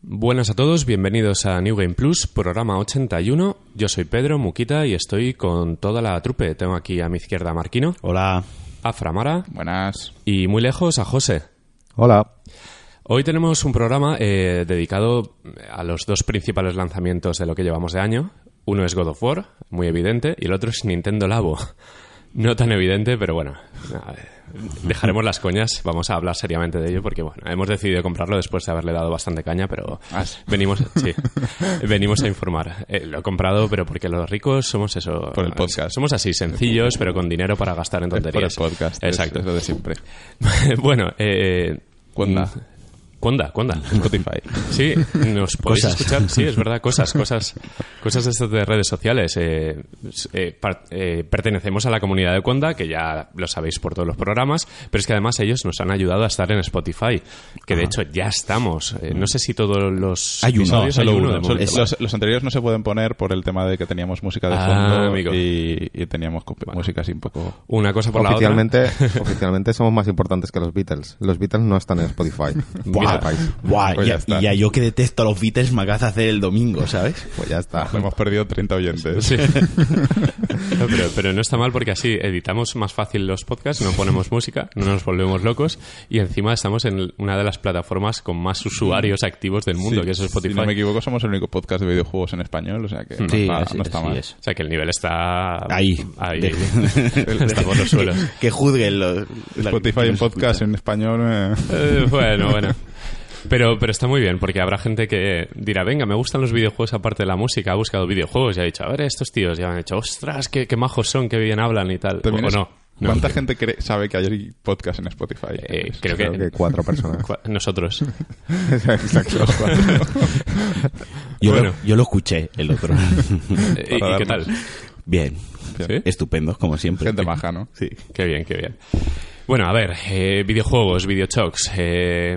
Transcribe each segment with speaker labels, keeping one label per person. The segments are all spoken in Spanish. Speaker 1: Buenas a todos, bienvenidos a New Game Plus, programa 81. Yo soy Pedro Muquita y estoy con toda la trupe. Tengo aquí a mi izquierda a Marquino,
Speaker 2: Hola.
Speaker 1: a Framara
Speaker 3: Buenas.
Speaker 1: y muy lejos a José.
Speaker 2: Hola.
Speaker 1: Hoy tenemos un programa eh, dedicado a los dos principales lanzamientos de lo que llevamos de año. Uno es God of War, muy evidente, y el otro es Nintendo Labo. No tan evidente, pero bueno. nada, eh, Dejaremos las coñas, vamos a hablar seriamente de ello porque bueno, hemos decidido comprarlo después de haberle dado bastante caña, pero
Speaker 3: Ah, sí.
Speaker 1: venimos, sí, venimos a informar. Eh, lo he comprado, pero porque los ricos somos eso.
Speaker 3: Por el podcast.
Speaker 1: Somos así, sencillos, pero con dinero para gastar en
Speaker 3: Por el
Speaker 1: tonterías.
Speaker 3: podcast. es-
Speaker 1: Exacto.
Speaker 3: Es, lo de siempre.
Speaker 1: bueno, eh,
Speaker 3: Cuanda.
Speaker 1: Conda, Conda.
Speaker 3: Spotify.
Speaker 1: Sí, nos podéis
Speaker 2: Cosas.
Speaker 1: escuchar. Sí, es verdad, cosas, cosas, cosas de estas de redes sociales. Eh, s- eh, par- eh, pertenecemos a la comunidad de Conda, que ya lo sabéis por todos los programas, pero es que además ellos nos han ayudado a estar en Spotify, que de hecho ya estamos. Eh, no sé si todos los
Speaker 2: Hay uno,
Speaker 3: ¿eh?
Speaker 1: episodios
Speaker 2: solo
Speaker 1: hay
Speaker 2: uno,
Speaker 1: de
Speaker 2: solo-
Speaker 1: momento.
Speaker 3: Los, los anteriores no se pueden poner por el tema de que teníamos música de
Speaker 1: Ah,
Speaker 3: fondo
Speaker 1: amigo.
Speaker 3: y, y teníamos co- música así un poco...
Speaker 1: Una cosa por
Speaker 4: oficialmente,
Speaker 1: la
Speaker 4: oficialmente somos más importantes que los Beatles. Los Beatles no están en Spotify.
Speaker 1: Buah,
Speaker 4: Que sepáis.
Speaker 2: Guay,
Speaker 3: Pues
Speaker 2: y,
Speaker 3: ya
Speaker 2: a-
Speaker 3: está.
Speaker 2: y a yo que detesto a los Beatles me acabas de hacer el domingo, ¿sabes?
Speaker 4: Pues ya está.
Speaker 3: Hemos perdido 30 oyentes.
Speaker 1: otra. Sí. No, pero, pero no está mal porque así editamos más fácil los podcasts, no ponemos música, no nos volvemos locos y encima estamos en una de las plataformas con más usuarios activos del mundo,
Speaker 3: Sí,
Speaker 1: que es Spotify.
Speaker 3: Si no me equivoco, somos el único podcast de videojuegos en español, o sea que no está, no está mal.
Speaker 1: O sea que el nivel está
Speaker 2: Ahí.
Speaker 1: ahí.
Speaker 2: De-
Speaker 1: está por los suelos.
Speaker 2: Que, que juzguen los... la-
Speaker 3: Spotify
Speaker 2: que
Speaker 3: en
Speaker 2: nos
Speaker 3: podcast en español... eh,
Speaker 1: Eh, bueno, bueno. Pero, pero está muy bien, porque habrá gente que dirá, venga, me gustan los videojuegos aparte de la música, ha buscado videojuegos y ha dicho, a ver, estos tíos ya han dicho, ostras, qué, qué majos son, qué bien hablan y tal. O,
Speaker 3: también
Speaker 1: o
Speaker 3: es-
Speaker 1: no. no.
Speaker 3: ¿Cuánta gente cree- sabe que hay podcast en Spotify?
Speaker 1: Eh,
Speaker 3: Es-
Speaker 1: creo que,
Speaker 4: Creo que cuatro personas.
Speaker 1: cua- nosotros.
Speaker 4: Exacto.
Speaker 2: escuchan. Yo,
Speaker 1: Bueno.
Speaker 2: lo, yo lo escuché el otro.
Speaker 1: Eh, ¿Y, y qué tal?
Speaker 3: darnos.
Speaker 2: Bien.
Speaker 1: ¿Sí?
Speaker 2: Estupendos, como siempre.
Speaker 3: Gente maja, ¿no?
Speaker 2: Sí.
Speaker 1: Qué bien, qué bien. Bueno, a ver, eh, videojuegos, videochocs, eh,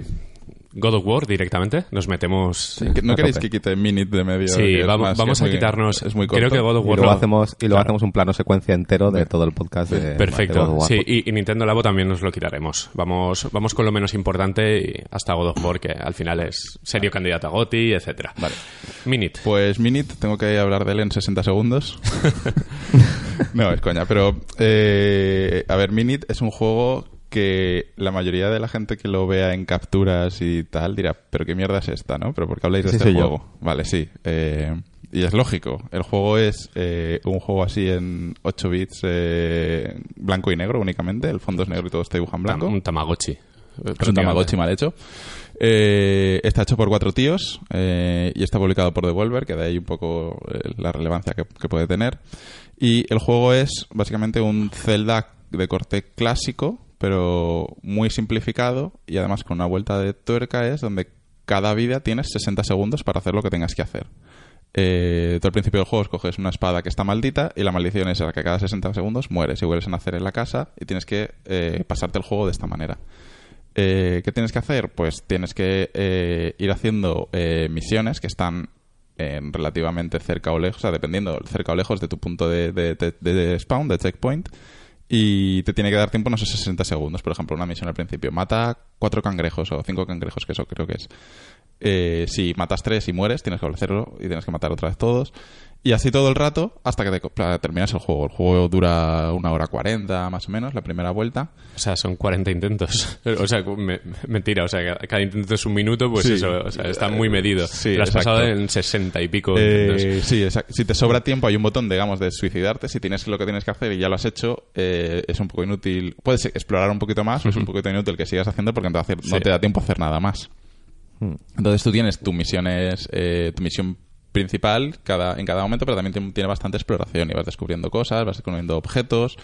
Speaker 1: God of War directamente, nos metemos...
Speaker 3: Que- ¿No
Speaker 4: A
Speaker 3: queréis
Speaker 4: tope.
Speaker 3: que quite Minute de medio?
Speaker 1: Sí,
Speaker 3: que es
Speaker 1: vamos-
Speaker 3: más-
Speaker 1: vamos
Speaker 3: que es
Speaker 1: a
Speaker 3: muy-
Speaker 1: quitarnos-
Speaker 3: Es muy
Speaker 1: creo
Speaker 3: corto.
Speaker 1: que God of
Speaker 4: Y
Speaker 1: War-
Speaker 4: luego
Speaker 1: Bueno,
Speaker 4: hacemos, y luego
Speaker 1: claro.
Speaker 4: hacemos un plano secuencia entero de todo el podcast de de God
Speaker 1: Perfecto,
Speaker 4: of War.
Speaker 1: sí, y, y Nintendo Labo también nos lo quitaremos. Vamos, vamos con lo menos importante y hasta God of War, que al final es serio candidato a GOTY, etcétera.
Speaker 3: Vale.
Speaker 1: Minit.
Speaker 3: Pues Minit, tengo que hablar de él en 60 segundos. no, es coña, pero... eh, a ver, Minit es un juego que la mayoría de la gente que lo vea en capturas y tal dirá, pero qué mierda es esta, ¿no? Pero ¿por qué habláis de
Speaker 4: Sí,
Speaker 3: este
Speaker 4: soy yo.
Speaker 3: juego? Vale, sí. eh, y es lógico. El juego es eh, un juego así en 8 bits, eh, blanco y negro únicamente. El fondo es negro y todo está dibujado en
Speaker 1: Tam-
Speaker 3: blanco.
Speaker 1: un Tamagotchi.
Speaker 3: Es un Tamagotchi mal hecho. Eh, está hecho por cuatro tíos eh, y está publicado por Devolver, que de ahí un poco eh, la relevancia que, que puede tener. Y el juego es básicamente un Zelda de corte clásico, pero muy simplificado y además con una vuelta de tuerca es donde cada vida tienes 60 segundos para hacer lo que tengas que hacer. Eh, tú al principio del juego escoges una espada que está maldita y la maldición es la que cada 60 segundos mueres y vuelves a nacer en la casa y tienes que eh, pasarte el juego de esta manera. Eh, ¿Qué tienes que hacer? Pues tienes que eh, ir haciendo eh, misiones que están eh, relativamente cerca o lejos, o sea, dependiendo, cerca o lejos de tu punto de, de- de- de spawn, de checkpoint. Y te tiene que dar tiempo unos 60 segundos. Por ejemplo, una misión al principio. Mata cuatro cangrejos o cinco cangrejos, que eso creo que es. Eh, si matas tres y mueres, tienes que volverlo y tienes que matar otra vez todos. Y así todo el rato hasta que te- pla- terminas el juego. El juego dura una hora cuarenta más o menos, la primera vuelta.
Speaker 1: O sea, son 40 intentos. O sea, me- mentira, o sea, cada- cada intento es un minuto, pues
Speaker 3: Sí.
Speaker 1: eso, o sea, está muy medido.
Speaker 3: Sí,
Speaker 1: Lo has
Speaker 3: exacto.
Speaker 1: pasado en 60 y pico
Speaker 3: Eh,
Speaker 1: intentos.
Speaker 3: sí, exac- si te sobra tiempo hay un botón, digamos, de suicidarte. Si tienes lo que tienes que hacer y ya lo has hecho, eh, es un poco inútil. Puedes explorar un poquito más, pero es un poquito inútil que sigas haciendo porque no te, va a hacer- no
Speaker 1: Sí.
Speaker 3: te da tiempo a hacer nada más. Entonces tú tienes tu misión es, eh, tu misión principal cada, en cada momento, pero también tiene- tiene bastante exploración y vas descubriendo cosas, vas descubriendo objetos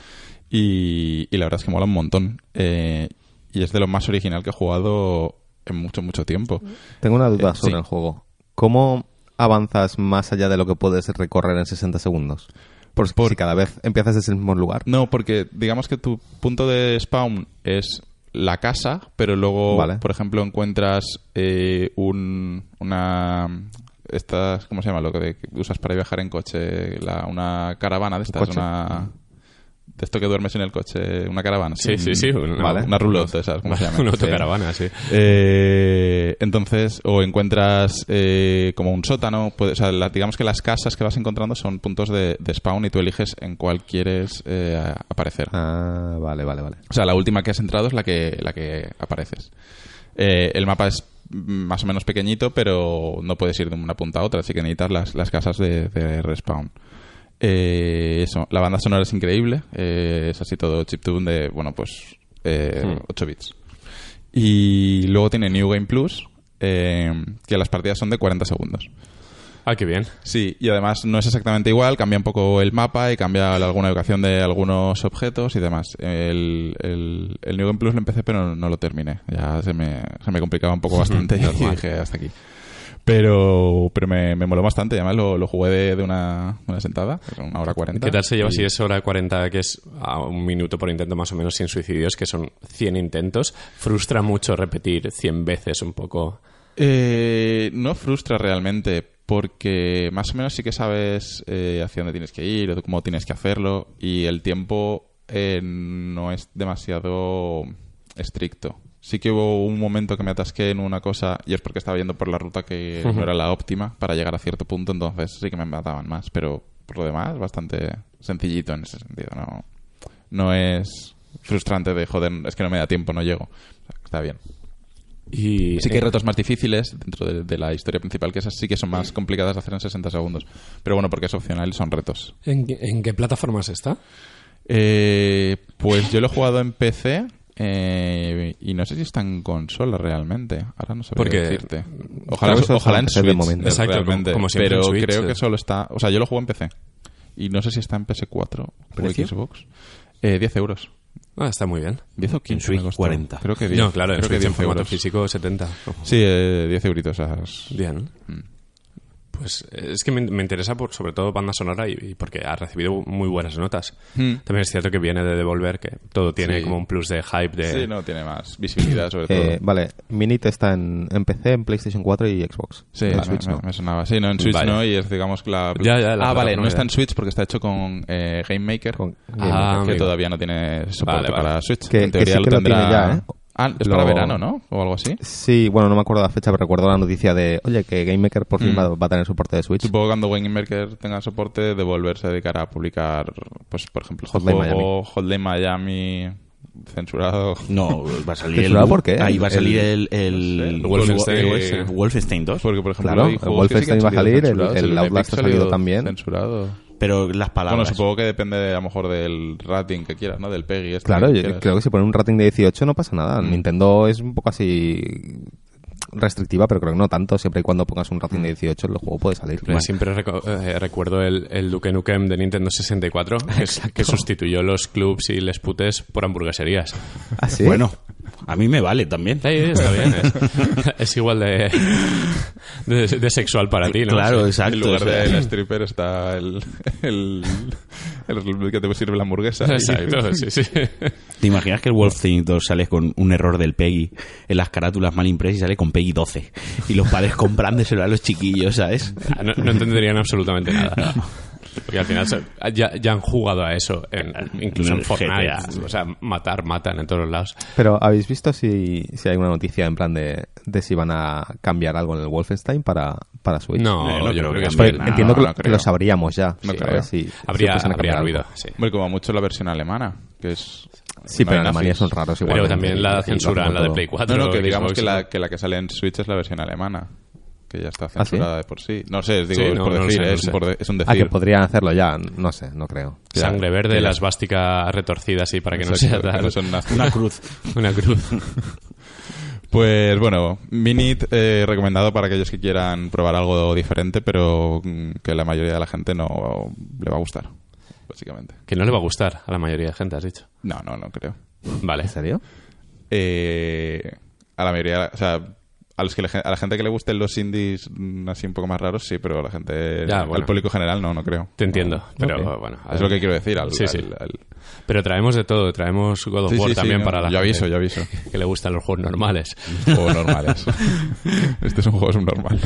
Speaker 3: y, y la verdad es que mola un montón. Eh, y es de lo más original que he jugado en mucho, mucho tiempo.
Speaker 4: Tengo una duda
Speaker 3: Eh,
Speaker 4: sobre
Speaker 3: sí.
Speaker 4: el juego. ¿Cómo avanzas más allá de lo que puedes recorrer en 60 segundos? Por,
Speaker 3: Por-
Speaker 4: si cada vez empiezas desde el mismo lugar.
Speaker 3: No, porque digamos que tu punto de spawn es la casa, pero luego,
Speaker 4: Vale.
Speaker 3: por ejemplo, encuentras eh, un, una... Estas, ¿Cómo se llama? Lo que, de- que usas para viajar en coche. La, una caravana de estas.
Speaker 4: coche?
Speaker 3: Una, de esto que duermes en el coche, una caravana.
Speaker 1: Sí, sí, sí, una-
Speaker 3: Una, una rulote, ¿sabes cómo se llama?
Speaker 1: Una
Speaker 3: Sí.
Speaker 1: autocaravana, sí.
Speaker 3: Eh, entonces, o encuentras eh, como un sótano, puede- o sea, la- digamos que las casas que vas encontrando son puntos de, de spawn y tú eliges en cuál quieres eh, a- aparecer.
Speaker 4: Ah, vale, vale, vale.
Speaker 3: O sea, la última que has entrado es la que, la que apareces. Eh, el mapa es mm, más o menos pequeñito, pero no puedes ir de una punta a otra, así que necesitas las, las casas de, de respawn. Eh, eso, la banda sonora es increíble, eh, es así todo chiptune de, bueno, pues eh,
Speaker 1: Hmm.
Speaker 3: 8 bits. Y luego tiene New Game Plus, eh, que las partidas son de 40 segundos.
Speaker 1: Ah, qué bien.
Speaker 3: Sí, y además no es exactamente igual, cambia un poco el mapa y cambia la- alguna educación de algunos objetos y demás. El, el, el New Game Plus lo empecé pero no lo terminé, ya se me, se me complicaba un poco bastante y dije hasta aquí. Pero, pero me, me moló bastante, además lo, lo jugué de, de una, una sentada, una hora cuarenta.
Speaker 1: ¿Qué tal se lleva
Speaker 3: y-
Speaker 1: si es hora 40, que es a un minuto por intento más o menos sin suicidios, que son 100 intentos? Frustra mucho repetir 100 veces un poco.
Speaker 3: Eh, no frustra realmente, porque más o menos sí que sabes eh, hacia dónde tienes que ir, o cómo tienes que hacerlo, y el tiempo eh, no es demasiado estricto. Sí que hubo un momento que me atasqué en una cosa, y es porque estaba yendo por la ruta que no era la óptima para llegar a cierto punto, entonces sí que me mataban más, pero por lo demás, bastante sencillito en ese sentido. No, no es frustrante de joder, es que no me da tiempo, no llego. O sea, está bien.
Speaker 1: Y
Speaker 3: Sí que hay
Speaker 1: eh,
Speaker 3: retos más difíciles dentro de, de la historia principal, que esas sí que son más complicadas de hacer en 60 segundos. Pero bueno, porque es opcional y son retos.
Speaker 1: ¿en, qué- en qué plataformas está?
Speaker 3: Eh, pues yo lo he jugado en PC eh, y no sé si está en consola realmente. Ahora no sabría
Speaker 1: Porque-
Speaker 3: decirte. Ojalá,
Speaker 4: Creo que solo
Speaker 3: ojalá en
Speaker 4: está en
Speaker 3: Switch.
Speaker 4: PC de momento.
Speaker 1: Exacto,
Speaker 3: realmente,
Speaker 1: como- como siempre
Speaker 3: Pero
Speaker 1: en Switch,
Speaker 3: creo
Speaker 1: eh.
Speaker 3: que solo está... O sea, yo lo juego en PC. Y no sé si está en PS4 o
Speaker 2: ¿Precio?
Speaker 3: Xbox. Eh, 10 euros.
Speaker 1: Ah, está muy bien.
Speaker 3: 10 o 15 me
Speaker 2: Switch,
Speaker 3: costó.
Speaker 2: 40.
Speaker 3: Creo que 10.
Speaker 1: No, claro, en
Speaker 3: creo que
Speaker 1: Switch en
Speaker 3: 10
Speaker 1: formato
Speaker 3: euros.
Speaker 1: físico 70.
Speaker 3: Sí, eh, 10 euritos. o sea, es-
Speaker 1: Bien. Mm. Pues eh, es que me, me interesa por, sobre todo banda sonora y, y porque ha recibido muy buenas notas. También es cierto que viene de Devolver, que todo tiene
Speaker 3: Sí.
Speaker 1: como un plus de hype de...
Speaker 3: Sí, no, tiene más visibilidad sobre todo.
Speaker 4: Eh, vale, Minit está en, en PC, en PlayStation 4 y Xbox.
Speaker 3: Sí,
Speaker 4: En
Speaker 3: me,
Speaker 4: Switch
Speaker 3: me-
Speaker 4: no.
Speaker 3: me sonaba. Sí, no, en Switch
Speaker 1: Vale.
Speaker 3: no, y es, digamos, la...
Speaker 1: Ya, ya, la
Speaker 3: ah, vale, no
Speaker 1: plataforma
Speaker 3: está en
Speaker 1: ya.
Speaker 3: Switch porque está hecho con eh, Game Maker,
Speaker 4: Con Game
Speaker 1: Ah,
Speaker 3: que
Speaker 1: amigo.
Speaker 3: todavía no tiene soporte
Speaker 1: Vale, vale.
Speaker 3: para Switch. en
Speaker 4: Que- que
Speaker 3: teoría
Speaker 4: sí
Speaker 3: lo
Speaker 4: que lo
Speaker 3: tendrá...
Speaker 4: tiene ya, ¿eh?
Speaker 3: Ah, es
Speaker 4: Lo-
Speaker 3: para verano, ¿no? O algo así.
Speaker 4: Sí, bueno, no me acuerdo la fecha, pero recuerdo la noticia de, oye, que Game Maker por fin
Speaker 3: Mm.
Speaker 4: va, va a tener soporte de Switch.
Speaker 3: Supongo que cuando Game Maker tenga soporte, Devolver se dedicará a publicar, pues, por ejemplo,
Speaker 4: Hotline
Speaker 3: juego, Hotline Miami censurado.
Speaker 2: No, va a salir el...
Speaker 4: ¿Censurado por qué?
Speaker 2: Ahí va a
Speaker 4: El-
Speaker 2: salir el... el,
Speaker 3: el
Speaker 1: Wolfenstein,
Speaker 2: el-
Speaker 1: sí.
Speaker 2: Wolfenstein 2.
Speaker 3: Porque, por ejemplo,
Speaker 4: Claro,
Speaker 3: hay
Speaker 4: el
Speaker 3: juegos que sí que han
Speaker 4: Wolfenstein va a
Speaker 3: salido
Speaker 4: salir, el-
Speaker 3: censurados,
Speaker 4: el
Speaker 3: de
Speaker 4: Outlast ha
Speaker 3: Pixel
Speaker 4: salido
Speaker 3: lo-
Speaker 4: también.
Speaker 3: Censurado.
Speaker 2: Pero las
Speaker 3: Bueno,
Speaker 2: palabras...
Speaker 3: supongo que depende a lo mejor del rating que quieras, ¿no? Del PEGI. este
Speaker 4: Claro,
Speaker 3: que
Speaker 4: yo
Speaker 3: quieras.
Speaker 4: creo que si ponen un rating de 18 no pasa nada. Nintendo es un poco así restrictiva, pero creo que no tanto. Siempre y cuando pongas un rating de 18, el juego puede salir.
Speaker 1: Pero Siempre reco- eh, recuerdo el, el Duke Nukem de Nintendo 64, que, es- que sustituyó los clubs y les putes por hamburgueserías.
Speaker 4: ¿Ah, sí?
Speaker 2: Bueno, a mí me vale también.
Speaker 1: Sí, está bien. Es, es igual de, de, de sexual para ti, ¿no?
Speaker 2: Claro, exacto.
Speaker 3: En lugar
Speaker 2: o sea,
Speaker 3: del stripper está el, el, el que te sirve la hamburguesa. Y-
Speaker 1: Exacto, sí, sí.
Speaker 2: ¿Te imaginas que el Wolfenstein 2 sale con un error del Peggy en las carátulas mal impresas y sale con Peggy 12? Y los padres comprándoselo a los chiquillos, ¿sabes?
Speaker 1: Ah, No, no entenderían absolutamente nada. Porque al final se- ya, ya han jugado a eso, en- incluso en
Speaker 2: En
Speaker 1: Fortnite.
Speaker 2: GTA.
Speaker 1: O sea, matar, matan en todos lados.
Speaker 4: Pero ¿habéis visto si, si hay una noticia en plan de, de si van a cambiar algo en el Wolfenstein para, para Switch?
Speaker 1: No,
Speaker 2: Eh, no
Speaker 1: yo
Speaker 2: creo
Speaker 1: creo
Speaker 2: que
Speaker 1: que sí.
Speaker 4: Pues
Speaker 2: no,
Speaker 4: entiendo que,
Speaker 3: no
Speaker 4: lo, que
Speaker 3: creo.
Speaker 4: lo sabríamos ya.
Speaker 3: No
Speaker 4: Sí,
Speaker 3: creo.
Speaker 4: a ver si-
Speaker 1: ¿eh? Habría,
Speaker 4: si empiezan a
Speaker 1: habría
Speaker 4: cambiar
Speaker 1: ruido,
Speaker 4: algo.
Speaker 1: sí.
Speaker 3: Hombre, como mucho la versión alemana, que es...
Speaker 4: Sí,
Speaker 3: no
Speaker 4: pero
Speaker 3: hay
Speaker 4: en Alemania
Speaker 3: nazis.
Speaker 4: son raros igual.
Speaker 1: Pero también la censura en la de Play 4.
Speaker 3: No, no, que digamos
Speaker 1: Xbox,
Speaker 3: que
Speaker 1: ¿no?
Speaker 3: la, que la que sale en Switch es la versión alemana, que ya está
Speaker 4: ¿Ah, sí?
Speaker 3: censurada de por sí. No sé, digo,
Speaker 1: Sí,
Speaker 3: es
Speaker 1: no,
Speaker 3: por
Speaker 1: no lo
Speaker 3: decir, ¿eh?
Speaker 1: sé, no
Speaker 3: es,
Speaker 1: sé.
Speaker 3: por de- es un
Speaker 4: Ah, que
Speaker 3: decir.
Speaker 4: podrían hacerlo ya. No sé, no creo.
Speaker 1: Sangre verde, la esvástica retorcida así para que no sea
Speaker 3: Exacto, que
Speaker 1: tal.
Speaker 3: no son nazis.
Speaker 2: Una cruz.
Speaker 1: Una cruz.
Speaker 3: Pues bueno, Minit eh, recomendado para aquellos que quieran probar algo diferente, pero mm, que la mayoría de la gente no le va a gustar, básicamente.
Speaker 1: Que no le va a gustar a la mayoría de gente, has dicho.
Speaker 3: No, no, no creo.
Speaker 1: Vale.
Speaker 4: ¿En serio?
Speaker 3: Eh, a la mayoría, o sea, a, los que le- a la gente que le gusten los indies mm, así un poco más raros, sí, pero a la gente,
Speaker 1: Ya,
Speaker 3: al
Speaker 1: bueno.
Speaker 3: público general, no, no creo.
Speaker 1: Te entiendo, pero
Speaker 4: Ok.
Speaker 1: bueno.
Speaker 3: Es lo que quiero decir. Al,
Speaker 1: Sí, sí.
Speaker 3: al- al-
Speaker 1: Pero traemos de todo, traemos God of
Speaker 3: Sí,
Speaker 1: War
Speaker 3: sí, sí,
Speaker 1: también
Speaker 3: no,
Speaker 1: para la
Speaker 3: Yo aviso,
Speaker 1: gente
Speaker 3: yo aviso.
Speaker 1: que le gustan los juegos normales.
Speaker 3: O normales. este es un juego subnormal.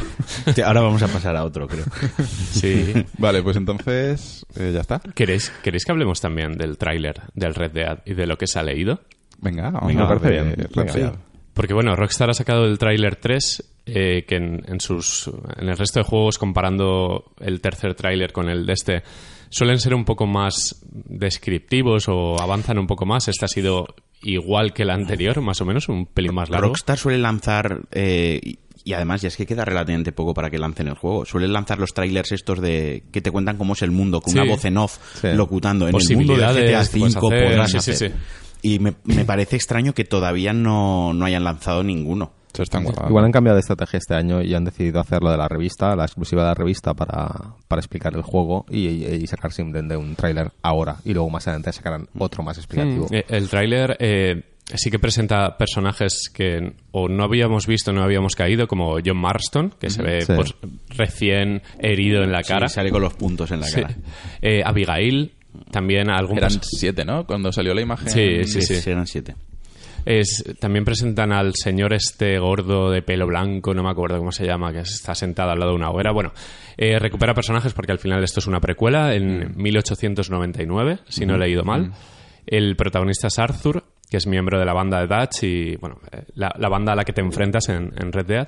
Speaker 2: Hostia, Ahora vamos a pasar a otro, creo.
Speaker 1: Sí.
Speaker 3: Vale, pues entonces, eh, ya está.
Speaker 1: ¿Queréis, ¿Queréis que hablemos también del tráiler del Red Dead y de lo que se ha leído?
Speaker 3: Venga, vamos
Speaker 2: Venga,
Speaker 3: a eh, hablar
Speaker 2: parece
Speaker 3: de
Speaker 2: bien.
Speaker 3: Red
Speaker 2: Venga.
Speaker 3: Dead.
Speaker 1: Porque bueno, Rockstar ha sacado el tráiler 3, eh, que en, en sus, en el resto de juegos, comparando el tercer tráiler con el de este, suelen ser un poco más descriptivos o avanzan un poco más. Este ha sido igual que el anterior, más o menos, un pelín más largo.
Speaker 2: Rockstar suele lanzar. eh, y, y además, ya es que queda relativamente poco para que lancen el juego. Suelen lanzar los trailers estos de que te cuentan cómo es el mundo, con
Speaker 1: Sí.
Speaker 2: una voz en off
Speaker 3: Sí.
Speaker 2: locutando. En el mundo de GTA
Speaker 1: Posibilidades,
Speaker 2: V
Speaker 1: puedes hacer,
Speaker 2: podrás
Speaker 1: sí, sí,
Speaker 2: hacer.
Speaker 1: sí.
Speaker 2: Y me, me parece extraño que todavía no, no hayan lanzado ninguno.
Speaker 3: Se están guardando.
Speaker 4: Igual han cambiado de estrategia este año y han decidido hacer lo de la revista, la exclusiva de la revista para, para explicar el juego y, y- y sacar simplemente un tráiler ahora y luego más adelante sacarán otro más explicativo.
Speaker 1: Eh, El tráiler eh, sí que presenta personajes que o no habíamos visto, no habíamos caído, como John Marston, que se ve
Speaker 4: Sí.
Speaker 1: pues, recién herido en la cara.
Speaker 2: Sí, sale con los puntos en la
Speaker 1: Sí.
Speaker 2: cara.
Speaker 1: Eh, Abigail, también algún
Speaker 3: Eran
Speaker 1: pers-
Speaker 3: siete, ¿no? Cuando salió la imagen.
Speaker 1: Sí, sí, sí.
Speaker 2: Eran siete.
Speaker 1: Es, también presentan al señor este gordo de pelo blanco, no me acuerdo cómo se llama, que está sentado al lado de una hoguera. Bueno, eh, recupera personajes porque al final esto es una precuela en 1899, si no he leído mal. El protagonista es Arthur, que es miembro de la banda de Dutch y, bueno, eh, la, la banda a la que te enfrentas en, en Red Dead.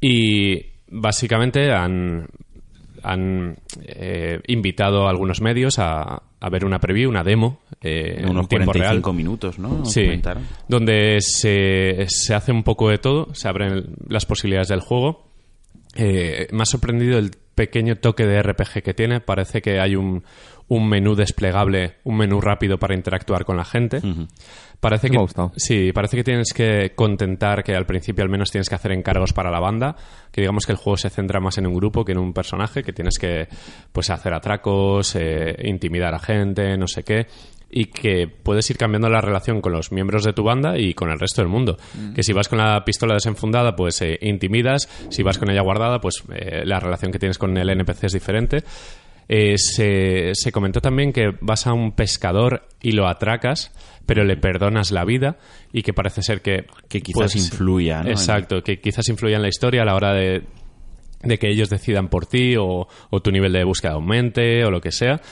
Speaker 1: Y básicamente han, han eh, invitado a algunos medios a, a ver una preview, una demo eh, en
Speaker 2: unos
Speaker 1: tiempo
Speaker 2: 45
Speaker 1: real.
Speaker 2: minutos, ¿no?
Speaker 1: Sí,
Speaker 2: Comentaron.
Speaker 1: donde se, se hace un poco de todo, se abren el- las posibilidades del juego. Eh, me ha sorprendido el pequeño toque de RPG que tiene. Parece que hay un, un menú desplegable, un menú rápido para interactuar con la gente. Parece
Speaker 4: Eso
Speaker 1: que,
Speaker 4: me ha gustado.
Speaker 1: Sí, parece que tienes que contentar que al principio al menos tienes que hacer encargos para la banda, que digamos que el juego se centra más en un grupo que en un personaje, que tienes que pues hacer atracos, eh, intimidar a gente, no sé qué, y que puedes ir cambiando la relación con los miembros de tu banda y con el resto del mundo. Que si vas con la pistola desenfundada, pues eh, intimidas, si vas con ella guardada, pues eh, la relación que tienes con el NPC es diferente. Eh, se, se comentó también que vas a un pescador y lo atracas, pero le perdonas la vida y que parece ser que... pues,
Speaker 2: Que quizás influya, ¿no?
Speaker 1: Exacto, que quizás influya en la historia a la hora de, de que ellos decidan por ti o, o tu nivel de búsqueda aumente o lo que sea.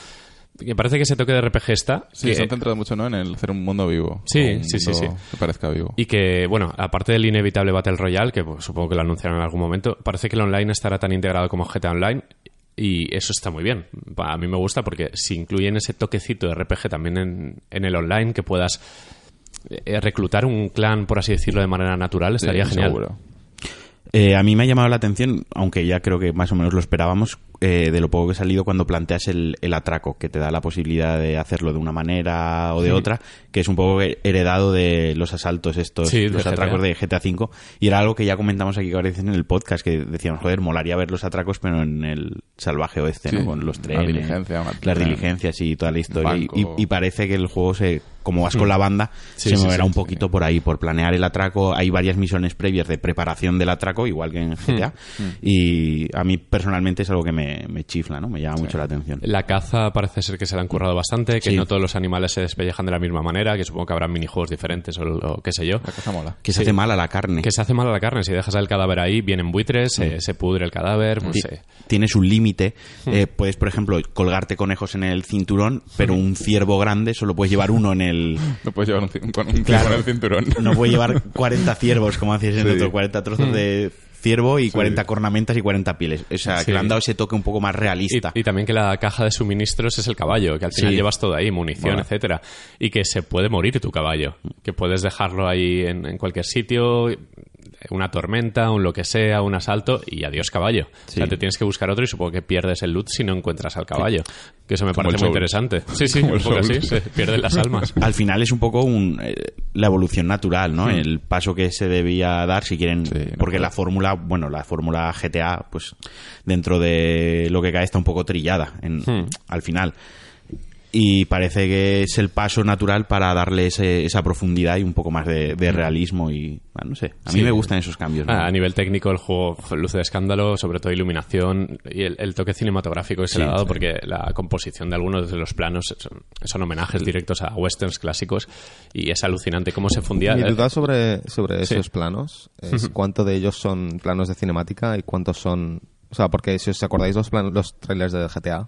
Speaker 1: Que parece que ese toque de RPG está.
Speaker 3: Sí,
Speaker 1: que-
Speaker 3: se han centrado mucho ¿no? en el hacer un mundo vivo.
Speaker 1: Sí,
Speaker 3: O un
Speaker 1: sí, sí,
Speaker 3: mundo
Speaker 1: sí.
Speaker 3: Que parezca vivo.
Speaker 1: Y que, bueno, aparte del inevitable Battle Royale, que pues, supongo que lo anunciaron en algún momento, parece que el online estará tan integrado como GTA Online. Y eso está muy bien. Pa- A mí me gusta porque si incluyen ese toquecito de RPG también en, en el online, que puedas eh, reclutar un clan, por así decirlo, de manera natural, estaría
Speaker 3: Sí,
Speaker 1: genial.
Speaker 3: seguro.
Speaker 2: Eh, a mí me ha llamado la atención, aunque ya creo que más o menos lo esperábamos, eh, de lo poco que he salido cuando planteas el, el atraco, que te da la posibilidad de hacerlo de una manera o de otra, que es un poco he- heredado de los asaltos estos,
Speaker 1: Sí, de
Speaker 2: los
Speaker 1: GTA.
Speaker 2: atracos de GTA V, y era algo que ya comentamos aquí varias veces en el podcast, que decíamos, joder, molaría ver los atracos, pero en el salvaje oeste,
Speaker 3: Sí.
Speaker 2: ¿no? Con los
Speaker 3: Una
Speaker 2: trenes,
Speaker 3: diligencia, una-
Speaker 2: las diligencias y toda la historia, y,
Speaker 3: banco.
Speaker 2: y- y parece que el juego se, como vas con la banda,
Speaker 1: Sí,
Speaker 2: se
Speaker 1: sí,
Speaker 2: moverá
Speaker 1: sí,
Speaker 2: un poquito por ahí, por planear el atraco. Hay varias misiones previas de preparación del atraco, igual que
Speaker 1: Hmm.
Speaker 2: en GTA. Y a mí personalmente es algo que me, me chifla, ¿no? Me llama mucho la atención.
Speaker 1: La caza parece ser que se la han currado bastante, que
Speaker 2: Sí.
Speaker 1: no todos los animales se despellejan de la misma manera, que supongo que habrá minijuegos diferentes o lo que sé yo.
Speaker 3: La cosa mola.
Speaker 2: Que se hace mal a la carne.
Speaker 1: Que se hace mal a la carne, si dejas el cadáver ahí, vienen buitres, eh, se pudre el cadáver, pues,
Speaker 2: Ti-
Speaker 1: eh,
Speaker 2: Tienes un límite.
Speaker 1: Hmm.
Speaker 2: Eh, puedes, por ejemplo, colgarte conejos en el cinturón, pero un ciervo grande solo puedes llevar uno en el.
Speaker 3: No puedes llevar un, cin- con un
Speaker 2: Claro.
Speaker 3: con el cinturón.
Speaker 2: No puedes llevar 40 ciervos, como hacías en
Speaker 3: Sí.
Speaker 2: otro, 40
Speaker 1: Hmm.
Speaker 2: trozos de ciervo y 40 cornamentas y 40 pieles. O sea,
Speaker 1: Sí.
Speaker 2: que le han dado ese toque un poco más
Speaker 1: Y,
Speaker 2: realista.
Speaker 1: y también que la caja de suministros es el caballo, que al final
Speaker 2: Sí.
Speaker 1: llevas todo ahí, munición,
Speaker 2: Mola.
Speaker 1: etcétera, y que se puede morir tu caballo, que puedes dejarlo ahí en, en cualquier sitio, una tormenta, un lo que sea, un asalto y adiós caballo. O sea,
Speaker 2: Sí.
Speaker 1: te tienes que buscar otro y supongo que pierdes el loot si no encuentras al caballo, que eso me
Speaker 3: Como
Speaker 1: parece muy
Speaker 3: el Soul.
Speaker 1: interesante. Sí, sí,
Speaker 3: Como
Speaker 1: un
Speaker 3: el
Speaker 1: poco
Speaker 3: Soul.
Speaker 1: así, se pierden las almas.
Speaker 2: al final es un poco un, eh, la evolución natural, ¿no? El paso que se debía dar si quieren,
Speaker 3: Sí, no
Speaker 2: porque
Speaker 3: creo.
Speaker 2: la fórmula, bueno, la fórmula GTA, pues dentro de lo que cae está un poco trillada en, al final. y parece que es el paso natural para darle ese- esa profundidad y un poco más de, de realismo y ah, no sé a mí
Speaker 1: Sí.
Speaker 2: me gustan esos cambios ¿no?
Speaker 1: Ah, a nivel técnico, el juego uf, luce de escándalo, sobre todo iluminación y el, el toque cinematográfico que se le ha dado, porque la composición de algunos de los planos son, son homenajes directos a westerns clásicos y es alucinante cómo se fundía.
Speaker 4: Mi
Speaker 1: eh,
Speaker 4: duda sobre, sobre
Speaker 1: Sí.
Speaker 4: esos planos es cuánto de ellos son planos de cinemática y cuántos son... O sea, porque si os acordáis los, planos, los trailers de GTA,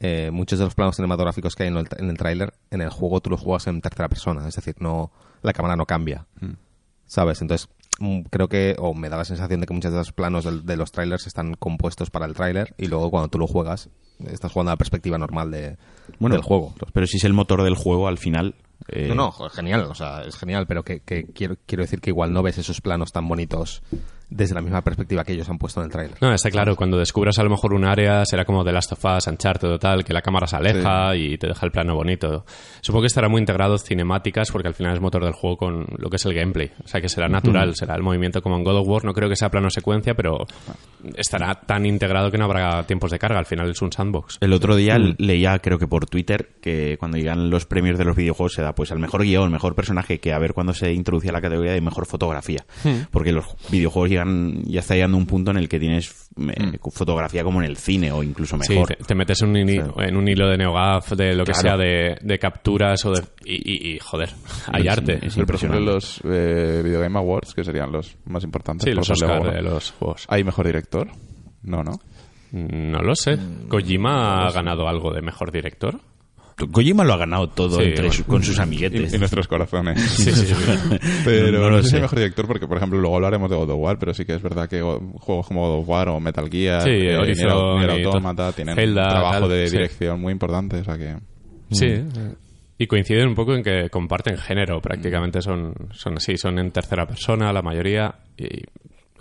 Speaker 4: eh, muchos de los planos cinematográficos que hay en el, en el trailer, en el juego tú los juegas en tercera persona. Es decir, no la cámara no cambia.
Speaker 1: Mm.
Speaker 4: ¿Sabes? Entonces, mm, creo que... O me da la sensación de que muchos de los planos del- de los trailers están compuestos para el trailer y luego cuando tú lo juegas, estás jugando a la perspectiva normal de, del juego.
Speaker 2: pero si es el motor del juego al final eh,
Speaker 4: No, no, jo- genial, o sea, es genial, pero que, que quiero, quiero decir que igual no ves esos planos tan bonitos desde la misma perspectiva que ellos han puesto en el tráiler.
Speaker 1: No, está claro, cuando descubras a lo mejor un área será como The Last of Us, Uncharted o tal, que la cámara se aleja y te deja el plano bonito. Supongo que estará muy integrado cinemáticas porque al final es motor del juego con lo que es el gameplay. O sea que será natural, será el movimiento como en God of War. No creo que sea plano secuencia, pero estará tan integrado que no habrá tiempos de carga. Al final es un sandbox.
Speaker 2: El otro día leía, creo que por Twitter, que cuando llegan los premios de los videojuegos se da pues al mejor guión, mejor personaje, que a ver cuándo se introduce a la categoría de mejor fotografía. Porque los videojuegos llegan, ya está llegando un punto en el que tienes eh, fotografía como en el cine o incluso mejor.
Speaker 1: Sí, te, te metes en un, hili- en un hilo de NeoGAF, de lo que sea,
Speaker 2: Claro.
Speaker 1: de, de capturas o de... Y, y- y, joder, hay arte.
Speaker 2: es
Speaker 3: Pero, por ejemplo,
Speaker 2: impresionante.
Speaker 3: los eh, Video Game Awards, que serían los más importantes.
Speaker 1: Sí,
Speaker 3: por
Speaker 1: los
Speaker 3: darle
Speaker 1: Oscar
Speaker 3: bola.
Speaker 1: de los juegos.
Speaker 3: ¿Hay mejor director? No, no.
Speaker 1: No lo sé.
Speaker 3: Mm,
Speaker 1: ¿Kojima ha ganado algo de mejor director?
Speaker 2: Kojima lo ha ganado todo
Speaker 1: Sí,
Speaker 2: entre
Speaker 1: bueno.
Speaker 2: su- con sus
Speaker 3: En
Speaker 2: amiguetes.
Speaker 3: nuestros corazones.
Speaker 1: sí.
Speaker 3: Pero no,
Speaker 2: No lo
Speaker 3: sé si
Speaker 2: sé.
Speaker 3: es mejor director porque, por ejemplo, luego hablaremos de God of War, pero sí que es verdad que go- juegos como God of War o Metal Gear,
Speaker 1: Sí,
Speaker 3: eh,
Speaker 1: Horizon
Speaker 3: Nier Au- Nier
Speaker 1: y to-
Speaker 3: Automata, tienen
Speaker 1: Zelda,
Speaker 3: un trabajo
Speaker 1: tal,
Speaker 3: de
Speaker 1: sí.
Speaker 3: dirección muy importante. O sea que...
Speaker 1: Sí. Y coinciden un poco en que comparten género, prácticamente son, son así, son en tercera persona la mayoría y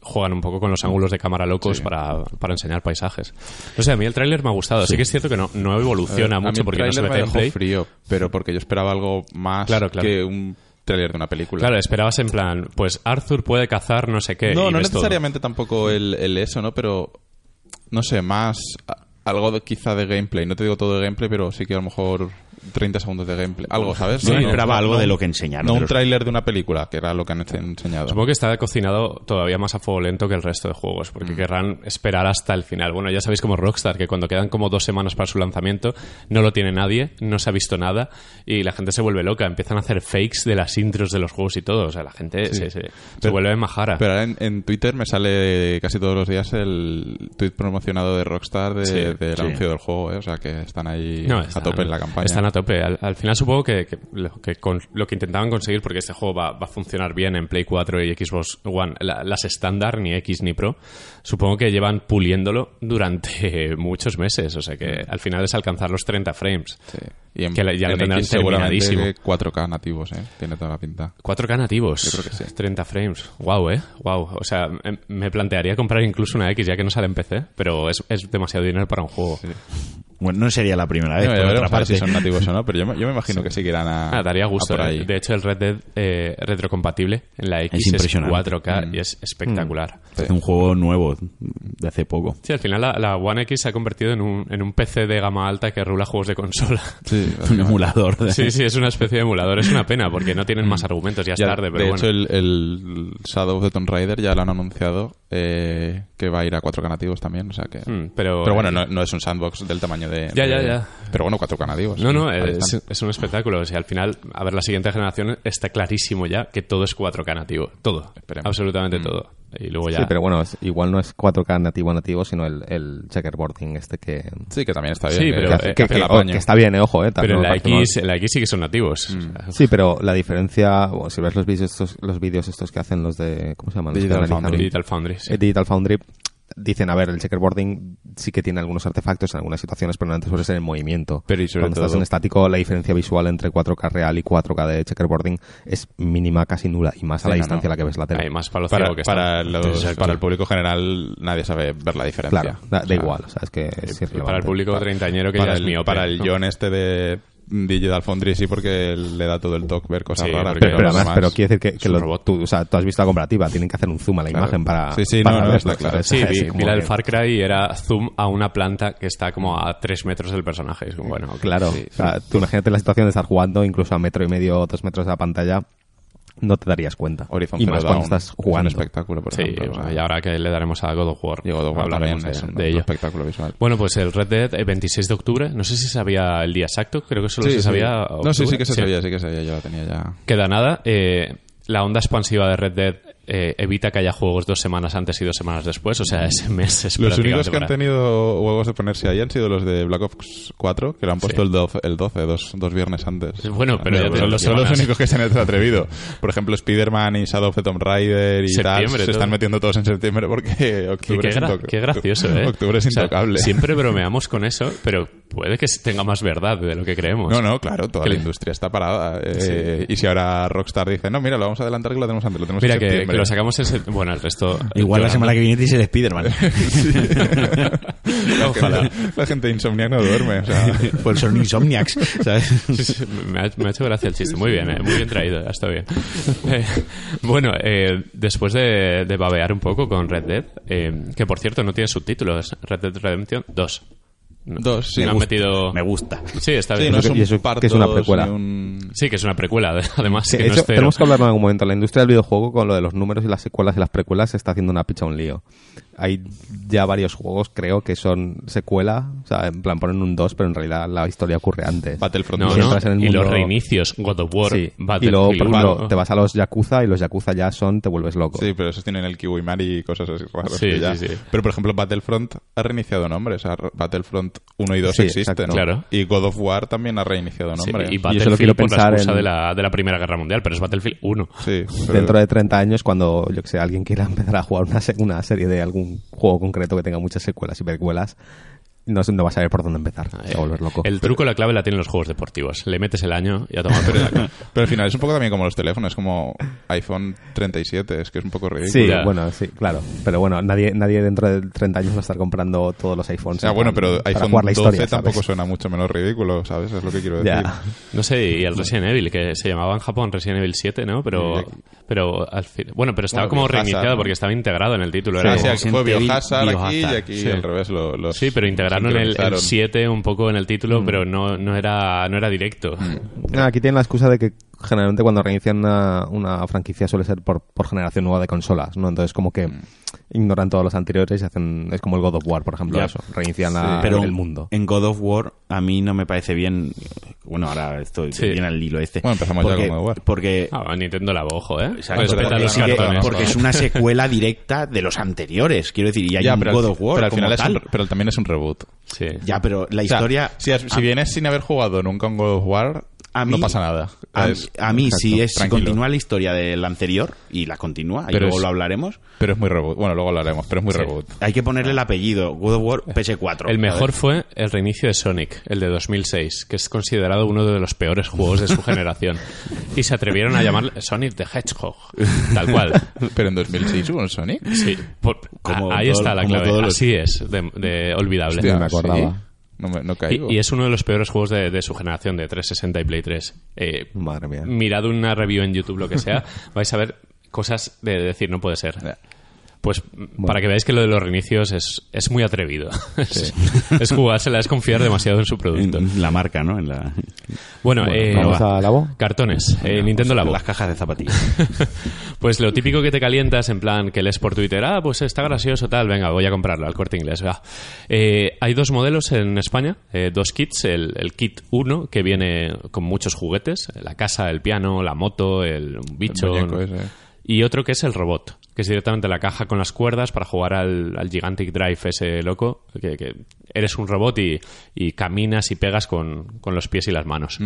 Speaker 1: juegan un poco con los ángulos de cámara locos para, para enseñar paisajes. No sé, a mí el tráiler me ha gustado. Sí, que es cierto que no, no evoluciona
Speaker 3: Eh, A mí
Speaker 1: mucho
Speaker 3: el
Speaker 1: porque no se
Speaker 3: tráiler
Speaker 1: ve
Speaker 3: me dejó
Speaker 1: gameplay.
Speaker 3: frío, pero porque yo esperaba algo más
Speaker 1: Claro, claro.
Speaker 3: que un trailer de una película.
Speaker 1: Claro, esperabas en plan, pues Arthur puede cazar no sé qué.
Speaker 3: No,
Speaker 1: y
Speaker 3: no
Speaker 1: ves todo.
Speaker 3: necesariamente tampoco el, el eso, ¿no? Pero, no sé, más a- algo de- quizá de gameplay. No te digo todo de gameplay, pero sí que a lo mejor 30 segundos de gameplay. Algo, ¿sabes?
Speaker 2: Yo
Speaker 3: No, no,
Speaker 2: esperaba
Speaker 3: no,
Speaker 2: algo
Speaker 3: no,
Speaker 2: de lo que enseñaron.
Speaker 3: No
Speaker 2: de
Speaker 3: un
Speaker 2: los-
Speaker 3: tráiler de una película, que era lo que han ens- enseñado.
Speaker 1: Ah, Supongo que está cocinado todavía más a fuego lento que el resto de juegos, porque querrán esperar hasta el final. Bueno, ya sabéis como Rockstar, que cuando quedan como dos semanas para su lanzamiento, no lo tiene nadie, no se ha visto nada, y la gente se vuelve loca. Empiezan a hacer fakes de las intros de los juegos y todo. O sea, la gente se, se- se vuelve majara.
Speaker 3: Pero ahora en, en Twitter me sale casi todos los días el tweet promocionado de Rockstar de-
Speaker 1: Sí,
Speaker 3: del
Speaker 2: sí.
Speaker 3: anuncio del juego, ¿eh? O sea, que están ahí
Speaker 1: No,
Speaker 3: a
Speaker 1: están-
Speaker 3: tope en la campaña.
Speaker 1: Están a tope. Al, al final supongo que, que lo, que con- lo que intentaban conseguir, porque este juego va, va a funcionar bien en Play 4 y Xbox One, la- las estándar, ni X ni Pro, supongo que llevan puliéndolo durante muchos meses. O sea que al final es alcanzar los 30 frames.
Speaker 3: Sí. Y en,
Speaker 1: Que la- ya lo
Speaker 3: en
Speaker 1: tendrán
Speaker 3: X seguramente
Speaker 1: terminadísimo.
Speaker 3: 4K nativos, ¿eh? Tiene toda la pinta.
Speaker 1: 4K nativos.
Speaker 3: Yo creo que sí.
Speaker 1: 30 frames. Wow, eh. Wow. O sea, em- me plantearía comprar incluso una X ya que no sale en PC, pero es, es demasiado dinero para un juego.
Speaker 2: Bueno, no sería la primera vez,
Speaker 3: No, ya
Speaker 2: por otra
Speaker 3: veremos a ver
Speaker 2: parte.
Speaker 3: si son nativos o no, pero yo me, yo me imagino que sí que irán a.
Speaker 1: Ah, daría
Speaker 3: a
Speaker 1: gusto.
Speaker 3: por ahí.
Speaker 1: eh. De hecho, el Red Dead eh, retrocompatible en la X es,
Speaker 2: impresionante. Mm.
Speaker 1: 4K y es espectacular.
Speaker 2: Es un juego nuevo, de hace poco.
Speaker 1: Sí, al final la, la One X se ha convertido en un, en un PC de gama alta que rula juegos de consola.
Speaker 3: Sí,
Speaker 2: Un emulador. de-
Speaker 1: Sí, sí, es una especie de emulador. Es una pena porque no tienen más argumentos. Ya es
Speaker 3: Ya,
Speaker 1: tarde, pero
Speaker 3: de
Speaker 1: bueno.
Speaker 3: hecho, el, el Shadow of the Tomb Raider ya lo han anunciado eh, que va a ir a 4K nativos también, o sea que...
Speaker 1: Mm, pero,
Speaker 3: Pero bueno, no, no es un sandbox del tamaño de...
Speaker 1: Ya,
Speaker 3: de-
Speaker 1: ya, ya.
Speaker 3: Pero bueno, 4K nativos.
Speaker 1: No, no,
Speaker 3: Ahí
Speaker 1: es,
Speaker 3: están.
Speaker 1: es un espectáculo. O sea, al final, a ver, la siguiente generación está clarísimo ya que todo es 4K nativo. Todo.
Speaker 3: Esperemos.
Speaker 1: Absolutamente todo. Y luego ya.
Speaker 4: Sí, pero bueno, es- igual no es 4K nativo nativo, sino el, el checkerboarding este que...
Speaker 3: Sí, que también está bien.
Speaker 1: Sí,
Speaker 3: que-
Speaker 1: pero,
Speaker 3: que,
Speaker 1: eh,
Speaker 3: hace-
Speaker 4: que-
Speaker 3: que hace
Speaker 4: que-
Speaker 3: el
Speaker 4: o-
Speaker 3: apaño.
Speaker 4: que está bien, eh, ojo, eh.
Speaker 1: Pero
Speaker 4: tampoco
Speaker 1: en la
Speaker 4: me parece mal.
Speaker 1: X, en la X sí que son nativos. O sea,
Speaker 4: Sí, pero la diferencia, bueno, si ves los vídeos estos, los vídeos estos que hacen los de, ¿cómo se llaman? Los que
Speaker 3: Digital
Speaker 4: analizan-
Speaker 3: Foundry.
Speaker 1: Digital Foundry. sí.
Speaker 4: eh, Digital Foundry dicen, a ver, el checkerboarding sí que tiene algunos artefactos en algunas situaciones, pero antes suele ser en movimiento.
Speaker 3: Pero y sobre
Speaker 4: Cuando estás
Speaker 3: todo-
Speaker 4: en estático, la diferencia visual entre 4K real y 4K de checkerboarding es mínima, casi nula, y más
Speaker 3: Sí,
Speaker 4: a la
Speaker 3: no,
Speaker 4: distancia
Speaker 3: no.
Speaker 4: a la que ves la tele.
Speaker 1: Hay más para lo
Speaker 3: Para,
Speaker 1: ciego que está.
Speaker 3: para, los-
Speaker 1: Exacto.
Speaker 3: para el público general nadie sabe ver la diferencia.
Speaker 4: Claro, da, da
Speaker 3: O sea, eh,
Speaker 4: igual, o sea, es que es
Speaker 1: para el
Speaker 4: irrelevante.
Speaker 1: público treintañero que
Speaker 3: para
Speaker 1: ya
Speaker 3: el-
Speaker 1: es miope.
Speaker 3: Para el John este de Digital Foundry sí, porque le da todo el toque ver cosas
Speaker 1: Sí,
Speaker 3: raras.
Speaker 1: porque- Pero
Speaker 4: Pero, pero además,
Speaker 3: además-
Speaker 4: pero quiere decir que, que
Speaker 1: es un
Speaker 4: lo-
Speaker 1: robot.
Speaker 4: tú, o sea, tú has visto la comparativa, tienen que hacer un zoom a la
Speaker 3: Claro.
Speaker 4: imagen para.
Speaker 3: Sí, sí,
Speaker 4: para
Speaker 3: no, no,
Speaker 4: verlo,
Speaker 3: está claro.
Speaker 4: ¿sabes?
Speaker 1: Sí,
Speaker 4: Es
Speaker 1: vi,
Speaker 4: como
Speaker 1: vi la del
Speaker 4: que-
Speaker 1: Far Cry y era zoom a una planta que está como a tres metros del personaje. Es como, bueno,
Speaker 3: Pues
Speaker 1: ok,
Speaker 4: Claro,
Speaker 1: sí.
Speaker 4: o sea, tú imagínate la situación de estar jugando incluso a metro y medio o dos metros de la pantalla, no te darías cuenta.
Speaker 3: Horizon
Speaker 4: y
Speaker 3: Zero
Speaker 4: más cuando
Speaker 3: Dawn
Speaker 4: estás
Speaker 3: Es un
Speaker 4: jugando.
Speaker 3: espectáculo, por
Speaker 1: Sí,
Speaker 3: ejemplo.
Speaker 1: bueno, y ahora que le daremos a God of War,
Speaker 3: Llegó Dogma
Speaker 1: hablaremos
Speaker 3: también,
Speaker 1: de,
Speaker 3: es un,
Speaker 1: de
Speaker 3: un
Speaker 1: ello.
Speaker 3: espectáculo visual.
Speaker 1: Bueno, pues el Red Dead, el 26 de octubre. No sé si sabía el día exacto, creo que solo
Speaker 3: Sí,
Speaker 1: se
Speaker 3: sí.
Speaker 1: sabía.
Speaker 3: No, sí, sí que se
Speaker 1: octubre.
Speaker 3: sabía, sí que se sabía, yo la tenía ya.
Speaker 1: Queda nada. eh, la onda expansiva de Red Dead eh, evita que haya juegos dos semanas antes y dos semanas después. O sea, ese mes es
Speaker 3: Los
Speaker 1: prácticamente
Speaker 3: únicos que han
Speaker 1: para-
Speaker 3: tenido huevos de ponerse ahí han sido los de Black Ops 4, que lo han puesto
Speaker 1: Sí.
Speaker 3: el, 12, el 12, dos, dos viernes antes.
Speaker 1: Bueno, pero ya te
Speaker 3: son
Speaker 1: lo
Speaker 3: los, son los
Speaker 1: llevan
Speaker 3: únicos que se han atrevido. Por ejemplo, Spider-Man y Shadow of the Tomb Raider y tal
Speaker 1: Septiembre,
Speaker 3: se
Speaker 1: todo.
Speaker 3: están metiendo todos en septiembre porque
Speaker 1: Qué,
Speaker 3: octubre
Speaker 1: qué
Speaker 3: es
Speaker 1: gra-
Speaker 3: intocable.
Speaker 1: qué gracioso, ¿eh?
Speaker 3: Octubre es
Speaker 1: O sea,
Speaker 3: intocable.
Speaker 1: siempre bromeamos con eso, pero puede que tenga más verdad de lo que creemos.
Speaker 3: No, no, claro, toda
Speaker 1: Que
Speaker 3: la
Speaker 1: le-
Speaker 3: industria está parada. eh, Y si ahora Rockstar dice, no, mira, lo vamos a adelantar que lo tenemos antes, lo tenemos
Speaker 1: Mira,
Speaker 3: en
Speaker 1: que, que
Speaker 3: septiembre".
Speaker 1: lo sacamos en... sep- Bueno, el resto...
Speaker 2: Igual la semana que viene dice el Spider-Man.
Speaker 3: La gente- La gente insomnia no duerme. o sea.
Speaker 2: pues son insomniacs, ¿sabes?
Speaker 1: Sí, sí, me, ha, me ha hecho gracia el chiste. Muy bien, eh, muy bien traído, ha estado bien. Eh, bueno, eh, después de, de babear un poco con Red Dead, eh, que por cierto no tiene subtítulos, Red Dead Redemption 2. No-
Speaker 3: Dos, sí.
Speaker 1: no han
Speaker 3: Me gusta,
Speaker 1: metido...
Speaker 2: Me gusta.
Speaker 1: Sí, está
Speaker 3: Sí,
Speaker 1: bien.
Speaker 3: no es
Speaker 4: que-
Speaker 3: un
Speaker 4: y eso
Speaker 3: par
Speaker 4: que es una
Speaker 3: dos,
Speaker 4: precuela.
Speaker 3: ni un-
Speaker 1: Sí, que es una precuela, además.
Speaker 4: Sí,
Speaker 1: que
Speaker 4: de
Speaker 1: no
Speaker 4: hecho,
Speaker 1: es cero.
Speaker 4: tenemos que hablar en algún momento. La industria del videojuego con lo de los números y las secuelas y las precuelas se está haciendo una picha un lío. Hay ya varios juegos, creo, que son secuela, o sea, en plan ponen un 2, pero en realidad la historia ocurre antes.
Speaker 3: Battlefront
Speaker 1: No,
Speaker 3: dos.
Speaker 1: no,
Speaker 4: entras en el
Speaker 1: y los
Speaker 4: mundo-
Speaker 1: reinicios, God of War,
Speaker 4: Sí. Y
Speaker 1: Battlefield
Speaker 4: luego, por ejemplo,
Speaker 1: uno.
Speaker 4: te vas a los Yakuza y los Yakuza ya son, te vuelves loco.
Speaker 3: Sí, pero esos tienen el Kiwi Mari y cosas así raras.
Speaker 1: Sí,
Speaker 3: que ya-
Speaker 1: sí, sí.
Speaker 3: Pero, por ejemplo, Battlefront ha reiniciado nombres. O sea, R- Battlefront 1 y 2
Speaker 4: Sí,
Speaker 3: existen.
Speaker 4: exacto.
Speaker 1: Claro.
Speaker 3: Y God of War también ha reiniciado
Speaker 1: Sí,
Speaker 3: nombres.
Speaker 1: y
Speaker 4: solo
Speaker 1: Battlefield
Speaker 4: quiero
Speaker 1: por la
Speaker 4: pensar
Speaker 1: excusa
Speaker 4: en-
Speaker 1: de, la, de la Primera Guerra Mundial, pero es Battlefield 1.
Speaker 3: Sí, pero-
Speaker 4: Dentro de 30 años, cuando, yo que sé, alguien quiera empezar a jugar una, se- una serie de algún juego concreto que tenga muchas secuelas y precuelas, no, se- no vas a saber por dónde empezar.
Speaker 3: Ah,
Speaker 4: Te vas a
Speaker 3: eh,
Speaker 4: volver loco.
Speaker 1: El truco, la clave la tienen los juegos deportivos. Le metes el año y a tomar por saco.
Speaker 3: pero al final es un poco también como los teléfonos, como iPhone 37, es que es un poco ridículo.
Speaker 4: Sí,
Speaker 1: Ya.
Speaker 4: bueno, sí, claro. Pero bueno, nadie, nadie dentro de 30 años va a estar comprando todos los
Speaker 3: O
Speaker 4: iPhones.
Speaker 3: sea, bueno, pero
Speaker 4: para
Speaker 3: iPhone
Speaker 4: jugar la
Speaker 3: 12
Speaker 4: historia, ¿sabes?
Speaker 3: tampoco suena mucho menos ridículo, ¿sabes? Es lo que quiero decir.
Speaker 4: Ya.
Speaker 1: No sé, y el Resident Evil, que se llamaba en Japón Resident Evil 7, ¿no? Pero, pero al fin- bueno, pero estaba
Speaker 3: Bueno,
Speaker 1: como
Speaker 3: Biohazard,
Speaker 1: reiniciado
Speaker 3: ¿no?
Speaker 1: porque estaba integrado en el título.
Speaker 3: Ah,
Speaker 1: Era
Speaker 3: sí,
Speaker 1: como-
Speaker 3: aquí fue
Speaker 2: Resident Evil,
Speaker 3: Biohazard aquí y
Speaker 2: Biohazard,
Speaker 3: aquí
Speaker 1: sí.
Speaker 3: al revés. Lo, los
Speaker 1: sí, pero integraron el- el
Speaker 3: sincronizaron.
Speaker 1: 7 un poco en el título, pero no, no, era, no era directo.
Speaker 4: Ah, aquí tienen la excusa de que generalmente cuando reinician una, una franquicia suele ser por, por generación nueva de consolas, ¿no? Entonces como
Speaker 3: Mm.
Speaker 4: que ignoran todos los anteriores y hacen... Es como el God of War, por ejemplo,
Speaker 2: Ya.
Speaker 4: eso. Reinician
Speaker 3: Ah,
Speaker 4: la-
Speaker 2: Pero
Speaker 4: el mundo.
Speaker 2: en God of War a mí no me parece bien. Bueno, ahora estoy
Speaker 1: Sí.
Speaker 2: bien al hilo este.
Speaker 3: Bueno, empezamos ya
Speaker 2: Porque-
Speaker 3: con God of War. pues
Speaker 2: Porque
Speaker 1: Ah, Nintendo la bojo, ¿eh?
Speaker 2: Exacto,
Speaker 1: Respeta
Speaker 2: porque,
Speaker 1: los
Speaker 2: sí que-
Speaker 1: cartones.
Speaker 2: porque es una secuela directa de los anteriores, quiero decir, y hay
Speaker 3: Ya,
Speaker 2: un
Speaker 3: pero al-
Speaker 2: God of War
Speaker 3: pero al
Speaker 2: como
Speaker 3: final es un-
Speaker 2: tal.
Speaker 3: pero también es un reboot.
Speaker 1: Sí.
Speaker 2: Ya, pero la
Speaker 3: O sea,
Speaker 2: historia...
Speaker 3: si, has- si
Speaker 2: a-
Speaker 3: vienes sin haber jugado nunca un God of War,
Speaker 2: A mí-
Speaker 3: no pasa nada.
Speaker 2: A,
Speaker 3: Es-
Speaker 2: a mí, si,
Speaker 3: Exacto,
Speaker 2: es, si
Speaker 3: tranquilo.
Speaker 2: continúa la historia del anterior, y la continúa, y
Speaker 3: Pero
Speaker 2: luego
Speaker 3: es-
Speaker 2: lo hablaremos,
Speaker 3: Pero es muy reboot. Bueno, luego hablaremos, pero es muy reboot.
Speaker 2: hay que ponerle el apellido, God of War PS4.
Speaker 1: El mejor
Speaker 2: ¿sabes?
Speaker 1: fue el reinicio de Sonic, el de 2006, que es considerado uno de los peores juegos de su generación. Y se atrevieron a llamarle Sonic the Hedgehog, tal cual.
Speaker 3: Pero en 2006 hubo un Sonic.
Speaker 1: Sí, por-
Speaker 2: Como
Speaker 1: a- ahí
Speaker 2: todo-
Speaker 1: está la
Speaker 2: como
Speaker 1: clave.
Speaker 2: todos los-
Speaker 1: Así es, de, de olvidable.
Speaker 3: Hostia,
Speaker 4: me acordaba.
Speaker 3: sí. No, me- no caigo.
Speaker 1: Y, y es uno de los peores juegos de, de su generación, de 360 y Play 3. Eh,
Speaker 4: Madre mía.
Speaker 1: mirad una review en YouTube, lo que sea, vais a ver cosas de decir, no puede ser.
Speaker 3: Ya.
Speaker 1: Pues m, para que veáis que lo de los reinicios es, es muy atrevido. Es, es jugársela, es confiar demasiado en su producto.
Speaker 2: En la marca, ¿no? En la-
Speaker 1: Bueno, eh,
Speaker 4: ¿Vamos
Speaker 1: va.
Speaker 4: a Labo?
Speaker 1: cartones, eh, Nintendo Labo.
Speaker 2: Las cajas de zapatillas.
Speaker 1: Pues lo típico que te calientas, en plan, que lees por Twitter, ah, pues está gracioso, tal, venga, voy a comprarlo al corte inglés. va. Eh, hay dos modelos en España, eh, dos kits, el, el kit 1, que viene con muchos juguetes, la casa, el piano, la moto, el bicho,
Speaker 3: muñeco ese.
Speaker 1: y otro que es el robot, que es directamente la caja con las cuerdas para jugar al, al Gigantic Drive ese loco, que, que eres un robot y, y caminas y pegas con, con los pies y las manos.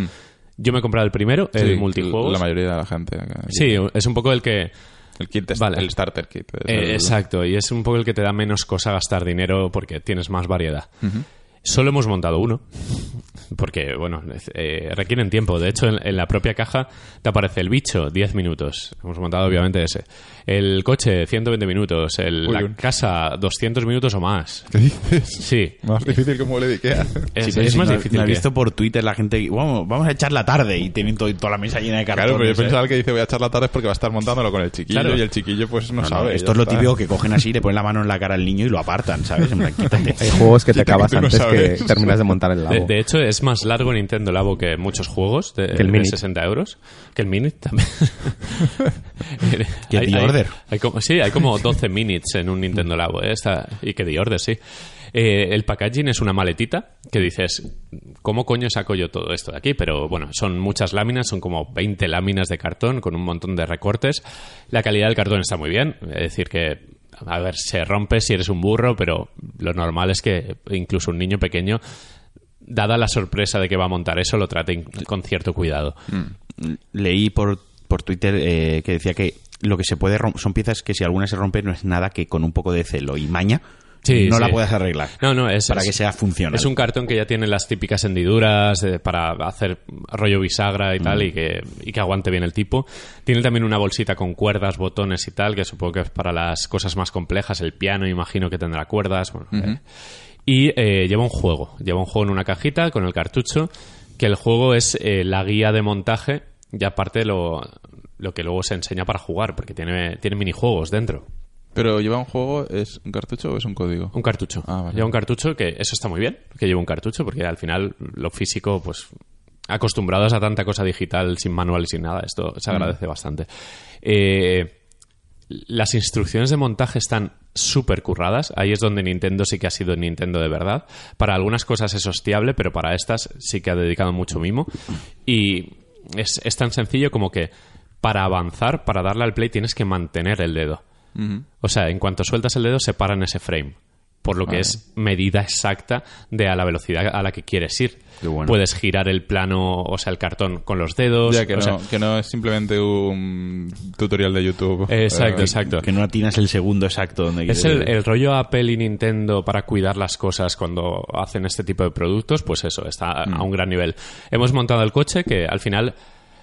Speaker 1: Yo me he comprado el primero,
Speaker 3: Mm. Sí,
Speaker 1: el multijuego.
Speaker 3: La mayoría de la gente.
Speaker 1: Sí, es un poco el que...
Speaker 3: El, kit de-
Speaker 1: Vale.
Speaker 3: el starter kit. Es
Speaker 1: Eh,
Speaker 3: el-
Speaker 1: exacto, y es un poco el que te da menos cosa gastar dinero porque tienes más variedad. Solo hemos montado uno. Porque, bueno, eh, requieren tiempo. De hecho, en, en la propia caja te aparece el bicho, 10 minutos. Hemos montado, obviamente, ese. El coche, 120 minutos. El,
Speaker 3: Uy,
Speaker 1: la
Speaker 3: uy.
Speaker 1: casa, 200 minutos o más.
Speaker 3: ¿Qué dices?
Speaker 1: Sí.
Speaker 3: Más difícil que un mueble de Ikea.
Speaker 1: Es,
Speaker 2: Sí, pero
Speaker 1: es
Speaker 2: si
Speaker 1: más
Speaker 2: no-
Speaker 1: difícil.
Speaker 2: no he
Speaker 1: que-
Speaker 2: visto por Twitter la gente. Vamos, vamos a echar la tarde y tienen todo- toda la mesa llena de cartones.
Speaker 3: Claro, pero yo
Speaker 2: ¿eh?
Speaker 3: pensaba que dice voy a echar la tarde es porque va a estar montándolo con el chiquillo
Speaker 1: Claro.
Speaker 3: y el chiquillo pues no,
Speaker 2: No, no,
Speaker 3: sabe.
Speaker 2: esto
Speaker 3: ya
Speaker 2: es lo
Speaker 3: está.
Speaker 2: típico que cogen así, le ponen la mano en la cara al niño y lo apartan, ¿sabes? En plan, quítate.
Speaker 4: Hay juegos que te
Speaker 3: Quita que
Speaker 4: acabas
Speaker 3: tú no
Speaker 4: antes
Speaker 3: sabes.
Speaker 4: que terminas de montar el
Speaker 1: De,
Speaker 4: labo.
Speaker 1: de hecho, es más largo Nintendo Labo que muchos juegos de,
Speaker 4: Que el
Speaker 1: de
Speaker 4: Minute.
Speaker 1: 60 euros. Que el Minute también.
Speaker 2: Que The Order.
Speaker 1: hay como, sí, hay como 12 minutes en un Nintendo Labo. eh, está- y que The Order, sí. Eh, el packaging es una maletita que dices, ¿cómo coño saco yo todo esto de aquí? Pero bueno, son muchas láminas, son como 20 láminas de cartón con un montón de recortes. La calidad del cartón está muy bien, es decir, que a ver, se rompe si eres un burro, pero lo normal es que incluso un niño pequeño, dada la sorpresa de que va a montar eso, lo trate in- con cierto cuidado.
Speaker 2: Leí por, por Twitter eh, que decía que lo que se puede romper son piezas que si alguna se rompe no es nada que con un poco de celo y maña
Speaker 1: Sí,
Speaker 2: no
Speaker 1: sí.
Speaker 2: la puedas arreglar.
Speaker 1: No, no, es,
Speaker 2: para
Speaker 1: es-
Speaker 2: que sea funcional.
Speaker 1: Es un cartón que ya tiene las típicas hendiduras eh, para hacer rollo bisagra y tal, y, que, y que aguante bien el tipo. Tiene también una bolsita con cuerdas, botones y tal, que supongo que es para las cosas más complejas. El piano, imagino que tendrá cuerdas. bueno, eh. Y eh, lleva un juego. Lleva un juego en una cajita con el cartucho, que el juego es eh, la guía de montaje y aparte lo, lo que luego se enseña para jugar, porque tiene, tiene minijuegos dentro.
Speaker 3: Pero lleva un juego, ¿es un cartucho o es un código?
Speaker 1: Un cartucho.
Speaker 3: Ah, vale.
Speaker 1: Lleva un cartucho que eso está muy bien, que lleva un cartucho, porque al final lo físico, pues acostumbrados a tanta cosa digital sin manual y sin nada, esto
Speaker 3: Mm.
Speaker 1: se agradece bastante. Eh, las instrucciones de montaje están súper curradas, ahí es donde Nintendo sí que ha sido Nintendo de verdad. Para algunas cosas es hostiable, pero para estas sí que ha dedicado mucho mimo. Y es, es tan sencillo como que para avanzar, para darle al play, tienes que mantener el dedo. O sea, en cuanto sueltas el dedo, se para en ese frame. Por lo que es medida exacta de a la velocidad a la que quieres ir.
Speaker 2: Qué bueno.
Speaker 1: Puedes girar el plano, o sea, el cartón con los dedos.
Speaker 3: Ya que
Speaker 1: o
Speaker 3: no,
Speaker 1: sea,
Speaker 3: que no es simplemente un tutorial de YouTube.
Speaker 1: Exacto,
Speaker 3: Eh,
Speaker 1: exacto.
Speaker 2: Que no atinas el segundo exacto donde
Speaker 1: Es
Speaker 2: quieres-
Speaker 1: el, el rollo Apple y Nintendo para cuidar las cosas cuando hacen este tipo de productos, pues eso, está a- a un gran nivel. Hemos montado el coche que al final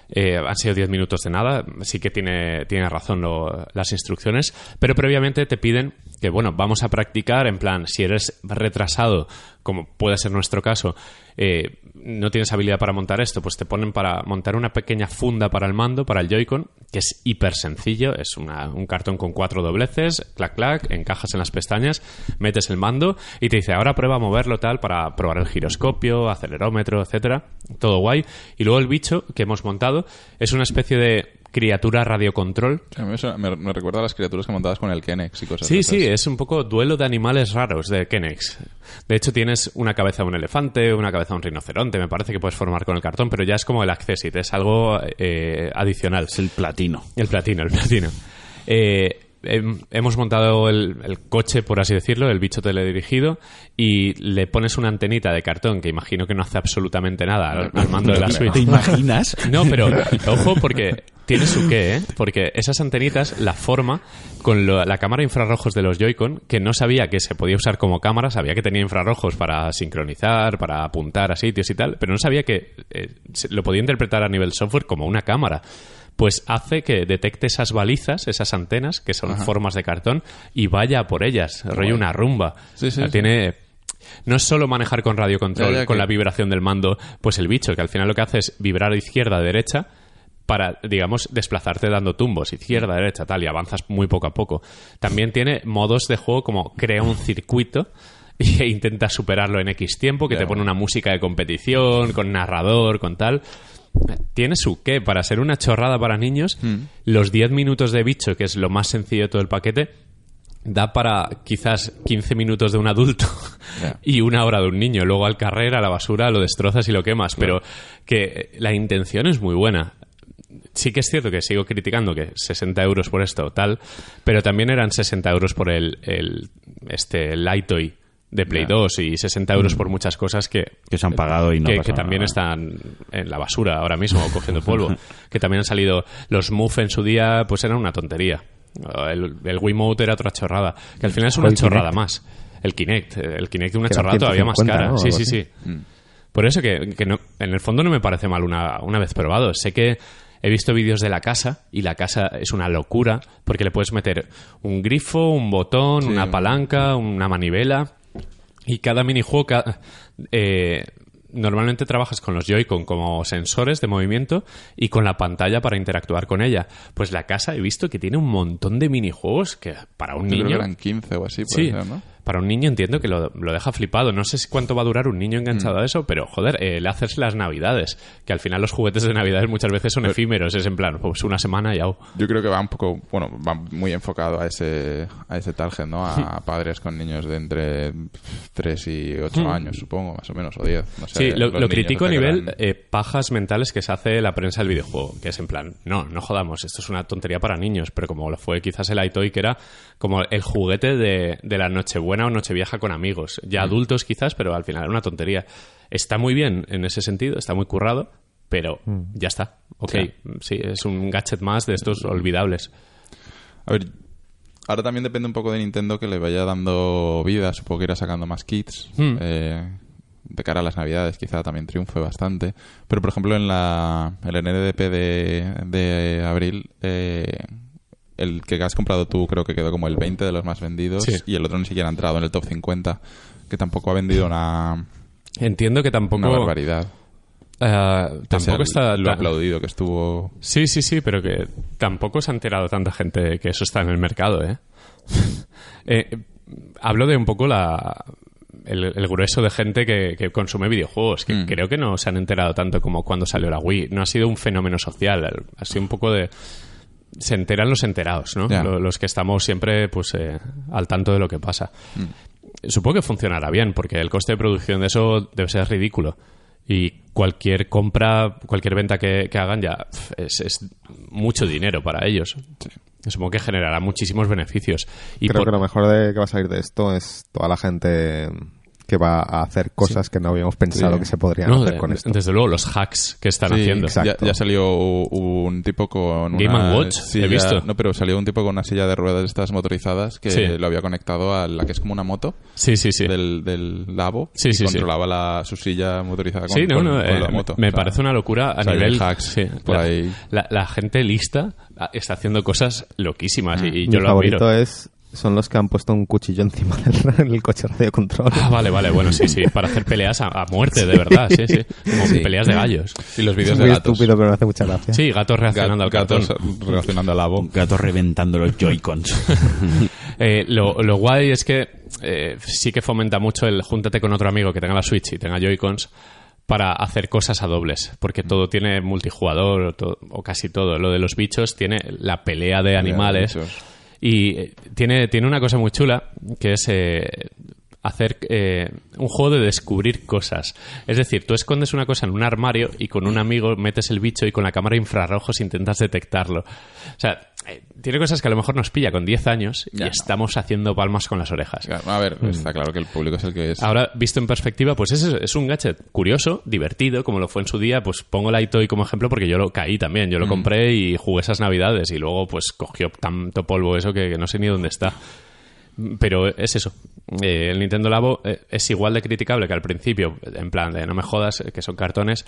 Speaker 1: eh, han sido 10 minutos de nada, sí que tiene, tiene razón lo- las instrucciones, pero previamente te piden que, bueno, vamos a practicar en plan, si eres retrasado, como puede ser nuestro caso, eh, no tienes habilidad para montar esto, pues te ponen para montar una pequeña funda para el mando, para el Joy-Con, que es hiper sencillo, es una- un cartón con cuatro dobleces, clac, clac, encajas en las pestañas, metes el mando y te dice, ahora prueba a moverlo tal para probar el giroscopio, acelerómetro, etcétera, todo guay. Y luego el bicho que hemos montado es una especie de criatura radiocontrol
Speaker 3: A mí me suena- me, me recuerda a las criaturas que montabas con el Kenex y cosas
Speaker 1: Sí,
Speaker 3: de
Speaker 1: sí,
Speaker 3: esas.
Speaker 1: es un poco duelo de animales raros de Kenex. De hecho, tienes una cabeza de un elefante, una cabeza de un rinoceronte, me parece que puedes formar con el cartón, pero ya es como el accessit, es algo eh, adicional.
Speaker 2: es el platino.
Speaker 1: El platino, el platino. Eh, hem- hemos montado el, el coche, por así decirlo, el bicho teledirigido, y le pones una antenita de cartón que imagino que no hace absolutamente nada al, al mando de la Switch.
Speaker 2: ¿Te imaginas?
Speaker 1: No, pero ojo porque tiene su qué, ¿eh? Porque esas antenitas, la forma con lo- la cámara infrarrojos de los Joy-Con, que no sabía que se podía usar como cámara, sabía que tenía infrarrojos para sincronizar, para apuntar a sitios y tal, pero no sabía que eh, se- lo podía interpretar a nivel software como una cámara. Pues hace que detecte esas balizas, esas antenas, que son formas de cartón, y vaya a por ellas, rollo una rumba.
Speaker 3: Sí, sí,
Speaker 1: O sea,
Speaker 3: sí.
Speaker 1: Tiene no es solo manejar con radio control,
Speaker 3: Ya, ya,
Speaker 1: con
Speaker 3: que-
Speaker 1: la vibración del mando, pues el bicho, que al final lo que hace es vibrar izquierda, derecha, para, digamos, desplazarte dando tumbos, izquierda, derecha, tal, y avanzas muy poco a poco. También tiene modos de juego como crea un circuito e intenta superarlo en X tiempo, que
Speaker 3: Ya,
Speaker 1: te pone una música de competición, con narrador, con tal. Tiene su qué, para ser una chorrada para niños,
Speaker 3: Mm.
Speaker 1: los 10 minutos de bicho, que es lo más sencillo de todo el paquete, da para quizás 15 minutos de un adulto
Speaker 3: Ya.
Speaker 1: y una hora de un niño. Luego al carrer, a la basura, lo destrozas y lo quemas. Pero que la intención es muy buena. Sí que es cierto que sigo criticando que 60 euros por esto o tal, pero también eran 60 euros por el, el este Light Toy de Play 2 y 60 euros por muchas cosas que,
Speaker 2: Que se han pagado y no
Speaker 1: que,
Speaker 2: pasa
Speaker 1: que también
Speaker 2: nada.
Speaker 1: están en la basura ahora mismo o cogiendo polvo. que también han salido los Muff en su día, pues eran una tontería. El, el Wiimote era otra chorrada. Que al final es
Speaker 4: O
Speaker 1: una
Speaker 4: el
Speaker 1: chorrada
Speaker 4: Kinect.
Speaker 1: más. El Kinect. El Kinect una
Speaker 4: Que era
Speaker 1: chorrada todavía más
Speaker 4: 150,
Speaker 1: cara.
Speaker 4: ¿no?
Speaker 1: Sí,
Speaker 4: Algo
Speaker 1: sí,
Speaker 4: así. Mm.
Speaker 1: sí. Por eso que, que no, en el fondo no me parece mal una, una vez probado. Sé que he visto vídeos de la casa y la casa es una locura porque le puedes meter un grifo, un botón,
Speaker 3: Sí.
Speaker 1: una palanca, una manivela y cada minijuego... ca- eh, Normalmente trabajas con los Joy-Con como sensores de movimiento y con la pantalla para interactuar con ella. Pues la casa he visto que tiene un montón de minijuegos que para un
Speaker 3: Yo creo que
Speaker 1: niño
Speaker 3: eran 15 o así, puede
Speaker 1: Sí,
Speaker 3: ser, ¿no?
Speaker 1: para un niño entiendo que lo, lo deja flipado. No sé si cuánto va a durar un niño
Speaker 3: Mm.
Speaker 1: enganchado a eso, pero joder, eh, le haces las navidades. Que al final los juguetes de navidades muchas veces son efímeros. Es en plan, pues una semana y au.
Speaker 3: Yo creo que va un poco, bueno, va muy enfocado a ese, a ese target, ¿no? A padres con niños de entre 3 y 8 años, supongo, más o menos, o 10. no
Speaker 1: Hmm.
Speaker 3: sé,
Speaker 1: Sí, lo,
Speaker 3: los
Speaker 1: lo
Speaker 3: niños
Speaker 1: critico a
Speaker 3: estos que
Speaker 1: nivel
Speaker 3: eran-
Speaker 1: eh, pajas mentales que se hace la prensa del videojuego, que es en plan, no, no jodamos, esto es una tontería para niños, pero como lo fue quizás el iToy, que era como el juguete de, de la Nochebuena o Nochevieja con amigos, ya
Speaker 3: Mm.
Speaker 1: adultos quizás, pero al final era una tontería. Está muy bien en ese sentido, está muy currado, pero
Speaker 3: Mm.
Speaker 1: ya está. Ok,
Speaker 2: Sí.
Speaker 1: sí, es un gadget más de estos olvidables.
Speaker 3: A ver, ahora también depende un poco de Nintendo que le vaya dando vida, supongo que irá sacando más kits.
Speaker 1: Hmm.
Speaker 3: eh, de cara a las navidades quizá también triunfe bastante. Pero por ejemplo en la el NDP de, de abril, eh, el que has comprado tú creo que quedó como el 20 de los más vendidos
Speaker 1: Sí.
Speaker 3: y el otro ni siquiera ha entrado en el top 50, que tampoco ha vendido una,
Speaker 1: Entiendo que tampoco...
Speaker 3: una barbaridad. Pues
Speaker 1: eh,
Speaker 3: Pese
Speaker 1: tampoco
Speaker 3: al-
Speaker 1: está...
Speaker 3: lo
Speaker 1: ta-
Speaker 3: aplaudido que estuvo
Speaker 1: Sí, sí, sí, pero que tampoco se ha enterado tanta gente que eso está en el mercado, ¿eh? Eh, hablo de un poco la, el, el grueso de gente que, que consume videojuegos, que
Speaker 3: Mm.
Speaker 1: creo que no se han enterado tanto como cuando salió la Wii. No ha sido un fenómeno social, ha sido un poco de... Se enteran los enterados, ¿no?
Speaker 3: Ya.
Speaker 1: Lo- Los que estamos siempre pues, eh, al tanto de lo que pasa.
Speaker 3: Mm.
Speaker 1: Supongo que funcionará bien, porque el coste de producción de eso debe ser ridículo. Y cualquier compra, cualquier venta que, que hagan ya pf, es, es mucho dinero para ellos. Supongo que generará muchísimos beneficios. Y
Speaker 4: Creo
Speaker 1: por-
Speaker 4: que lo mejor de que va a salir de esto es toda la gente que va a hacer cosas que no habíamos pensado
Speaker 3: Sí.
Speaker 4: que se podrían
Speaker 1: no,
Speaker 4: hacer
Speaker 1: de-
Speaker 4: con esto.
Speaker 1: desde luego, los hacks que están
Speaker 3: Sí,
Speaker 1: haciendo.
Speaker 4: exacto.
Speaker 3: Ya, ya salió un tipo con
Speaker 1: Game
Speaker 3: una
Speaker 1: and Watch,
Speaker 3: silla-
Speaker 1: he visto.
Speaker 3: No, pero salió un tipo con una silla de ruedas de estas motorizadas que
Speaker 1: Sí.
Speaker 3: lo había conectado a la que es como una moto
Speaker 1: Sí, sí, sí.
Speaker 3: del, del labo
Speaker 1: Sí,
Speaker 3: y
Speaker 1: sí, sí.
Speaker 3: controlaba la, su silla motorizada con,
Speaker 1: Sí, no,
Speaker 3: con-
Speaker 1: no,
Speaker 3: con
Speaker 1: eh,
Speaker 3: la moto.
Speaker 1: me
Speaker 3: O sea,
Speaker 1: parece una locura a
Speaker 3: o sea, hay
Speaker 1: nivel
Speaker 3: hacks
Speaker 1: sí,
Speaker 3: por
Speaker 1: la,
Speaker 3: ahí.
Speaker 1: la- la gente lista ah, está haciendo cosas loquísimas y, y
Speaker 4: Mm. Mi
Speaker 1: yo lo admiro.
Speaker 4: favorito es son los que han puesto un cuchillo encima del, del coche radio control.
Speaker 1: Ah, vale, vale, bueno, sí, sí, para hacer peleas a, a muerte, de verdad, sí, sí, como
Speaker 3: Sí.
Speaker 1: peleas de gallos.
Speaker 3: Y los
Speaker 4: es
Speaker 3: vídeos de
Speaker 4: muy
Speaker 3: gatos.
Speaker 4: estúpido, pero me hace mucha gracia.
Speaker 1: Sí, gatos reaccionando
Speaker 3: Ga-
Speaker 1: al cartón.
Speaker 3: gatos relacionando al labo.
Speaker 2: Gatos reventando los Joy-Cons.
Speaker 1: Eh, lo, lo guay es que eh, sí que fomenta mucho el júntate con otro amigo que tenga la Switch y tenga Joy-Cons para hacer cosas a dobles, porque todo tiene multijugador o, to- o casi todo. Lo de los bichos tiene la pelea de animales
Speaker 3: bichos.
Speaker 1: y eh, tiene, tiene una cosa muy chula que es eh, hacer eh, un juego de descubrir cosas. Es decir, tú escondes una cosa en un armario y con un amigo metes el bicho y con la cámara infrarrojos intentas detectarlo. O sea, eh, tiene cosas que a lo mejor nos pilla con 10 años y
Speaker 3: Ya, no.
Speaker 1: estamos haciendo palmas con las orejas.
Speaker 3: A ver,
Speaker 1: Mm.
Speaker 3: está claro que el público es el que es.
Speaker 1: Ahora, visto en perspectiva, pues es, es un gadget curioso, divertido, como lo fue en su día. Pues pongo el iToy como ejemplo porque yo lo caí también. Yo lo compré y jugué esas navidades y luego pues cogió tanto polvo eso que, que no sé ni dónde está. Pero es eso. Eh, el Nintendo Labo eh, es igual de criticable que al principio, en plan de no me jodas, eh, que son cartones.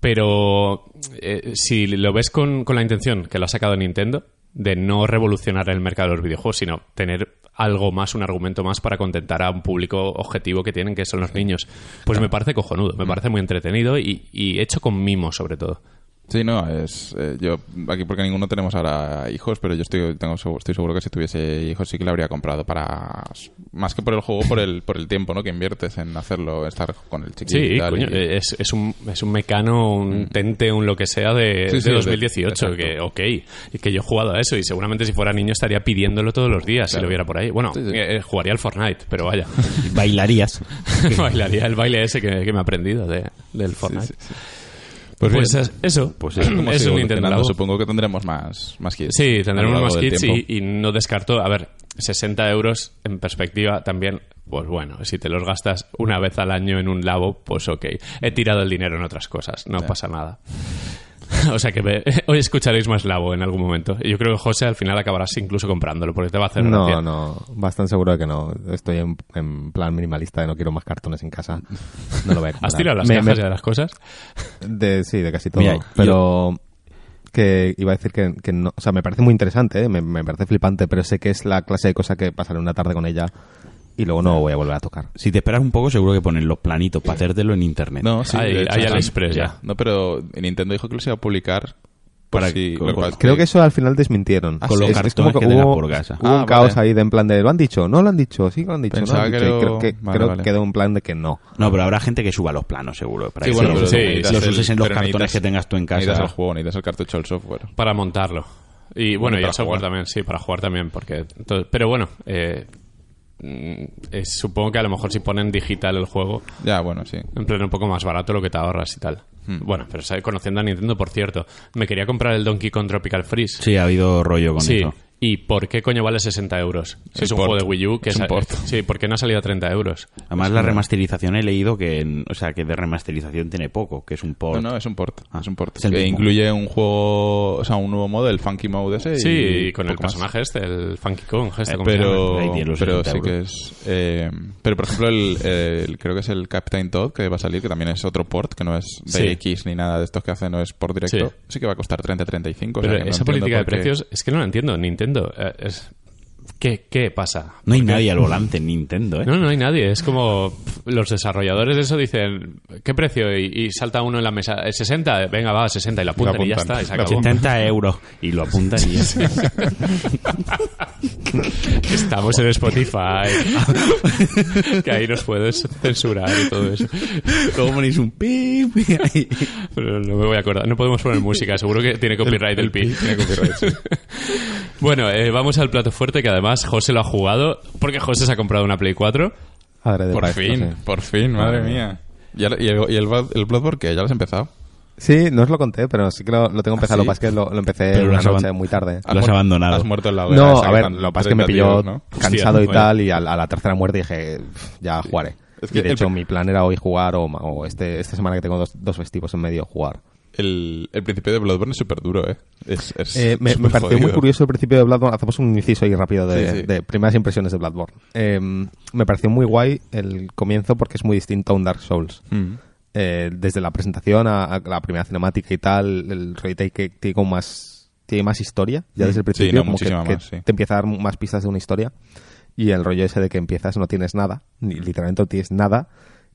Speaker 1: Pero eh, si lo ves con, con la intención que lo ha sacado Nintendo, de no revolucionar el mercado de los videojuegos, sino tener algo más, un argumento más para contentar a un público objetivo que tienen, que son los niños, pues me parece cojonudo, me parece muy entretenido y, y hecho con mimo, sobre todo.
Speaker 3: Sí, no, es. eh, yo, aquí porque ninguno tenemos ahora hijos, pero yo estoy, tengo, segu- estoy seguro que si tuviese hijos sí que lo habría comprado para. Más que por el juego, por el, por el tiempo, ¿no? Que inviertes en hacerlo, estar con el chiquito.
Speaker 1: Sí,
Speaker 3: y tal,
Speaker 1: coño,
Speaker 3: y-
Speaker 1: eh, es, es un, es un mecano, un tente, un lo que sea de,
Speaker 3: Sí,
Speaker 1: de
Speaker 3: sí, de-
Speaker 1: 2018, que
Speaker 3: exacto.
Speaker 1: ok, y que yo he jugado a eso y seguramente si fuera niño estaría pidiéndolo todos los días si
Speaker 3: Claro.
Speaker 1: lo viera por ahí. Bueno,
Speaker 3: Sí, sí.
Speaker 1: eh, eh, jugaría al Fortnite, pero vaya.
Speaker 2: Bailarías.
Speaker 1: Bailaría el baile ese que, que me he aprendido de, del Fortnite.
Speaker 3: Pues
Speaker 1: Pues,
Speaker 3: bien.
Speaker 1: es- eso,
Speaker 2: Pues
Speaker 1: es,
Speaker 3: Pues eso, como sigue
Speaker 1: un Nintendo
Speaker 3: evolucionando,
Speaker 1: Labo.
Speaker 3: Supongo que tendremos más, más kits.
Speaker 1: Sí,
Speaker 3: a
Speaker 1: tendremos
Speaker 3: lo
Speaker 1: más
Speaker 3: largo del
Speaker 1: kits y,
Speaker 3: tiempo.
Speaker 1: y no descarto. A ver, 60 euros en perspectiva también. Pues bueno, si te los gastas una vez al año en un labo, pues ok. He tirado el dinero en otras cosas, no pasa nada. o sea que ve- hoy escucharéis más Labo en algún momento. Y Yo creo que José al final acabarás incluso comprándolo porque te va a hacer gracia.
Speaker 4: No, no, bastante seguro de que no. Estoy en, en plan minimalista de no quiero más cartones en casa. No lo voy a comprar.
Speaker 1: ¿Has tirado las
Speaker 4: Me-
Speaker 1: cajas
Speaker 4: me-
Speaker 1: ya de las cosas?
Speaker 4: de- sí, de casi todo.
Speaker 2: Mira,
Speaker 4: pero que iba a decir que, que no. O sea, me parece muy interesante, ¿eh? me, me parece flipante, pero sé que es la clase de cosa que pasaré una tarde con ella y luego no voy a volver a tocar.
Speaker 2: Si te esperas un poco, seguro que ponen los planitos para hacértelo en internet.
Speaker 3: No, sí,
Speaker 1: Ahí-
Speaker 3: de hecho,
Speaker 1: ahí
Speaker 3: sí.
Speaker 1: AliExpress ya.
Speaker 3: No, pero Nintendo dijo que los iba a publicar por
Speaker 2: Para-
Speaker 3: si-
Speaker 2: con-
Speaker 3: lo cual-
Speaker 4: Creo que eso al final desmintieron.
Speaker 3: Ah,
Speaker 2: con
Speaker 3: sí,
Speaker 2: los
Speaker 3: es-
Speaker 4: es
Speaker 2: cartones
Speaker 4: como
Speaker 2: que,
Speaker 4: que
Speaker 2: de la
Speaker 4: hubo-
Speaker 2: porgasa.
Speaker 4: Hubo un
Speaker 3: Ah,
Speaker 4: caos
Speaker 3: vale.
Speaker 4: ahí de en plan de lo han dicho, no lo han dicho, sí que lo han dicho,
Speaker 3: Pensaba
Speaker 4: no lo
Speaker 3: que
Speaker 4: han dicho. Y
Speaker 3: lo-
Speaker 4: creo que,
Speaker 3: Vale,
Speaker 4: creo
Speaker 3: vale.
Speaker 4: que quedó en plan de que no.
Speaker 2: No, pero habrá gente que suba los planos, seguro. Para
Speaker 3: Sí,
Speaker 2: que
Speaker 3: bueno,
Speaker 2: los-
Speaker 3: pero
Speaker 1: sí,
Speaker 3: necesitas
Speaker 2: los uses
Speaker 3: el-
Speaker 2: en los
Speaker 3: pero
Speaker 2: cartones
Speaker 3: necesitas-
Speaker 2: que tengas tú en casa.
Speaker 3: Necesitas el juego, necesitas el cartucho del software.
Speaker 1: Para montarlo. Y bueno, y
Speaker 3: para
Speaker 1: el software
Speaker 3: jugar.
Speaker 1: también, sí, para jugar también. porque entonces- Pero bueno, eh, mm, eh, supongo que a lo mejor si ponen digital el juego,
Speaker 3: Ya, bueno, sí.
Speaker 1: en plan un poco más barato lo que te ahorras y tal.
Speaker 3: Hmm.
Speaker 1: Bueno, pero ¿sabes? conociendo a Nintendo, por cierto, me quería comprar el Donkey Kong Tropical Freeze.
Speaker 2: Sí, ha habido rollo con
Speaker 1: Sí.
Speaker 2: eso.
Speaker 1: ¿Y por qué coño vale 60 euros?
Speaker 3: Es
Speaker 1: es un
Speaker 3: port.
Speaker 1: juego de Wii U que
Speaker 3: Es un
Speaker 1: sa-
Speaker 3: port.
Speaker 1: Sí, ¿por qué no ha salido a 30 euros?
Speaker 2: Además, la remasterización he leído que, en- o sea, que de remasterización tiene poco, que es un port.
Speaker 3: No, no, es un port.
Speaker 2: Ah,
Speaker 3: es un port.
Speaker 2: es el
Speaker 3: que
Speaker 2: mismo.
Speaker 3: incluye un juego, o sea, un nuevo modo, el Funky Mode ese.
Speaker 1: Sí,
Speaker 3: y
Speaker 1: y con el
Speaker 3: poco más.
Speaker 1: personaje este, el Funky Kong, este,
Speaker 2: Eh,
Speaker 1: ¿cómo se llama?
Speaker 3: Pero,
Speaker 2: Ahí tiene los
Speaker 3: pero
Speaker 2: 60
Speaker 3: sí que
Speaker 2: euros.
Speaker 3: es. eh, pero por ejemplo, el, el- creo que es el Captain Todd que va a salir, que también es otro port, que no es
Speaker 1: Sí.
Speaker 3: DX ni nada de estos que hacen, no es port directo.
Speaker 1: Sí.
Speaker 3: Sí, que va a costar 30-35.
Speaker 1: Pero esa política de precios es que no la entiendo. Nintendo, eh, es... ¿Qué, ¿qué pasa?
Speaker 2: No hay nadie al volante en Nintendo, ¿eh?
Speaker 1: No, no hay nadie. Es como pf, los desarrolladores de eso dicen, ¿qué precio? Y, y salta uno en la mesa, "Eh, 60, venga, va, 60, y la apuntan,
Speaker 3: Lo
Speaker 1: y ya
Speaker 3: apuntan.
Speaker 1: está, y se
Speaker 3: Lo
Speaker 1: acabó.
Speaker 2: 70 euros. Y lo apuntan y ya está.
Speaker 1: Estamos en Spotify. que ahí nos puedes censurar y todo eso.
Speaker 2: Luego ponéis un pip y ahí-
Speaker 1: Pero no me voy a acordar. No podemos poner música. Seguro que tiene copyright el, pi. bueno, eh, vamos al plato fuerte que además José lo ha jugado porque José se ha comprado una Play 4.
Speaker 4: Adrede
Speaker 3: Por
Speaker 4: para esto,
Speaker 3: fin,
Speaker 4: sí.
Speaker 3: por fin, madre mía. ¿Y el, y el, y el Blood- el Bloodborne qué? ¿Ya lo has empezado?
Speaker 4: Sí, no os lo conté, pero sí que lo, lo tengo empezado.
Speaker 3: ¿Ah, sí?
Speaker 4: Lo que pasa es que lo, lo empecé
Speaker 2: Pero lo
Speaker 4: una
Speaker 2: has
Speaker 4: noche
Speaker 2: aban-
Speaker 4: muy tarde.
Speaker 2: Lo has
Speaker 3: muer-
Speaker 2: abandonado.
Speaker 3: Has muerto en la hoguera
Speaker 4: No,
Speaker 3: esa
Speaker 4: a
Speaker 3: que
Speaker 4: ver,
Speaker 3: tan-
Speaker 4: lo que pasa es que me
Speaker 3: 30
Speaker 4: pilló
Speaker 3: tiros, ¿no?
Speaker 4: cansado y
Speaker 1: Hostia,
Speaker 4: tal, y a, la- a la tercera muerte dije, "Pff, ya jugaré.
Speaker 3: Es que
Speaker 4: y de
Speaker 3: el
Speaker 4: hecho,
Speaker 3: pri-
Speaker 4: mi plan era hoy jugar o, ma- o este, esta semana que tengo dos, dos festivos en medio jugar.
Speaker 3: El, el principio de Bloodborne es súper duro, ¿eh? Es, es
Speaker 4: Eh, me, me
Speaker 3: súper
Speaker 4: pareció muy
Speaker 3: jodido.
Speaker 4: curioso el principio de Bloodborne. Hacemos un inciso ahí rápido de,
Speaker 3: Sí, sí.
Speaker 4: de primeras impresiones de Bloodborne. Eh, me pareció muy guay el comienzo porque es muy distinto a un Dark Souls.
Speaker 3: Mm.
Speaker 4: Eh, desde la presentación a, a la primera cinemática y tal, el Roytake que tiene como más tiene más historia ya desde el principio,
Speaker 3: no,
Speaker 4: como que,
Speaker 3: muchísima
Speaker 4: que
Speaker 3: más, sí.
Speaker 4: te empieza a dar más pistas de una historia y el rollo ese de que empiezas no tienes nada, ni, literalmente no tienes nada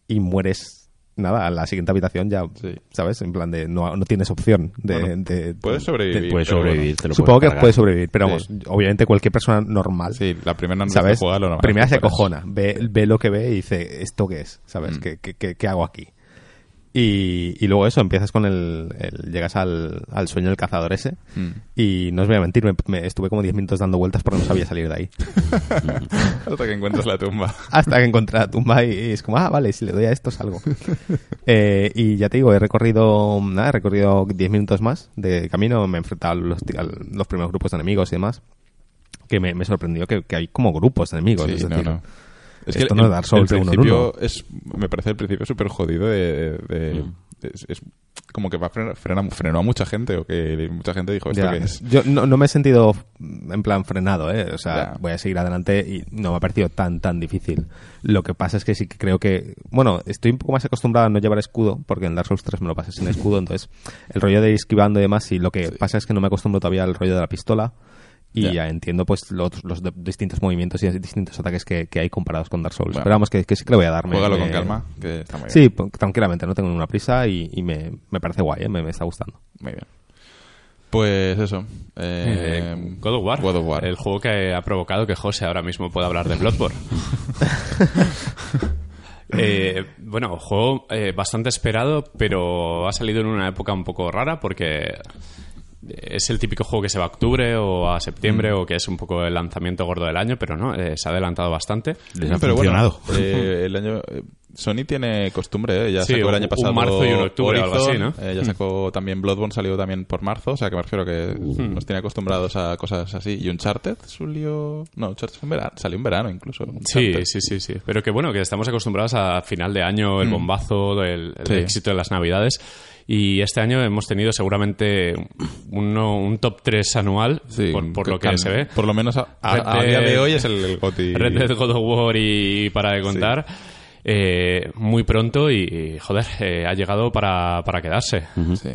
Speaker 4: y mueres nada a la siguiente habitación ya,
Speaker 3: Sí.
Speaker 4: ¿sabes? En plan de no, no tienes opción de,
Speaker 3: Bueno,
Speaker 4: de-
Speaker 3: Puedes
Speaker 4: de-
Speaker 3: sobrevivir.
Speaker 2: Puedes
Speaker 3: pero bueno.
Speaker 2: sobrevivir, te lo
Speaker 4: Supongo que
Speaker 2: cargar.
Speaker 4: puede sobrevivir, pero vamos,
Speaker 3: Sí.
Speaker 4: obviamente cualquier persona normal,
Speaker 3: Sí, la primera no
Speaker 4: ¿sabes?
Speaker 3: juega lo normal.
Speaker 4: Primera se
Speaker 3: Fueras.
Speaker 4: cojona, ve, ve lo que ve y dice, ¿esto qué
Speaker 3: Mm.
Speaker 4: es? ¿Sabes? ¿Qué, qué- qué- qué hago aquí? Y, y luego eso, empiezas con el... el- llegas al, al sueño del cazador ese
Speaker 3: Mm.
Speaker 4: y no os voy a mentir, me, me estuve como 10 minutos dando vueltas porque no sabía salir de ahí.
Speaker 3: Hasta que encuentras la tumba.
Speaker 4: Hasta que encontré la tumba y, y es como, ah, vale, si le doy a esto salgo. Eh, y ya te digo, he recorrido, nada, he recorrido 10 minutos más de camino, me he enfrentado a los, ti- a los primeros grupos de enemigos y demás, que me, me sorprendió que, que hay como grupos de enemigos.
Speaker 3: Sí,
Speaker 4: es
Speaker 3: no,
Speaker 4: decir,
Speaker 3: no.
Speaker 4: esto no es Dark Souls de
Speaker 3: el
Speaker 4: uno en
Speaker 3: principio
Speaker 4: uno.
Speaker 3: Es, me parece el principio súper jodido de... de- es, es como que va a frenar, frena- frenó a mucha gente o que mucha gente dijo esto
Speaker 4: ya,
Speaker 3: que es...
Speaker 4: Yo no, no me he sentido mm, en plan frenado, ¿eh? O sea,
Speaker 3: Ya.
Speaker 4: voy a seguir adelante y no me ha parecido tan, tan difícil. Lo que pasa es que sí que creo que... Bueno, estoy un poco más acostumbrado a no llevar escudo, porque en Dark Souls 3 me lo pasé sin escudo, entonces el rollo de ir esquivando y demás, y lo que pasa es que no me acostumbro todavía al rollo de la pistola. Y
Speaker 3: Ya.
Speaker 4: ya. entiendo pues los, los de- distintos movimientos y distintos ataques que, que hay comparados con Dark Souls.
Speaker 3: Bueno.
Speaker 4: Pero vamos, que, que sí que le voy a dar. me-
Speaker 3: Juégalo con
Speaker 4: me-
Speaker 3: calma, que está muy bien.
Speaker 4: Sí, po- tranquilamente, no tengo ninguna prisa y, y me, me parece guay, ¿eh? me, me está gustando.
Speaker 3: Muy bien. Pues eso. Eh,
Speaker 1: Eh, God of War.
Speaker 3: God of War.
Speaker 1: El juego que ha provocado que José ahora mismo pueda hablar de Bloodborne. Eh, bueno, juego eh, bastante esperado, pero ha salido en una época un poco rara porque es el típico juego que se va a octubre o a septiembre
Speaker 3: Mm.
Speaker 1: o que es un poco el lanzamiento gordo del año, pero no, eh, se ha adelantado bastante.
Speaker 2: Les ha
Speaker 3: Pero bueno,
Speaker 2: funcionado.
Speaker 3: eh, el año... eh, Sony tiene costumbre, ¿eh? ya
Speaker 1: Sí,
Speaker 3: sacó el
Speaker 1: un-
Speaker 3: año
Speaker 1: un
Speaker 3: pasado.
Speaker 1: marzo y un octubre, algo
Speaker 3: Horizon,
Speaker 1: así, ¿no?
Speaker 2: Mm.
Speaker 3: eh, ya sacó también Bloodborne, salió también por marzo, o sea que me refiero que
Speaker 1: Mm.
Speaker 3: nos tiene acostumbrados a cosas así. Y Uncharted salió. No, Uncharted fue en verano, salió en verano incluso.
Speaker 1: Sí,
Speaker 3: Uncharted.
Speaker 1: sí, sí, sí. Pero que bueno, que estamos acostumbrados a final de año, el bombazo, el, el
Speaker 3: Mm. Sí.
Speaker 1: éxito de las navidades. Y este año hemos tenido seguramente uno- un top 3 anual,
Speaker 3: Sí,
Speaker 1: por, por lo que
Speaker 3: can-
Speaker 1: se ve.
Speaker 3: Por lo menos a, a-
Speaker 1: Red
Speaker 3: a día
Speaker 1: Dead-
Speaker 3: de hoy es el, el GOTY.
Speaker 1: Red Dead God of War y para de contar. eh, muy pronto y, joder, eh, ha llegado para, para quedarse.
Speaker 3: Sí.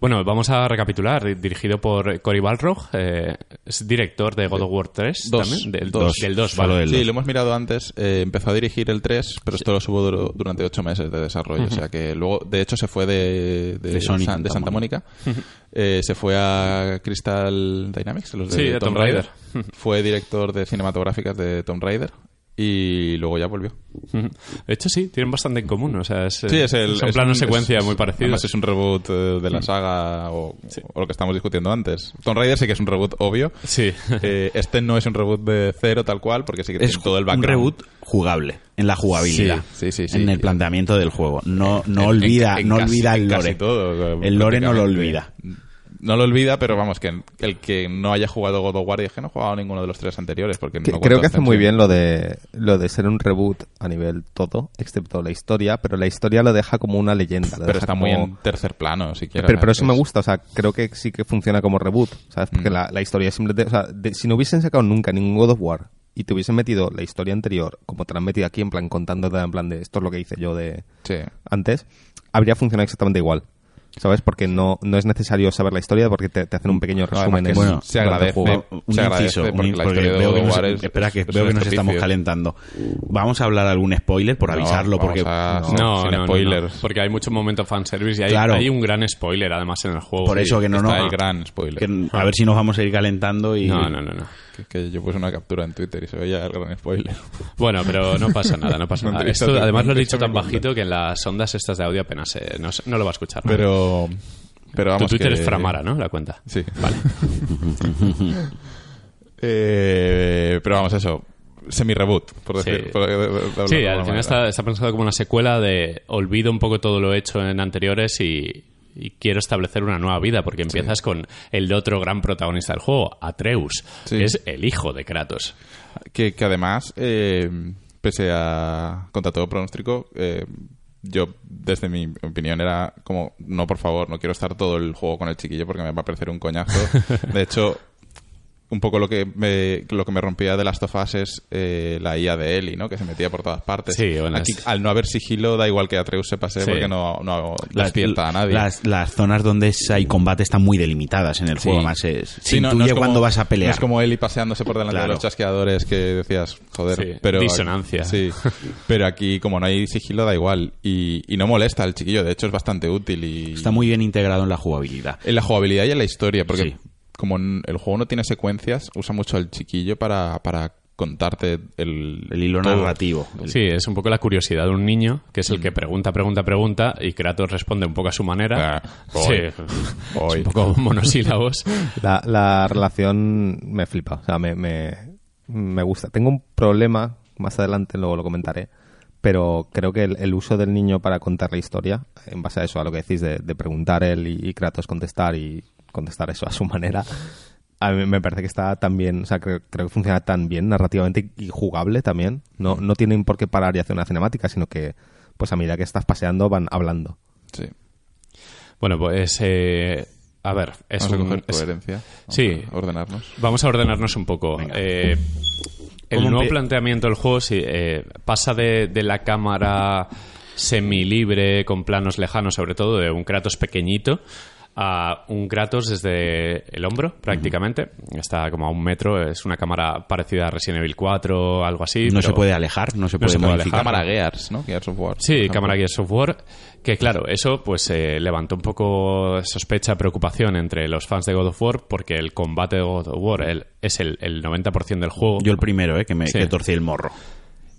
Speaker 1: Bueno, vamos a recapitular. Di- Dirigido por Cory Balrog, eh, es director de God of War 3
Speaker 3: Dos.
Speaker 1: también. Del
Speaker 3: Dos.
Speaker 1: 2, del 2
Speaker 2: Solo
Speaker 1: vale.
Speaker 2: El
Speaker 3: Sí,
Speaker 2: dos.
Speaker 3: lo hemos mirado antes. eh, empezó a dirigir el 3, pero esto lo subo duro- durante 8 meses de desarrollo. O sea que luego, de hecho, se fue de, de,
Speaker 2: De
Speaker 3: San-
Speaker 2: Sony,
Speaker 3: de Santa
Speaker 2: Santa
Speaker 3: Mónica. Eh, se fue a Crystal Dynamics, los de,
Speaker 1: Sí, de
Speaker 3: Tomb
Speaker 1: Tomb
Speaker 3: Raider. fue director de cinematográficas de Tomb Raider y luego ya volvió.
Speaker 1: Ujú. De hecho, sí, tienen bastante en común. O sea, es, eh,
Speaker 3: Sí, es el.
Speaker 1: son
Speaker 3: es
Speaker 1: planos
Speaker 3: un-
Speaker 1: secuencia
Speaker 3: es-
Speaker 1: muy parecidos.
Speaker 3: Además, es un reboot eh, de la saga o, o lo que estamos discutiendo antes. Tomb Raider sí que es un reboot obvio.
Speaker 1: Sí.
Speaker 3: Eh, este no es un reboot de cero tal cual, porque sí que
Speaker 2: Es
Speaker 3: tiene todo el background.
Speaker 2: un reboot jugable en la jugabilidad,
Speaker 3: Sí, sí, sí, sí.
Speaker 2: en el planteamiento del juego. No, no
Speaker 3: En-
Speaker 2: olvida,
Speaker 3: en- en
Speaker 2: no
Speaker 3: casi-
Speaker 2: olvida el
Speaker 3: en casi
Speaker 2: lore.
Speaker 3: todo, eh,
Speaker 2: el lore no lo olvida.
Speaker 3: prácticamente. No lo olvida, pero vamos, que el que no haya jugado God of War y es que no he jugado ninguno de los tres anteriores. porque
Speaker 4: Que-
Speaker 3: no cuenta
Speaker 4: creo que hace muy
Speaker 3: expansión.
Speaker 4: bien lo de lo de ser un reboot a nivel todo, excepto la historia, pero la historia lo deja como una leyenda. lo
Speaker 3: Pero
Speaker 4: deja
Speaker 3: está muy
Speaker 4: como-
Speaker 3: en tercer plano, si quieres.
Speaker 4: Pero, pero eso
Speaker 3: Es-
Speaker 4: me gusta, o sea, creo que sí que funciona como reboot, ¿sabes?
Speaker 3: Mm.
Speaker 4: Porque la, la historia simplemente, o sea, de- si no hubiesen sacado nunca ningún God of War y te hubiesen metido la historia anterior, como te la han metido aquí, en plan contándote, en plan de esto es lo que hice yo de
Speaker 3: Sí.
Speaker 4: antes, habría funcionado exactamente igual, ¿sabes? Porque no, no es necesario saber la historia porque te, te hacen un pequeño
Speaker 3: Mm. Además
Speaker 4: resumen.
Speaker 3: que
Speaker 4: en-
Speaker 3: es-
Speaker 2: bueno,
Speaker 3: se
Speaker 4: durante el
Speaker 3: agradece.
Speaker 4: juego.
Speaker 2: Un
Speaker 3: se agradece,
Speaker 2: inciso, un
Speaker 3: porque
Speaker 2: in-
Speaker 3: la
Speaker 2: porque
Speaker 3: historia de
Speaker 2: veo
Speaker 3: God
Speaker 2: que
Speaker 3: of
Speaker 2: nos,
Speaker 3: War es-
Speaker 2: espera que
Speaker 3: es
Speaker 2: veo
Speaker 3: un
Speaker 2: que nos estamos
Speaker 3: artificio.
Speaker 2: calentando. Vamos a hablar algún spoiler por
Speaker 3: No,
Speaker 2: avisarlo
Speaker 3: vamos
Speaker 2: porque
Speaker 3: a-
Speaker 1: No,
Speaker 3: sin
Speaker 1: no, no,
Speaker 3: spoilers.
Speaker 1: no, porque hay mucho momento fanservice y hay,
Speaker 2: Claro.
Speaker 1: hay un gran spoiler además en el juego.
Speaker 2: por eso que no,
Speaker 3: Está
Speaker 2: no
Speaker 3: el gran spoiler.
Speaker 2: que- a ver si nos vamos a ir calentando y
Speaker 1: No, no, no, no.
Speaker 3: Que, que yo puse una captura en Twitter y se veía el gran spoiler.
Speaker 1: Bueno, pero no pasa nada, no pasa
Speaker 3: Me
Speaker 1: nada.
Speaker 3: interesa
Speaker 1: Esto
Speaker 3: tu-
Speaker 1: además
Speaker 3: me
Speaker 1: lo he
Speaker 3: interesa
Speaker 1: dicho tan
Speaker 3: mi cuenta.
Speaker 1: bajito que en las ondas estas de audio apenas eh, no, se- no lo va a escuchar. nadie.
Speaker 3: Pero. Pero
Speaker 1: tu
Speaker 3: vamos.
Speaker 1: Twitter
Speaker 3: que-
Speaker 1: es Framara, ¿no? La cuenta.
Speaker 3: Sí. Vale. eh, pero vamos, eso. Semi-reboot, por
Speaker 1: Sí.
Speaker 3: decir. por- de- de- de hablar
Speaker 1: Sí,
Speaker 3: de
Speaker 1: al final
Speaker 3: alguna manera.
Speaker 1: está, está pensado como una secuela de olvido un poco todo lo hecho en anteriores y, y quiero establecer una nueva vida, porque empiezas con el otro gran protagonista del juego, Atreus,
Speaker 3: Sí.
Speaker 1: que es el hijo de Kratos.
Speaker 3: Que, que además, eh, pese a contra todo pronóstico, eh, yo, desde mi opinión, era como, no, por favor, no quiero estar todo el juego con el chiquillo porque me va a parecer un coñazo. De hecho, un poco lo que me, lo que me rompía de las of Us es eh, la IA de Eli, ¿no? Que se metía por todas partes.
Speaker 1: Sí, bueno,
Speaker 3: Aquí,
Speaker 1: es-
Speaker 3: al no haber sigilo, da igual que Atreus se pase
Speaker 1: Sí.
Speaker 3: porque no, no despierta a nadie.
Speaker 2: Las, las zonas donde es- hay combate están muy delimitadas en el
Speaker 3: Sí.
Speaker 2: juego. Además, eh, es, se
Speaker 3: Sí, no- no
Speaker 2: intuye
Speaker 3: es como-
Speaker 2: cuándo vas a
Speaker 3: No
Speaker 2: pelear.
Speaker 3: es como Eli paseándose por delante de
Speaker 2: Claro.
Speaker 3: los chasqueadores que decías, joder.
Speaker 1: Sí,
Speaker 3: pero
Speaker 1: disonancia.
Speaker 3: Sí, pero aquí, como no hay sigilo, da igual. Y, y no molesta el chiquillo, de hecho es bastante útil. Y,
Speaker 2: Está muy bien integrado en la jugabilidad.
Speaker 3: En la jugabilidad y en la historia, porque
Speaker 2: Sí.
Speaker 3: como n- el juego no tiene secuencias, usa mucho al chiquillo para, para contarte el,
Speaker 2: El hilo
Speaker 3: todo.
Speaker 2: narrativo.
Speaker 1: Sí, es un poco la curiosidad de un niño, que es el que pregunta, pregunta, pregunta, y Kratos responde un poco a su manera.
Speaker 3: Ah,
Speaker 1: sí,
Speaker 3: voy, voy.
Speaker 1: es un poco monosílabos.
Speaker 4: La, la relación me flipa, o sea, me, me, me gusta. Tengo un problema, más adelante luego lo comentaré, pero creo que el, el uso del niño para contar la historia, en base a eso, a lo que decís de, de preguntar él y, y Kratos contestar y contestar eso a su manera, a mí me parece que está tan bien, o sea, creo, creo que funciona tan bien narrativamente y jugable también. No, no tienen por qué parar y hacer una cinemática, sino que, pues a medida que estás paseando, van hablando.
Speaker 3: Sí.
Speaker 1: Bueno, pues... eh, a ver, es
Speaker 3: Vamos a
Speaker 1: un-
Speaker 3: coger
Speaker 1: es-
Speaker 3: coherencia. Vamos
Speaker 1: Sí.
Speaker 3: a ordenarnos.
Speaker 1: Vamos a ordenarnos un poco. Eh, el
Speaker 2: ¿Cómo
Speaker 1: nuevo
Speaker 2: empie-
Speaker 1: planteamiento del juego sí, eh, pasa de, de la cámara semilibre, con planos lejanos, sobre todo, de un Kratos pequeñito, a un Kratos desde el hombro, prácticamente. Está como a un metro, es una cámara parecida a Resident Evil 4 o algo así.
Speaker 2: No se
Speaker 1: pero-
Speaker 2: puede alejar, no se puede
Speaker 1: se puede
Speaker 2: modificar.
Speaker 1: alejar.
Speaker 3: Cámara Gears, ¿no? Gears of War.
Speaker 1: Sí,
Speaker 3: por ejemplo.
Speaker 1: Cámara Gear Software, que claro, eso pues eh, levantó un poco sospecha, preocupación entre los fans de God of War, porque el combate de God of War el- es el, el 90% del juego.
Speaker 2: Yo el primero, eh, que me
Speaker 1: Sí.
Speaker 2: que torcí el morro.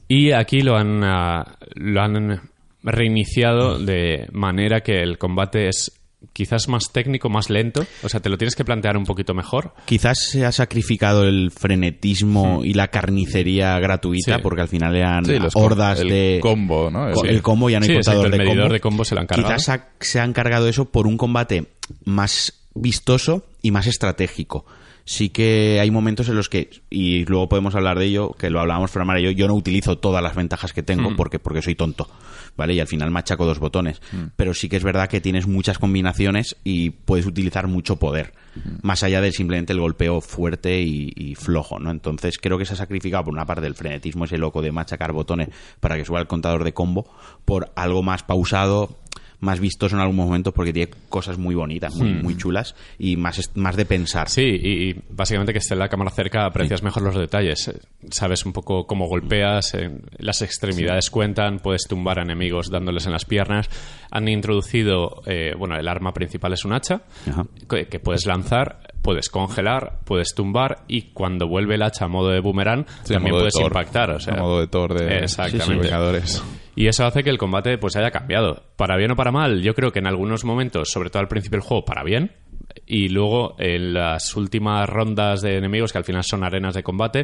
Speaker 1: Y aquí lo han, ah, lo han reiniciado de manera que el combate es quizás más técnico, más lento. O sea, te lo tienes que plantear un poquito mejor.
Speaker 2: Quizás se ha sacrificado el frenetismo y la carnicería gratuita,
Speaker 1: Sí.
Speaker 2: porque al final eran
Speaker 3: Sí, los com-
Speaker 2: hordas
Speaker 3: el
Speaker 2: de.
Speaker 3: combo, ¿no?
Speaker 2: co-
Speaker 3: Sí.
Speaker 2: El combo ya no hay
Speaker 1: Sí, exacto,
Speaker 2: contador
Speaker 1: el
Speaker 2: de
Speaker 1: medidor
Speaker 2: combo.
Speaker 1: de combo se lo han cargado.
Speaker 2: Quizás ha- se han cargado eso por un combate más vistoso y más estratégico. Sí que hay momentos en los que, y luego podemos hablar de ello, que lo hablábamos Fran Mara y yo, yo no utilizo todas las ventajas que tengo porque, porque soy tonto, ¿vale? Y al final machaco dos botones. Pero sí que es verdad que tienes muchas combinaciones y puedes utilizar mucho poder, más allá de simplemente el golpeo fuerte y, y flojo, ¿no? Entonces creo que se ha sacrificado por una parte el frenetismo ese loco de machacar botones para que suba el contador de combo por algo más pausado, más vistoso en algunos momentos porque tiene cosas muy bonitas, muy, muy chulas y más, est- más de pensar.
Speaker 1: Sí, y, y básicamente que esté la cámara cerca aprecias mejor los detalles. Eh, Sabes un poco cómo golpeas, eh, las extremidades cuentan, puedes tumbar a enemigos dándoles en las piernas. Han introducido, eh, bueno, el arma principal es un hacha
Speaker 2: Ajá.
Speaker 1: que, que puedes lanzar, puedes congelar, puedes tumbar y cuando vuelve el hacha a modo de boomerang
Speaker 3: Sí, a
Speaker 1: también
Speaker 3: modo de
Speaker 1: puedes
Speaker 3: Thor.
Speaker 1: impactar. O sea,
Speaker 3: A modo de Thor de
Speaker 1: Exactamente.
Speaker 3: de los Vengadores.
Speaker 1: Y eso hace que el combate pues haya cambiado. Para bien o para mal, yo creo que en algunos momentos, sobre todo al principio del juego, para bien. Y luego en las últimas rondas de enemigos, que al final son arenas de combate,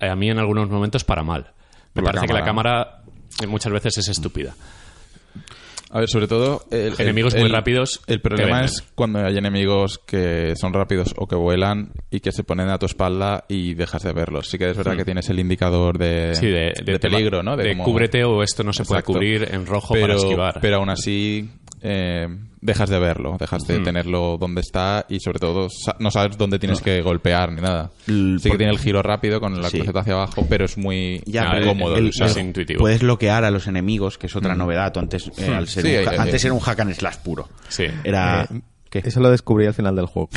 Speaker 1: eh, a mí en algunos momentos para mal. Me
Speaker 3: Por la
Speaker 1: parece que la
Speaker 3: cámara.
Speaker 1: cámara eh, muchas veces es estúpida.
Speaker 3: A ver, sobre todo... el- el-
Speaker 1: Enemigos muy
Speaker 3: el-
Speaker 1: rápidos
Speaker 3: El
Speaker 1: te
Speaker 3: problema
Speaker 1: venden.
Speaker 3: es cuando hay enemigos que son rápidos o que vuelan y que se ponen a tu espalda y dejas de verlos. Sí que es verdad que tienes el indicador de,
Speaker 1: Hmm. Sí, de, de-
Speaker 3: de peligro, ¿no?
Speaker 1: De,
Speaker 3: cómo-
Speaker 1: cúbrete o esto no se
Speaker 3: Exacto.
Speaker 1: puede cubrir en rojo para esquivar.
Speaker 3: Pero aún así eh, dejas de verlo, dejas
Speaker 1: Hmm.
Speaker 3: de tenerlo donde está y sobre todo sa- no sabes dónde tienes que golpear ni nada.
Speaker 2: L-
Speaker 3: sí que
Speaker 2: por-
Speaker 3: tiene el giro rápido con la
Speaker 2: Sí.
Speaker 3: cruceta hacia abajo, pero es muy
Speaker 2: Ya,
Speaker 1: Ah,
Speaker 2: pero el-
Speaker 3: incómodo.
Speaker 2: el-
Speaker 3: de usar.
Speaker 1: es intuitivo.
Speaker 2: Puedes bloquear a los enemigos, que es otra novedad. Tú antes, eh, al ser
Speaker 3: Sí,
Speaker 2: un
Speaker 3: hay-
Speaker 2: ha-
Speaker 3: hay-
Speaker 2: antes era un hack and slash puro.
Speaker 1: Sí.
Speaker 2: Era.
Speaker 3: Ah,
Speaker 4: Eh,
Speaker 2: ¿qué?
Speaker 4: Eso lo descubrí al final del juego.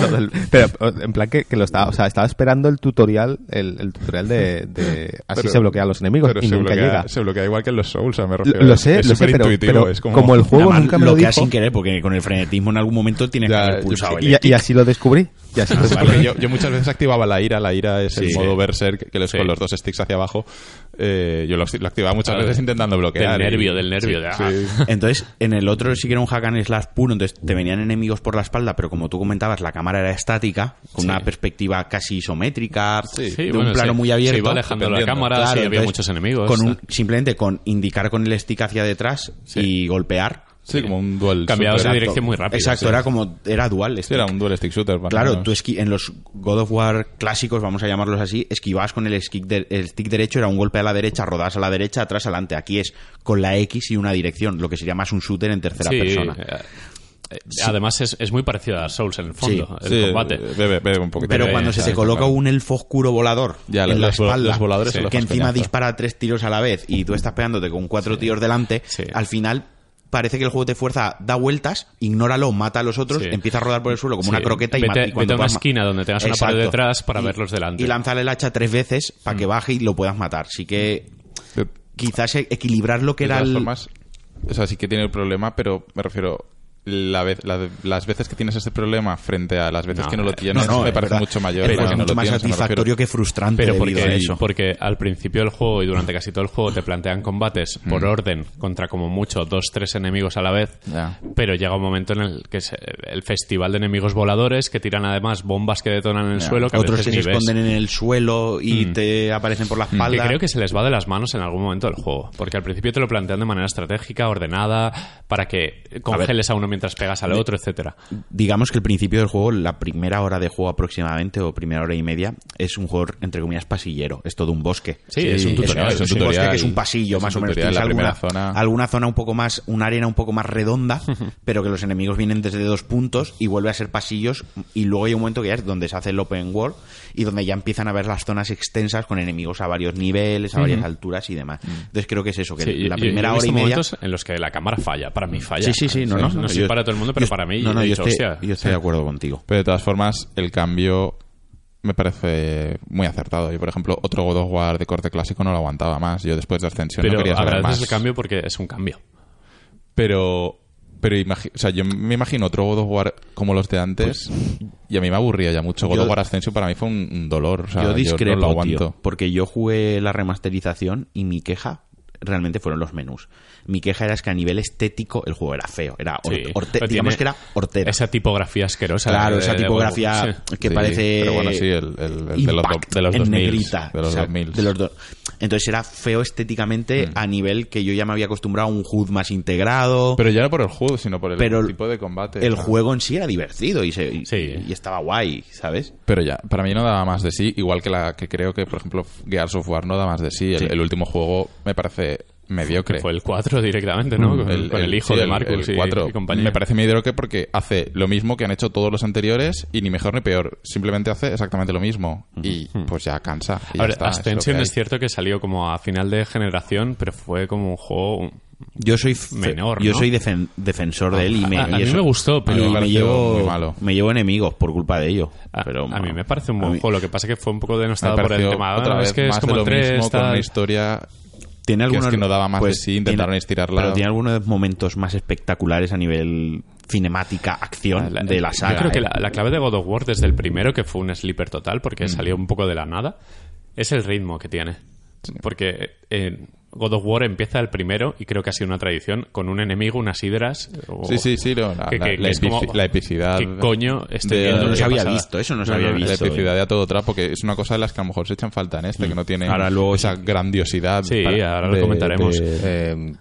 Speaker 4: Lo del- pero o- en plan que, que lo estaba, o sea, estaba esperando el tutorial, el, el tutorial de, de así
Speaker 3: Pero-
Speaker 4: se bloquean los enemigos
Speaker 3: pero
Speaker 4: y
Speaker 3: se
Speaker 4: nunca
Speaker 3: bloquea,
Speaker 4: llega.
Speaker 3: se bloquea igual que en los Souls, a me
Speaker 4: Lo,
Speaker 3: refiero.
Speaker 4: lo sé,
Speaker 3: es
Speaker 4: lo sé, pero,
Speaker 3: superintuitivo,
Speaker 4: pero
Speaker 3: es
Speaker 4: como... el juego
Speaker 2: Nada más,
Speaker 4: nunca me lo
Speaker 2: bloquea
Speaker 4: dijo
Speaker 2: sin querer, porque con el frenetismo en algún momento tienes
Speaker 3: Ya,
Speaker 2: que haber
Speaker 3: yo-
Speaker 2: pulsado el-
Speaker 4: y, y así lo descubrí. Y así lo descubrí.
Speaker 3: Vale, yo, yo muchas veces activaba la ira. La ira es el
Speaker 2: Sí.
Speaker 3: modo berserk que les
Speaker 1: Sí.
Speaker 3: con los dos sticks hacia abajo. Eh, yo lo, lo activaba muchas
Speaker 1: Claro.
Speaker 3: veces intentando bloquear.
Speaker 1: Del
Speaker 3: y-
Speaker 1: nervio, del nervio, de, ah.
Speaker 2: Entonces, en el otro sí que era un hack and slash puro, entonces te venían enemigos por la espalda, pero como tú comentabas, la cámara era estática, con una perspectiva casi isométrica,
Speaker 1: Sí,
Speaker 2: de un
Speaker 1: bueno,
Speaker 2: plano
Speaker 1: se-
Speaker 2: muy abierto.
Speaker 1: se iba alejando la
Speaker 3: dependiendo.
Speaker 1: cámara, sí, había
Speaker 2: entonces,
Speaker 1: muchos enemigos.
Speaker 2: Con un- simplemente con indicar con el stick hacia detrás y golpear.
Speaker 3: Sí, como un dual.
Speaker 1: Cambiabas de
Speaker 3: shooter.
Speaker 1: dirección muy rápido.
Speaker 2: Exacto,
Speaker 1: sí.
Speaker 2: era como, era dual.
Speaker 3: Sí,
Speaker 2: stick.
Speaker 3: era un dual stick shooter. más o
Speaker 2: Claro,
Speaker 3: menos.
Speaker 2: tú esqui- en los God of War clásicos, vamos a llamarlos así, esquivabas con el stick, de- el stick derecho, era un golpe a la derecha, rodabas a la derecha, atrás, adelante. Aquí es con la X y una dirección, lo que sería más un shooter en tercera
Speaker 1: Sí,
Speaker 2: persona.
Speaker 1: eh, eh, Además, es, es muy parecido a Dark Souls en el fondo, el
Speaker 3: Sí,
Speaker 1: combate.
Speaker 2: eh,
Speaker 3: Bebe, bebe un poquito.
Speaker 2: Pero
Speaker 3: de-
Speaker 2: cuando se te
Speaker 3: ¿sabes?
Speaker 2: coloca un elfo oscuro volador
Speaker 3: Ya,
Speaker 2: en
Speaker 3: los-
Speaker 2: la
Speaker 3: los vo-
Speaker 2: espalda,
Speaker 3: los voladores son los
Speaker 2: que
Speaker 3: más
Speaker 2: encima
Speaker 3: coñazo.
Speaker 2: dispara tres tiros a la vez y tú estás pegándote con cuatro tiros delante,
Speaker 1: Sí.
Speaker 2: al final parece que el juego te fuerza, da vueltas, ignóralo, mata a los otros,
Speaker 1: Sí.
Speaker 2: empieza a rodar por el suelo como
Speaker 1: Sí.
Speaker 2: una croqueta y
Speaker 1: Vete-
Speaker 2: mata. y
Speaker 1: vete
Speaker 2: cuando
Speaker 1: a una
Speaker 2: puedas ma-
Speaker 1: esquina donde tengas una pared detrás para verlos delante. Mm.
Speaker 2: Y lanzar el hacha tres veces para que baje y lo puedas matar. Así que
Speaker 3: De-
Speaker 2: quizás e- equilibrar lo que
Speaker 3: de
Speaker 2: era
Speaker 3: todas
Speaker 2: el...
Speaker 3: formas, o sea, sí que tiene el problema, pero me refiero. La vez, la- las veces que tienes ese problema frente a las veces
Speaker 1: No,
Speaker 3: que no lo
Speaker 1: eh,
Speaker 3: tienes me
Speaker 2: es
Speaker 3: parece
Speaker 2: verdad.
Speaker 3: mucho mayor.
Speaker 2: Pero
Speaker 3: la
Speaker 2: es
Speaker 3: que no
Speaker 2: mucho
Speaker 3: lo
Speaker 2: más
Speaker 3: tienes, me refiero.
Speaker 2: satisfactorio que frustrante
Speaker 1: Pero
Speaker 2: debido a
Speaker 1: porque,
Speaker 2: eso.
Speaker 1: porque al principio del juego y durante casi todo el juego te plantean combates
Speaker 2: Mm.
Speaker 1: por orden contra como mucho dos, tres enemigos a la vez.
Speaker 3: Ya.
Speaker 1: Pero llega un momento en el que se- el festival de enemigos voladores que tiran además bombas que detonan en el
Speaker 3: Ya.
Speaker 1: suelo que a
Speaker 2: Otros que
Speaker 1: veces
Speaker 2: se
Speaker 1: ni ves. Mm.
Speaker 2: esconden en el suelo y te aparecen por la
Speaker 1: Que
Speaker 2: espalda.
Speaker 1: creo que se les va de las manos en algún momento del juego. Porque al principio te lo plantean de manera estratégica, ordenada, para que congeles a, uno mientras pegas al otro, etcétera.
Speaker 2: digamos que el principio del juego, la primera hora de juego aproximadamente, o primera hora y media, es un juego, entre comillas, pasillero. Es todo un bosque.
Speaker 1: Sí, es un tutorial.
Speaker 2: Es,
Speaker 1: es
Speaker 2: un
Speaker 1: un
Speaker 2: bosque
Speaker 3: tutorial.
Speaker 2: que es un pasillo,
Speaker 3: Es un
Speaker 2: más o menos.
Speaker 3: tutorial,
Speaker 2: Tienes
Speaker 3: la primera
Speaker 2: alguna,
Speaker 3: zona.
Speaker 2: alguna zona un poco más, una arena un poco más redonda, pero que los enemigos vienen desde dos puntos y vuelve a ser pasillos. Y luego hay un momento que ya es donde se hace el open world y donde ya empiezan a ver las zonas extensas con enemigos a varios niveles, a varias alturas y demás. Entonces creo que es eso, que
Speaker 1: Mm. Sí,
Speaker 2: la
Speaker 1: yo- yo he
Speaker 2: primera
Speaker 1: visto
Speaker 2: hora y media.
Speaker 1: momentos en los que la cámara falla. Para mí falla.
Speaker 2: Sí, sí, sí, no, no, no,
Speaker 1: sé
Speaker 2: yo-
Speaker 1: para todo el mundo, pero
Speaker 2: yo-
Speaker 1: para mí.
Speaker 2: no, no,
Speaker 1: he
Speaker 2: yo
Speaker 1: dicho,
Speaker 2: estoy-
Speaker 1: hostia,
Speaker 2: yo estoy de acuerdo contigo.
Speaker 3: Pero de todas formas, el cambio me parece muy acertado. Yo, por ejemplo, otro God of War de corte clásico no lo aguantaba más. Yo después de Ascensión no
Speaker 1: pero
Speaker 3: quería saber más.
Speaker 1: agradeces el cambio porque es un cambio.
Speaker 3: Pero, pero imagi- o sea, yo me imagino otro God of War como los de antes y a mí me aburría ya mucho. God
Speaker 2: Pues, Yo-
Speaker 3: of War Ascension para mí fue un un dolor. O sea,
Speaker 2: yo
Speaker 3: no
Speaker 2: discrepo,
Speaker 3: lo aguanto.
Speaker 2: tío, porque yo jugué la remasterización y mi queja realmente fueron los menús. Mi queja era es que a nivel estético el juego era feo, era or-
Speaker 1: Sí.
Speaker 2: orte-
Speaker 1: Pero
Speaker 2: digamos
Speaker 1: tiene
Speaker 2: que era hortera.
Speaker 1: Esa tipografía asquerosa.
Speaker 2: claro,
Speaker 1: de-
Speaker 2: esa
Speaker 1: de- de-
Speaker 2: tipografía
Speaker 1: sí.
Speaker 2: que
Speaker 3: Sí,
Speaker 2: parece
Speaker 3: pero bueno, sí, el- el- el de los
Speaker 2: Impact
Speaker 3: do- de los
Speaker 2: en
Speaker 3: 2000s,
Speaker 2: negrita,
Speaker 3: de los
Speaker 2: o sea,
Speaker 3: 2000s.
Speaker 2: de los do- entonces era feo estéticamente a nivel que yo ya me había acostumbrado a un HUD más integrado
Speaker 3: Pero ya no por el juego, sino por el
Speaker 2: Pero
Speaker 3: tipo de combate.
Speaker 2: el
Speaker 3: ¿no?
Speaker 2: juego en sí era divertido y, se- y-
Speaker 1: Sí.
Speaker 2: y estaba guay, ¿sabes?
Speaker 3: Pero ya, para mí no daba más de sí, igual que la que creo que, por ejemplo, Gears of War no da más de sí. El,
Speaker 2: Sí.
Speaker 3: el último juego me parece mediocre.
Speaker 1: Fue el 4 directamente,
Speaker 2: Mm,
Speaker 1: ¿no? Con con el, hijo
Speaker 3: sí,
Speaker 1: de
Speaker 3: el-
Speaker 1: Marcus
Speaker 3: el
Speaker 1: y-
Speaker 3: cuatro.
Speaker 1: y compañía.
Speaker 3: Me parece mediocre porque hace lo mismo que han hecho todos los anteriores y ni mejor ni peor. Simplemente hace exactamente lo mismo. Y pues ya cansa. y ya
Speaker 1: Ahora,
Speaker 3: está, es lo que
Speaker 1: Ascension
Speaker 3: hay.
Speaker 1: es, cierto que salió como a final de generación, pero fue como un juego.
Speaker 2: Yo soy fe-
Speaker 1: Menor,
Speaker 2: yo
Speaker 1: ¿no?
Speaker 2: soy defen- defensor de él y me
Speaker 1: A- a
Speaker 2: y
Speaker 1: mí
Speaker 2: eso-
Speaker 1: me gustó, pero
Speaker 2: y
Speaker 1: me
Speaker 2: me
Speaker 3: pareció
Speaker 2: llevo
Speaker 3: muy malo.
Speaker 2: me llevo enemigos por culpa de ello,
Speaker 1: A,
Speaker 2: pero
Speaker 1: a mí me
Speaker 2: bueno.
Speaker 1: parece un buen
Speaker 2: a mí-
Speaker 1: juego, lo que pasa que fue un poco denostado
Speaker 3: Me
Speaker 1: por el
Speaker 3: pareció
Speaker 1: tema.
Speaker 3: otra
Speaker 1: "Ah,
Speaker 3: vez
Speaker 1: es que es
Speaker 3: más de
Speaker 1: como
Speaker 3: lo
Speaker 1: el 3,
Speaker 3: mismo con
Speaker 1: tal".
Speaker 3: una historia
Speaker 2: tiene
Speaker 3: que es
Speaker 2: algunos
Speaker 3: que no daba más
Speaker 2: pues,
Speaker 3: de sí, intentaron
Speaker 2: tiene-
Speaker 3: estirarla.
Speaker 2: Pero tiene algunos momentos más espectaculares a nivel cinemática, acción de la saga.
Speaker 1: Yo creo que
Speaker 2: ¿eh?
Speaker 1: Ah, la, la clave de God of War desde el primero, que fue un sleeper total,
Speaker 3: Mm.
Speaker 1: porque salió un poco de la nada, es el ritmo que tiene. Porque eh, God of War empieza el primero, y creo que ha sido una tradición, con un enemigo, unas hidras. o-
Speaker 3: Sí, sí, sí. no, la,
Speaker 1: que-
Speaker 3: la-
Speaker 1: que-
Speaker 3: la
Speaker 1: que es como,
Speaker 3: epici- la epicidad.
Speaker 1: ¿Qué coño estoy
Speaker 3: de-
Speaker 1: viendo?
Speaker 2: no
Speaker 1: ¿Qué
Speaker 2: se había
Speaker 1: pasada?
Speaker 3: eh.
Speaker 2: visto, eso no se había
Speaker 3: La
Speaker 2: visto. eh.
Speaker 3: epicidad de a todo trapo, que es una cosa de las que a lo mejor se echan falta en este, que no tiene
Speaker 2: Ahora luego-
Speaker 3: esa grandiosidad.
Speaker 1: Sí,
Speaker 3: para-
Speaker 1: ahora lo
Speaker 3: de-
Speaker 1: comentaremos.
Speaker 3: de-
Speaker 4: Eh,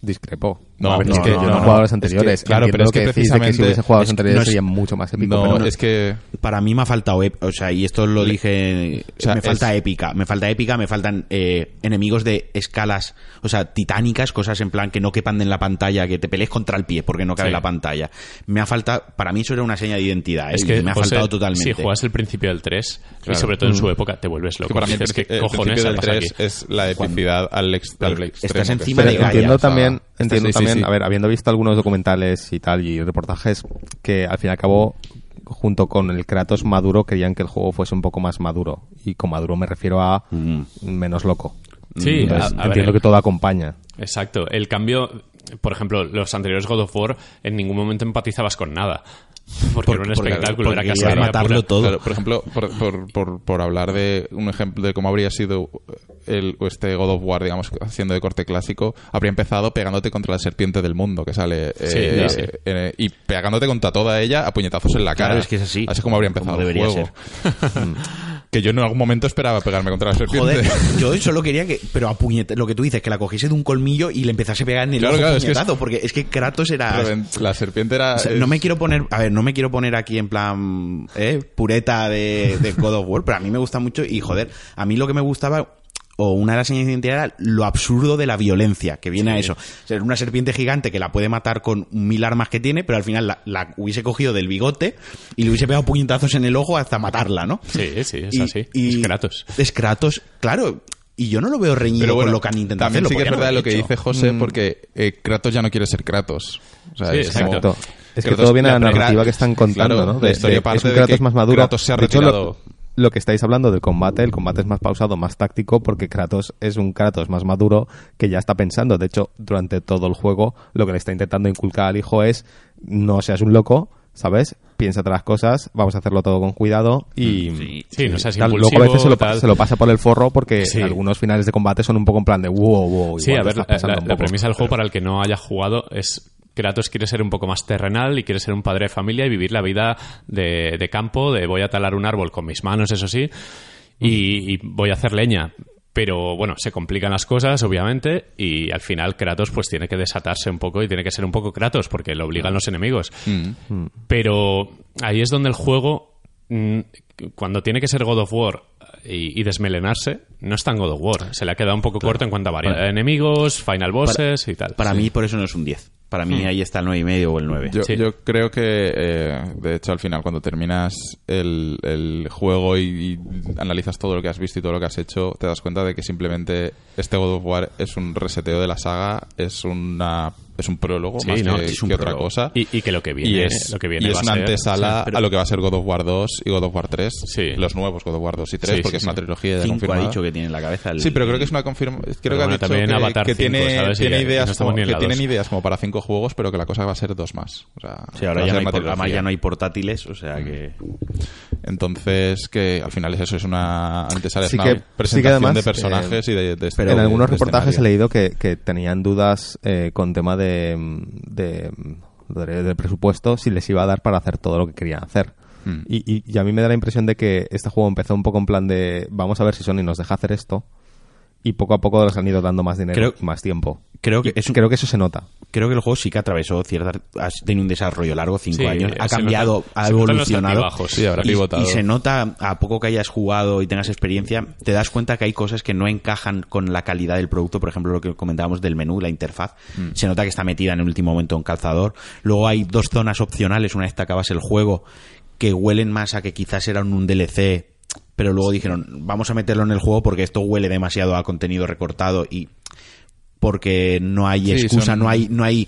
Speaker 4: discrepo.
Speaker 3: No,
Speaker 4: A ver,
Speaker 3: no,
Speaker 4: es que
Speaker 3: no,
Speaker 4: yo
Speaker 3: no,
Speaker 4: no,
Speaker 3: no.
Speaker 4: jugaba a
Speaker 3: Es
Speaker 4: los
Speaker 3: que,
Speaker 4: anteriores.
Speaker 3: claro,
Speaker 4: Entiendo
Speaker 3: pero es que
Speaker 4: decís de que si
Speaker 3: precisamente-
Speaker 4: hubiese jugado a los
Speaker 2: es-
Speaker 4: anteriores
Speaker 2: no es-
Speaker 4: sería mucho más épico.
Speaker 3: No,
Speaker 4: pero bueno,
Speaker 3: es que...
Speaker 2: Para mí me ha faltado, ep- o sea, y esto lo dije,
Speaker 3: sea,
Speaker 2: me falta
Speaker 3: es-
Speaker 2: épica, me falta épica, me faltan eh, enemigos de escalas, o sea, titánicas, cosas en plan que no quepan en la pantalla, que te pelees contra el pie porque no
Speaker 1: Sí.
Speaker 2: cabe en la pantalla. Me ha faltado, para mí eso era una seña de identidad, ¿eh?
Speaker 1: Es que
Speaker 2: me ha
Speaker 1: José,
Speaker 2: faltado totalmente.
Speaker 1: Si juegas el principio del 3, y
Speaker 3: Claro. Mm.
Speaker 1: sobre todo en su época, te vuelves
Speaker 3: que
Speaker 1: loco.
Speaker 3: para mí el,
Speaker 1: Dices,
Speaker 3: princi-
Speaker 1: "¿Qué
Speaker 3: el
Speaker 1: cojones
Speaker 3: principio
Speaker 1: ha
Speaker 3: del
Speaker 1: pasado
Speaker 3: 3
Speaker 1: aquí?".
Speaker 3: es la epicidad al, ex- al
Speaker 2: Pero
Speaker 3: extremo.
Speaker 2: estás
Speaker 3: que
Speaker 2: encima
Speaker 3: es-
Speaker 2: de
Speaker 3: que es- o
Speaker 2: Gaia, o
Speaker 4: entiendo
Speaker 3: sea,
Speaker 4: también,
Speaker 3: estás-
Speaker 4: entiendo
Speaker 3: sí, sí,
Speaker 4: también,
Speaker 3: sí.
Speaker 4: a ver, habiendo visto algunos documentales y tal y reportajes que al fin y al cabo junto con el Kratos maduro querían que el juego fuese un poco más maduro y con maduro me refiero a menos loco.
Speaker 1: Sí, a-
Speaker 4: Entonces,
Speaker 1: a ver,
Speaker 4: entiendo que todo acompaña.
Speaker 1: Exacto. El cambio, por ejemplo, los anteriores God of War, en ningún momento empatizabas con nada. Porque, era un
Speaker 2: porque-
Speaker 1: espectáculo,
Speaker 2: porque
Speaker 1: era casi
Speaker 2: querías matarlo todo.
Speaker 3: Claro, por ejemplo, por, por- por- por hablar de un ejemplo de cómo habría sido el, este God of War, digamos, haciendo de corte clásico, habría empezado pegándote contra la serpiente del mundo que sale eh,
Speaker 1: ya sé.
Speaker 3: eh, y pegándote contra toda ella a puñetazos en la cara.
Speaker 2: Claro, es que es así.
Speaker 3: Así como habría empezado
Speaker 2: Como
Speaker 3: el
Speaker 2: debería Mm.
Speaker 3: juego. que yo en algún momento esperaba pegarme contra la serpiente.
Speaker 2: Joder, yo solo quería que. Pero a puñeta, lo que tú dices, que la cogiese de un colmillo y le empezase a pegar en el
Speaker 3: Claro,
Speaker 2: ojo
Speaker 3: claro, es que es-
Speaker 2: puñetazo, porque es que Kratos era.
Speaker 3: Reven- La serpiente era.
Speaker 2: o sea, no me quiero poner, a ver, no me quiero poner aquí en plan eh, pureta de, de God of War, pero a mí me gusta mucho y joder, a mí lo que me gustaba o una de las señas de identidad era lo absurdo de la violencia que viene a eso. O sea, una serpiente gigante que la puede matar con mil armas que tiene, pero al final la, la hubiese cogido del bigote y le hubiese pegado puñetazos en el ojo hasta matarla, ¿no?
Speaker 1: Sí, sí, es
Speaker 2: Y-
Speaker 1: así.
Speaker 2: y-
Speaker 1: Es Kratos.
Speaker 2: Es Kratos, claro. Y yo no lo veo reñido
Speaker 3: Pero bueno,
Speaker 2: con lo que han intentado
Speaker 3: también
Speaker 2: hacerlo,
Speaker 3: sí que
Speaker 2: porque
Speaker 3: es
Speaker 2: no
Speaker 3: verdad lo
Speaker 2: han
Speaker 3: que
Speaker 2: hecho.
Speaker 3: dice José, porque eh, Kratos ya no quiere ser Kratos. O sea,
Speaker 1: Sí,
Speaker 3: es como-
Speaker 1: exacto.
Speaker 4: Es que todo viene a la
Speaker 3: Kratos-
Speaker 4: narrativa que están contando,
Speaker 3: Claro,
Speaker 4: ¿no?
Speaker 3: la historia
Speaker 4: es
Speaker 3: parte
Speaker 4: un
Speaker 3: de
Speaker 4: Kratos
Speaker 3: que
Speaker 4: más maduro.
Speaker 3: Kratos se ha
Speaker 4: De hecho,
Speaker 3: retirado.
Speaker 4: lo, lo que estáis hablando del combate, el combate es más pausado, más táctico, porque Kratos es un Kratos más maduro que ya está pensando. De hecho, durante todo el juego, lo que le está intentando inculcar al hijo es no seas un loco, ¿sabes? Piénsate las cosas, vamos a hacerlo todo con cuidado
Speaker 3: Mm.
Speaker 4: y...
Speaker 1: Sí, no seas
Speaker 4: tal.
Speaker 1: impulsivo.
Speaker 4: Luego a veces se lo,
Speaker 1: tal.
Speaker 4: se lo pasa por el forro porque
Speaker 1: Sí.
Speaker 4: algunos finales de combate son un poco en plan de wow, wow.
Speaker 1: Sí,
Speaker 4: igual
Speaker 1: a
Speaker 4: te
Speaker 1: ver, la,
Speaker 4: estás pasando
Speaker 1: la-
Speaker 4: un
Speaker 1: la
Speaker 4: poco".
Speaker 1: premisa del juego para el que no haya jugado es Kratos quiere ser un poco más terrenal y quiere ser un padre de familia y vivir la vida de, de campo, de voy a talar un árbol con mis manos, eso sí, y, y voy a hacer leña. Pero bueno, se complican las cosas, obviamente, y al final Kratos pues tiene que desatarse un poco y tiene que ser un poco Kratos porque lo obligan los enemigos.
Speaker 4: Mm.
Speaker 1: Pero ahí es donde el juego, mm, cuando tiene que ser God of War y, y desmelenarse, no es tan God of War. Se le ha quedado un poco corto en cuanto a variedad de enemigos, final bosses y tal.
Speaker 2: Para mí por eso no es un 10. Para mí ahí está el 9 y medio o el 9.
Speaker 3: Hmm. Yo,
Speaker 1: Sí.
Speaker 3: yo creo que, eh, de hecho, al final, cuando terminas el, el juego y, y analizas todo lo que has visto y todo lo que has hecho, te das cuenta de que simplemente este God of War es un reseteo de la saga, es una es un prólogo
Speaker 1: Sí,
Speaker 3: más
Speaker 1: no,
Speaker 3: que,
Speaker 2: es un
Speaker 3: que otra
Speaker 2: prólogo.
Speaker 3: cosa.
Speaker 1: Y, y que lo que viene, ¿eh?
Speaker 3: y es,
Speaker 1: lo que viene
Speaker 3: y es
Speaker 1: va a
Speaker 3: una
Speaker 1: ser-
Speaker 3: antesala
Speaker 1: o sea, pero-
Speaker 3: a lo que va a ser God of War 2 y God of War 3,
Speaker 1: Sí.
Speaker 3: los nuevos God of War 2 y 3,
Speaker 1: Sí,
Speaker 3: porque
Speaker 1: sí,
Speaker 3: es una
Speaker 1: sí.
Speaker 3: trilogía ya
Speaker 2: 5 ha
Speaker 3: confirmada.
Speaker 2: dicho que tiene en la cabeza el-
Speaker 3: Sí, pero creo que es una confirma. Creo que
Speaker 1: bueno,
Speaker 3: ha dicho
Speaker 1: también
Speaker 3: que,
Speaker 1: Avatar
Speaker 3: que
Speaker 1: 5,
Speaker 3: tiene,
Speaker 1: ¿sabes? Y
Speaker 3: tiene
Speaker 1: ya- y no
Speaker 3: ideas
Speaker 1: estamos
Speaker 3: como,
Speaker 1: ni en
Speaker 3: que
Speaker 1: la
Speaker 3: tienen
Speaker 1: dos.
Speaker 3: ideas como para cinco juegos, pero que la cosa va a ser dos más. O sea,
Speaker 2: Sí,
Speaker 3: va
Speaker 2: ahora
Speaker 3: a ser
Speaker 2: ya no,
Speaker 3: una
Speaker 2: hay por- además
Speaker 3: trilogía.
Speaker 2: ya no hay portátiles, o sea que...
Speaker 3: Entonces, que al final es eso, es una antesala,
Speaker 4: Sí
Speaker 3: es una
Speaker 4: que- sí que
Speaker 3: presentación
Speaker 4: además,
Speaker 3: de personajes y de, de
Speaker 2: eh, pero este
Speaker 4: en
Speaker 3: de-
Speaker 4: algunos
Speaker 3: de este
Speaker 4: reportajes he
Speaker 3: escenario.
Speaker 4: leído que, que tenían dudas eh, con tema de, de, de- de presupuesto si les iba a dar para hacer todo lo que querían hacer.
Speaker 2: Hmm.
Speaker 3: Mm.
Speaker 4: Y, y- y a mí me da la impresión de que este juego empezó un poco en plan de vamos a ver si Sony nos deja hacer esto y poco a poco les han ido dando más dinero
Speaker 2: Creo-
Speaker 4: y más tiempo.
Speaker 2: Creo que,
Speaker 4: Y
Speaker 2: es un-
Speaker 4: creo que eso se nota.
Speaker 2: creo que el juego sí que atravesó cierta. Ha tenido un desarrollo largo, cinco
Speaker 1: Sí,
Speaker 2: años. Ha
Speaker 1: se
Speaker 2: cambiado,
Speaker 1: nota-
Speaker 2: ha
Speaker 1: se notan los
Speaker 2: evolucionado.
Speaker 1: altibajos.
Speaker 3: Sí, habrá
Speaker 2: Y-
Speaker 3: pivotado.
Speaker 2: Y se nota, a poco que hayas jugado y tengas experiencia, te das cuenta que hay cosas que no encajan con la calidad del producto. Por ejemplo, lo que comentábamos del menú, la interfaz.
Speaker 3: Mm.
Speaker 2: Se nota que está metida en el último momento en calzador. Luego hay dos zonas opcionales, una vez que acabas el juego, que huelen más a que quizás eran un DLC, pero luego dijeron, vamos a meterlo en el juego porque esto huele demasiado a contenido recortado y porque no hay
Speaker 3: Sí,
Speaker 2: excusa,
Speaker 3: son-
Speaker 2: no hay, no hay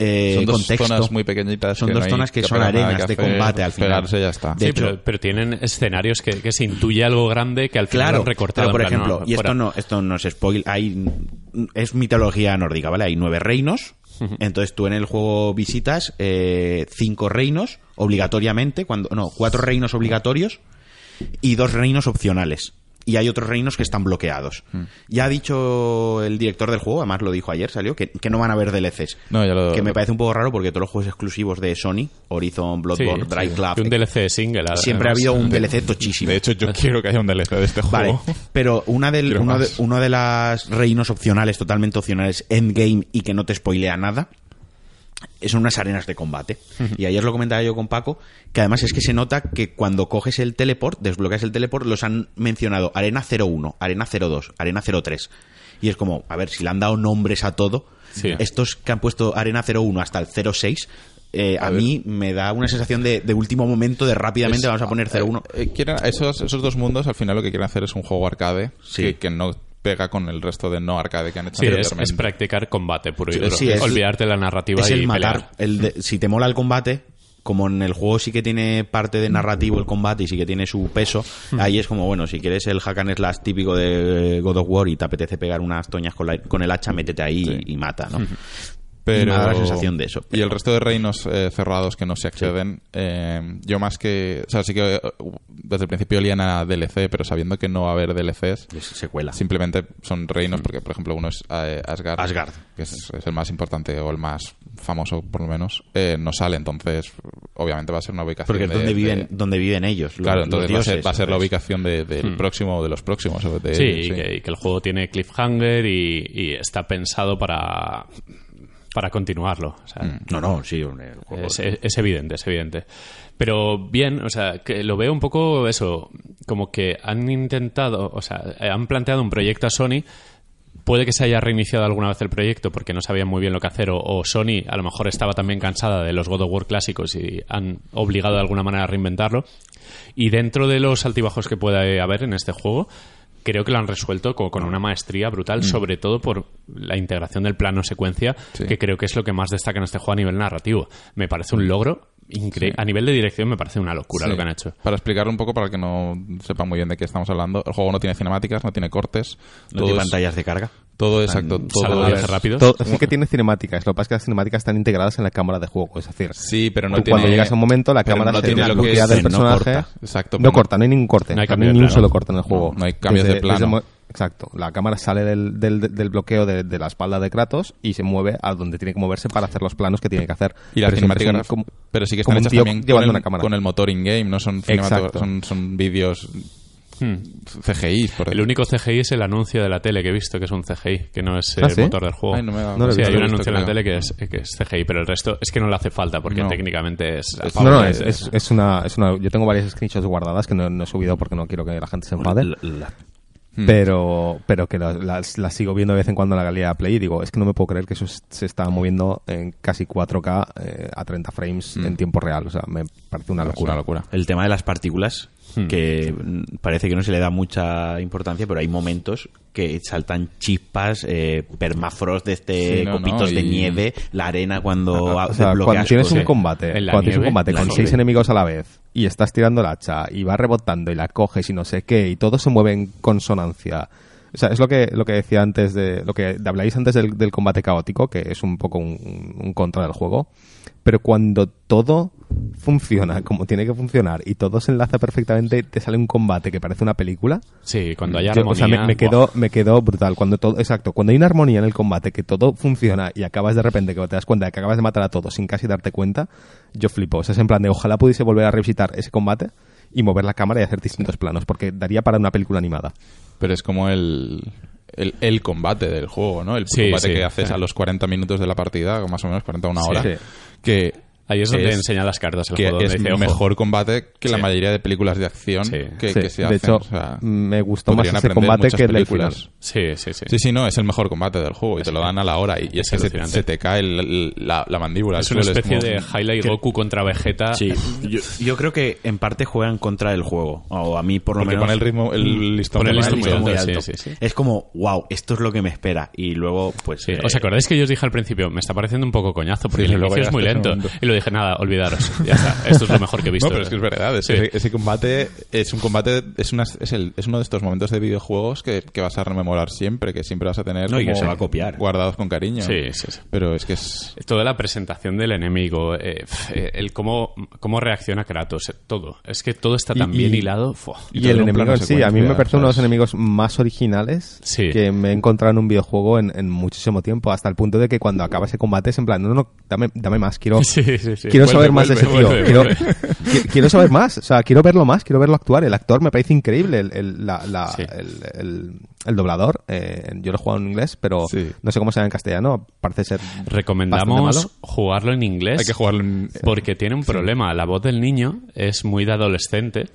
Speaker 2: eh,
Speaker 3: Son dos
Speaker 2: contexto.
Speaker 3: zonas muy pequeñitas.
Speaker 2: Son
Speaker 3: que
Speaker 2: dos
Speaker 3: no hay
Speaker 2: zonas que,
Speaker 3: que
Speaker 2: son
Speaker 3: pegar nada,
Speaker 2: arenas
Speaker 3: que
Speaker 2: de
Speaker 3: hacer,
Speaker 2: combate al final.
Speaker 3: pegarse y ya está.
Speaker 2: De
Speaker 1: sí,
Speaker 2: hecho-
Speaker 1: pero, pero tienen escenarios que, que se intuye algo grande que al final
Speaker 2: Claro,
Speaker 1: han recortado.
Speaker 2: pero por
Speaker 1: en plan,
Speaker 2: ejemplo,
Speaker 1: no,
Speaker 2: y
Speaker 1: fuera.
Speaker 2: esto no, esto no es spoil, hay, es mitología nórdica, ¿vale? Hay nueve reinos, entonces tú en el juego visitas eh, cinco reinos obligatoriamente, cuando no, cuatro reinos obligatorios y dos reinos opcionales. Y hay otros reinos que están bloqueados.
Speaker 3: Mm.
Speaker 2: Ya ha dicho el director del juego, además lo dijo ayer, salió, que, que no van a haber DLCs.
Speaker 3: No, ya lo-
Speaker 2: que me parece un poco raro porque todos los juegos exclusivos de Sony, Horizon,
Speaker 1: Sí,
Speaker 2: Bloodborne,
Speaker 1: sí.
Speaker 2: Drive Club, eh,
Speaker 1: Y un DLC single. además.
Speaker 2: siempre ha habido un DLC tochísimo.
Speaker 3: De hecho, yo quiero que haya un DLC de este
Speaker 2: Vale,
Speaker 3: juego.
Speaker 2: pero una del,
Speaker 3: Quiero
Speaker 2: uno, de,
Speaker 3: más.
Speaker 2: uno de las reinos opcionales, totalmente opcionales, endgame y que no te spoilea nada, son unas arenas de combate. Y ayer lo comentaba yo con Paco, que además es que se nota que cuando coges el teleport, desbloqueas el teleport, los han mencionado arena 01, arena 02, arena 03. Y es como, a ver, si le han dado nombres a todo,
Speaker 1: Sí.
Speaker 2: estos que han puesto arena 01 hasta el 06... eh, a,
Speaker 3: A ver.
Speaker 2: mí me da una sensación de, de último momento, de rápidamente
Speaker 3: Es-
Speaker 2: vamos a poner 01.
Speaker 3: eh, eh, quieren- esos, esos dos mundos al final lo que quieren hacer es un juego arcade
Speaker 2: Sí.
Speaker 3: que, que no pega con el resto de no arcade que han hecho
Speaker 1: Sí, es,
Speaker 3: anteriormente.
Speaker 1: es practicar combate puro y
Speaker 2: Sí,
Speaker 1: duro.
Speaker 2: sí, es-
Speaker 1: Olvidarte la narrativa
Speaker 2: es
Speaker 1: y
Speaker 2: el matar
Speaker 1: pelear.
Speaker 2: el de- si te mola el combate como en el juego sí que tiene parte de narrativo el combate y sí que tiene su peso
Speaker 3: Hmm.
Speaker 2: ahí es como bueno si quieres el hack and slash típico de God of War y te apetece pegar unas toñas con, la- con el hacha métete ahí
Speaker 3: Sí. Hmm.
Speaker 2: y, y mata ¿no?
Speaker 3: pero
Speaker 2: Y me da la sensación de eso.
Speaker 3: Y el resto de reinos eh, cerrados que no se acceden, eh, yo más que. O sea, sí que eh, desde el principio olían a DLC, pero sabiendo que no va a haber DLCs,
Speaker 2: Es secuela
Speaker 3: simplemente son reinos, porque por ejemplo uno es eh, Asgard,
Speaker 2: Asgard.
Speaker 3: que es, es el más importante o el más famoso por lo menos, eh, no sale, entonces obviamente va a ser una ubicación.
Speaker 2: porque es
Speaker 3: de-
Speaker 2: donde
Speaker 3: de-
Speaker 2: viven donde viven ellos los-
Speaker 3: Claro,
Speaker 2: los
Speaker 3: entonces va a ser,
Speaker 2: dioses,
Speaker 3: va a ser la
Speaker 2: entonces.
Speaker 3: ubicación de- del próximo o de los próximos. o de-
Speaker 1: Sí,
Speaker 3: de-
Speaker 1: Y, que, y que el juego tiene cliffhanger y, y está pensado para, para continuarlo. O sea,
Speaker 2: no no sí hombre, el juego-
Speaker 1: Es, es- es evidente, es evidente. Pero bien, o sea, que lo veo un poco eso, como que han intentado, o sea, eh, han planteado un proyecto a Sony. Puede que se haya reiniciado alguna vez el proyecto porque no sabían muy bien lo que hacer, o, o Sony a lo mejor estaba también cansada de los God of War clásicos y han obligado de alguna manera a reinventarlo. Y dentro de los altibajos que pueda haber en este juego, creo que lo han resuelto co- con, una maestría
Speaker 4: Mm.
Speaker 1: brutal, sobre todo por la integración del plano secuencia,
Speaker 3: Sí.
Speaker 1: que creo que es lo que más destaca en este juego a nivel narrativo. Me parece un logro increíble. A nivel de dirección me parece una locura
Speaker 3: Sí.
Speaker 1: lo que han hecho.
Speaker 3: Para explicarlo un poco, para el que no sepa muy bien de qué estamos hablando, el juego no tiene cinemáticas, no tiene cortes.
Speaker 2: no tiene
Speaker 3: es-
Speaker 2: pantallas de carga
Speaker 3: Todo exacto. Todo
Speaker 1: Salvajes
Speaker 3: es-
Speaker 1: rápidos.
Speaker 4: Todo- sí que tiene cinemáticas, lo que pasa es que las cinemáticas están integradas en la cámara de juego, es decir,
Speaker 3: Sí, pero no
Speaker 4: tú
Speaker 3: tiene.
Speaker 4: cuando llegas a un momento la
Speaker 3: pero
Speaker 4: cámara
Speaker 3: no
Speaker 4: se
Speaker 3: tiene
Speaker 4: la
Speaker 3: lo que
Speaker 4: velocidad
Speaker 3: es-
Speaker 4: del
Speaker 2: no
Speaker 4: personaje.
Speaker 2: corta.
Speaker 3: Exacto,
Speaker 4: No
Speaker 3: pero-
Speaker 4: corta, no hay ningún corte,
Speaker 1: No hay
Speaker 4: o sea,
Speaker 1: cambio de
Speaker 4: ni un
Speaker 1: plano.
Speaker 4: solo corte en el juego.
Speaker 3: No, no hay cambios de plano.
Speaker 4: mo- Exacto, la cámara sale del, del- del bloqueo de, de la espalda de Kratos y se mueve a donde tiene que moverse para hacer los planos que tiene que hacer.
Speaker 3: Y las
Speaker 4: Pero siempre
Speaker 3: cinemáticas.
Speaker 4: son como-
Speaker 3: pero sí que están
Speaker 4: como un
Speaker 3: hechas
Speaker 4: tío
Speaker 3: también con
Speaker 4: llevando
Speaker 3: el,
Speaker 4: una cámara.
Speaker 3: con el motor in-game, no son cinematog-
Speaker 4: Exacto.
Speaker 3: Son, son vídeos CGI, por
Speaker 1: Hmm. El único CGI es el anuncio de la tele que he visto, que es un CGI, que no es eh,
Speaker 4: ¿Ah,
Speaker 1: el
Speaker 4: sí?
Speaker 1: motor del juego.
Speaker 3: Ay, no me da-
Speaker 4: No lo he
Speaker 1: sí, hay
Speaker 4: visto,
Speaker 1: un
Speaker 3: no lo he
Speaker 1: anuncio en la
Speaker 3: visto,
Speaker 1: tele que es, que es CGI, pero el resto es que no le hace falta porque
Speaker 3: No.
Speaker 1: técnicamente es...
Speaker 3: Es-
Speaker 4: No, no,
Speaker 1: apabullante.
Speaker 4: es, es- es una, es una- Yo tengo varias screenshots guardadas que no, no he subido porque no quiero que la gente se enfade.
Speaker 2: La- la-
Speaker 3: Hmm.
Speaker 4: pero pero que la- las las sigo viendo de vez en cuando en la galería Play y digo, es que no me puedo creer que eso es- se está moviendo en casi 4K eh, a 30 frames en tiempo real. O sea, me parece una
Speaker 3: Es Hmm. Pues una
Speaker 4: locura.
Speaker 3: locura.
Speaker 2: El tema de las partículas, que mm, parece que no se le da mucha importancia, pero hay momentos que saltan chispas, eh, permafrost de este
Speaker 3: Sí, no,
Speaker 2: copitos
Speaker 3: no,
Speaker 2: de
Speaker 3: y-
Speaker 2: nieve, la arena cuando
Speaker 4: O
Speaker 2: ah,
Speaker 4: sea,
Speaker 2: desbloqueas
Speaker 4: cuando tienes un
Speaker 2: cosas.
Speaker 4: combate,
Speaker 1: En la
Speaker 4: cuando tienes un
Speaker 1: nieve,
Speaker 4: combate
Speaker 1: la
Speaker 4: con
Speaker 1: nieve.
Speaker 4: seis enemigos a la vez y estás tirando el hacha y va rebotando y la coges y no sé qué y todo se mueve en consonancia. O sea, es lo que, lo que decía antes de. lo que habláis antes del, del combate caótico, que es un poco un, un contra del juego. Pero cuando todo funciona como tiene que funcionar y todo se enlaza perfectamente, te sale un combate que parece una película.
Speaker 1: Sí, cuando haya
Speaker 4: Yo,
Speaker 1: armonía...
Speaker 4: o sea, me, me
Speaker 1: ¡buah!
Speaker 4: quedó, me quedó brutal. Cuando todo, exacto, cuando hay una armonía en el combate, que todo funciona y acabas de repente que te das cuenta de que acabas de matar a todos sin casi darte cuenta, yo flipo. O sea, es en plan de ojalá pudiese volver a revisitar ese combate y mover la cámara y hacer distintos planos, porque daría para una película animada.
Speaker 3: Pero es como el, el, el combate del juego, ¿no? El
Speaker 1: Sí,
Speaker 3: combate
Speaker 1: sí,
Speaker 3: que haces
Speaker 1: sí.
Speaker 3: a los 40 minutos de la partida, más o menos 40 a una
Speaker 1: Sí.
Speaker 3: hora.
Speaker 4: Sí.
Speaker 3: Que
Speaker 1: Ahí es donde
Speaker 3: es-
Speaker 1: enseña las cartas el
Speaker 3: que
Speaker 1: juego.
Speaker 3: es
Speaker 1: donde dice, "Ojo".
Speaker 3: mejor combate que la
Speaker 1: Sí.
Speaker 3: mayoría de películas de acción
Speaker 1: Sí.
Speaker 3: que,
Speaker 4: Sí,
Speaker 3: que se
Speaker 4: de
Speaker 3: hacen.
Speaker 4: hecho, mm,
Speaker 3: o sea,
Speaker 4: me gustó más
Speaker 3: podrían
Speaker 4: ese
Speaker 3: aprender
Speaker 4: combate
Speaker 3: muchas
Speaker 4: que el del
Speaker 3: películas.
Speaker 4: final.
Speaker 1: Sí, sí, sí.
Speaker 3: Sí, sí, no, es el mejor combate del juego y te lo dan a la hora y, y es que se,
Speaker 1: alucinante.
Speaker 3: se te cae el- el- la, la mandíbula.
Speaker 1: Es
Speaker 3: el
Speaker 1: una
Speaker 3: suelo,
Speaker 1: especie
Speaker 3: como-
Speaker 1: de Highlight Goku contra Vegeta.
Speaker 2: Sí, yo, yo creo que en parte juegan contra el juego. O a mí, por lo
Speaker 3: Porque
Speaker 2: menos.
Speaker 3: pone el ritmo, el listón
Speaker 1: Mm. Pone el
Speaker 3: muy
Speaker 1: listón
Speaker 3: alto.
Speaker 1: muy alto.
Speaker 2: muy
Speaker 1: sí, sí, sí.
Speaker 2: Es como, wow, esto es lo que me espera. Y luego, pues.
Speaker 1: Sí,
Speaker 2: eh,
Speaker 1: ¿Os acordáis que yo os dije al principio, me está pareciendo un poco coñazo porque
Speaker 3: Sí,
Speaker 1: el
Speaker 3: luego
Speaker 1: inicio es muy
Speaker 3: llegaste a ese
Speaker 1: lento?
Speaker 3: momento.
Speaker 1: Y lo dije, nada, olvidaros. Ya está, esto es lo mejor que he visto.
Speaker 3: No, pero es que es verdad. es-
Speaker 1: Sí.
Speaker 3: ese, ese combate es un combate, es, una- es, el- es uno de estos momentos de videojuegos que, que vas a rememorar siempre, que siempre vas a tener
Speaker 2: No, y que
Speaker 3: como
Speaker 2: se va a copiar.
Speaker 3: guardados con cariño.
Speaker 1: Sí, sí, sí.
Speaker 3: Pero es que es
Speaker 1: Toda la presentación del enemigo, eh, pf, eh, el cómo, cómo reacciona Kratos, eh, todo. Es que todo está
Speaker 3: Y-
Speaker 1: tan bien
Speaker 3: y-
Speaker 1: hilado. fuah.
Speaker 3: y
Speaker 4: Y,
Speaker 3: todo
Speaker 4: el
Speaker 3: en un
Speaker 4: enemigo
Speaker 3: plano
Speaker 4: en sí, a mí me
Speaker 3: secuencia,
Speaker 4: parece uno de los
Speaker 3: ¿sabes?
Speaker 4: enemigos más originales
Speaker 1: Sí.
Speaker 4: que me he encontrado en un videojuego en, en muchísimo tiempo, hasta el punto de que cuando acaba ese combate es en plan, no, no, dame, dame más, quiero,
Speaker 1: Sí, sí, sí.
Speaker 4: quiero
Speaker 1: Vuelve,
Speaker 4: saber más de ese
Speaker 1: vuelve,
Speaker 4: tío,
Speaker 1: vuelve,
Speaker 4: quiero,
Speaker 1: vuelve.
Speaker 4: qui- quiero saber más, o sea, quiero verlo más, quiero verlo actuar, el actor me parece increíble, el, el- la- la-
Speaker 1: Sí.
Speaker 4: el- el- el doblador, eh, yo lo he jugado en inglés, pero
Speaker 3: Sí.
Speaker 4: no sé cómo se llama en castellano, parece ser... bastante
Speaker 1: Recomendamos
Speaker 4: malo.
Speaker 1: jugarlo en inglés.
Speaker 3: hay que jugarlo en,
Speaker 1: Porque tiene un problema. La voz del niño es muy de adolescente,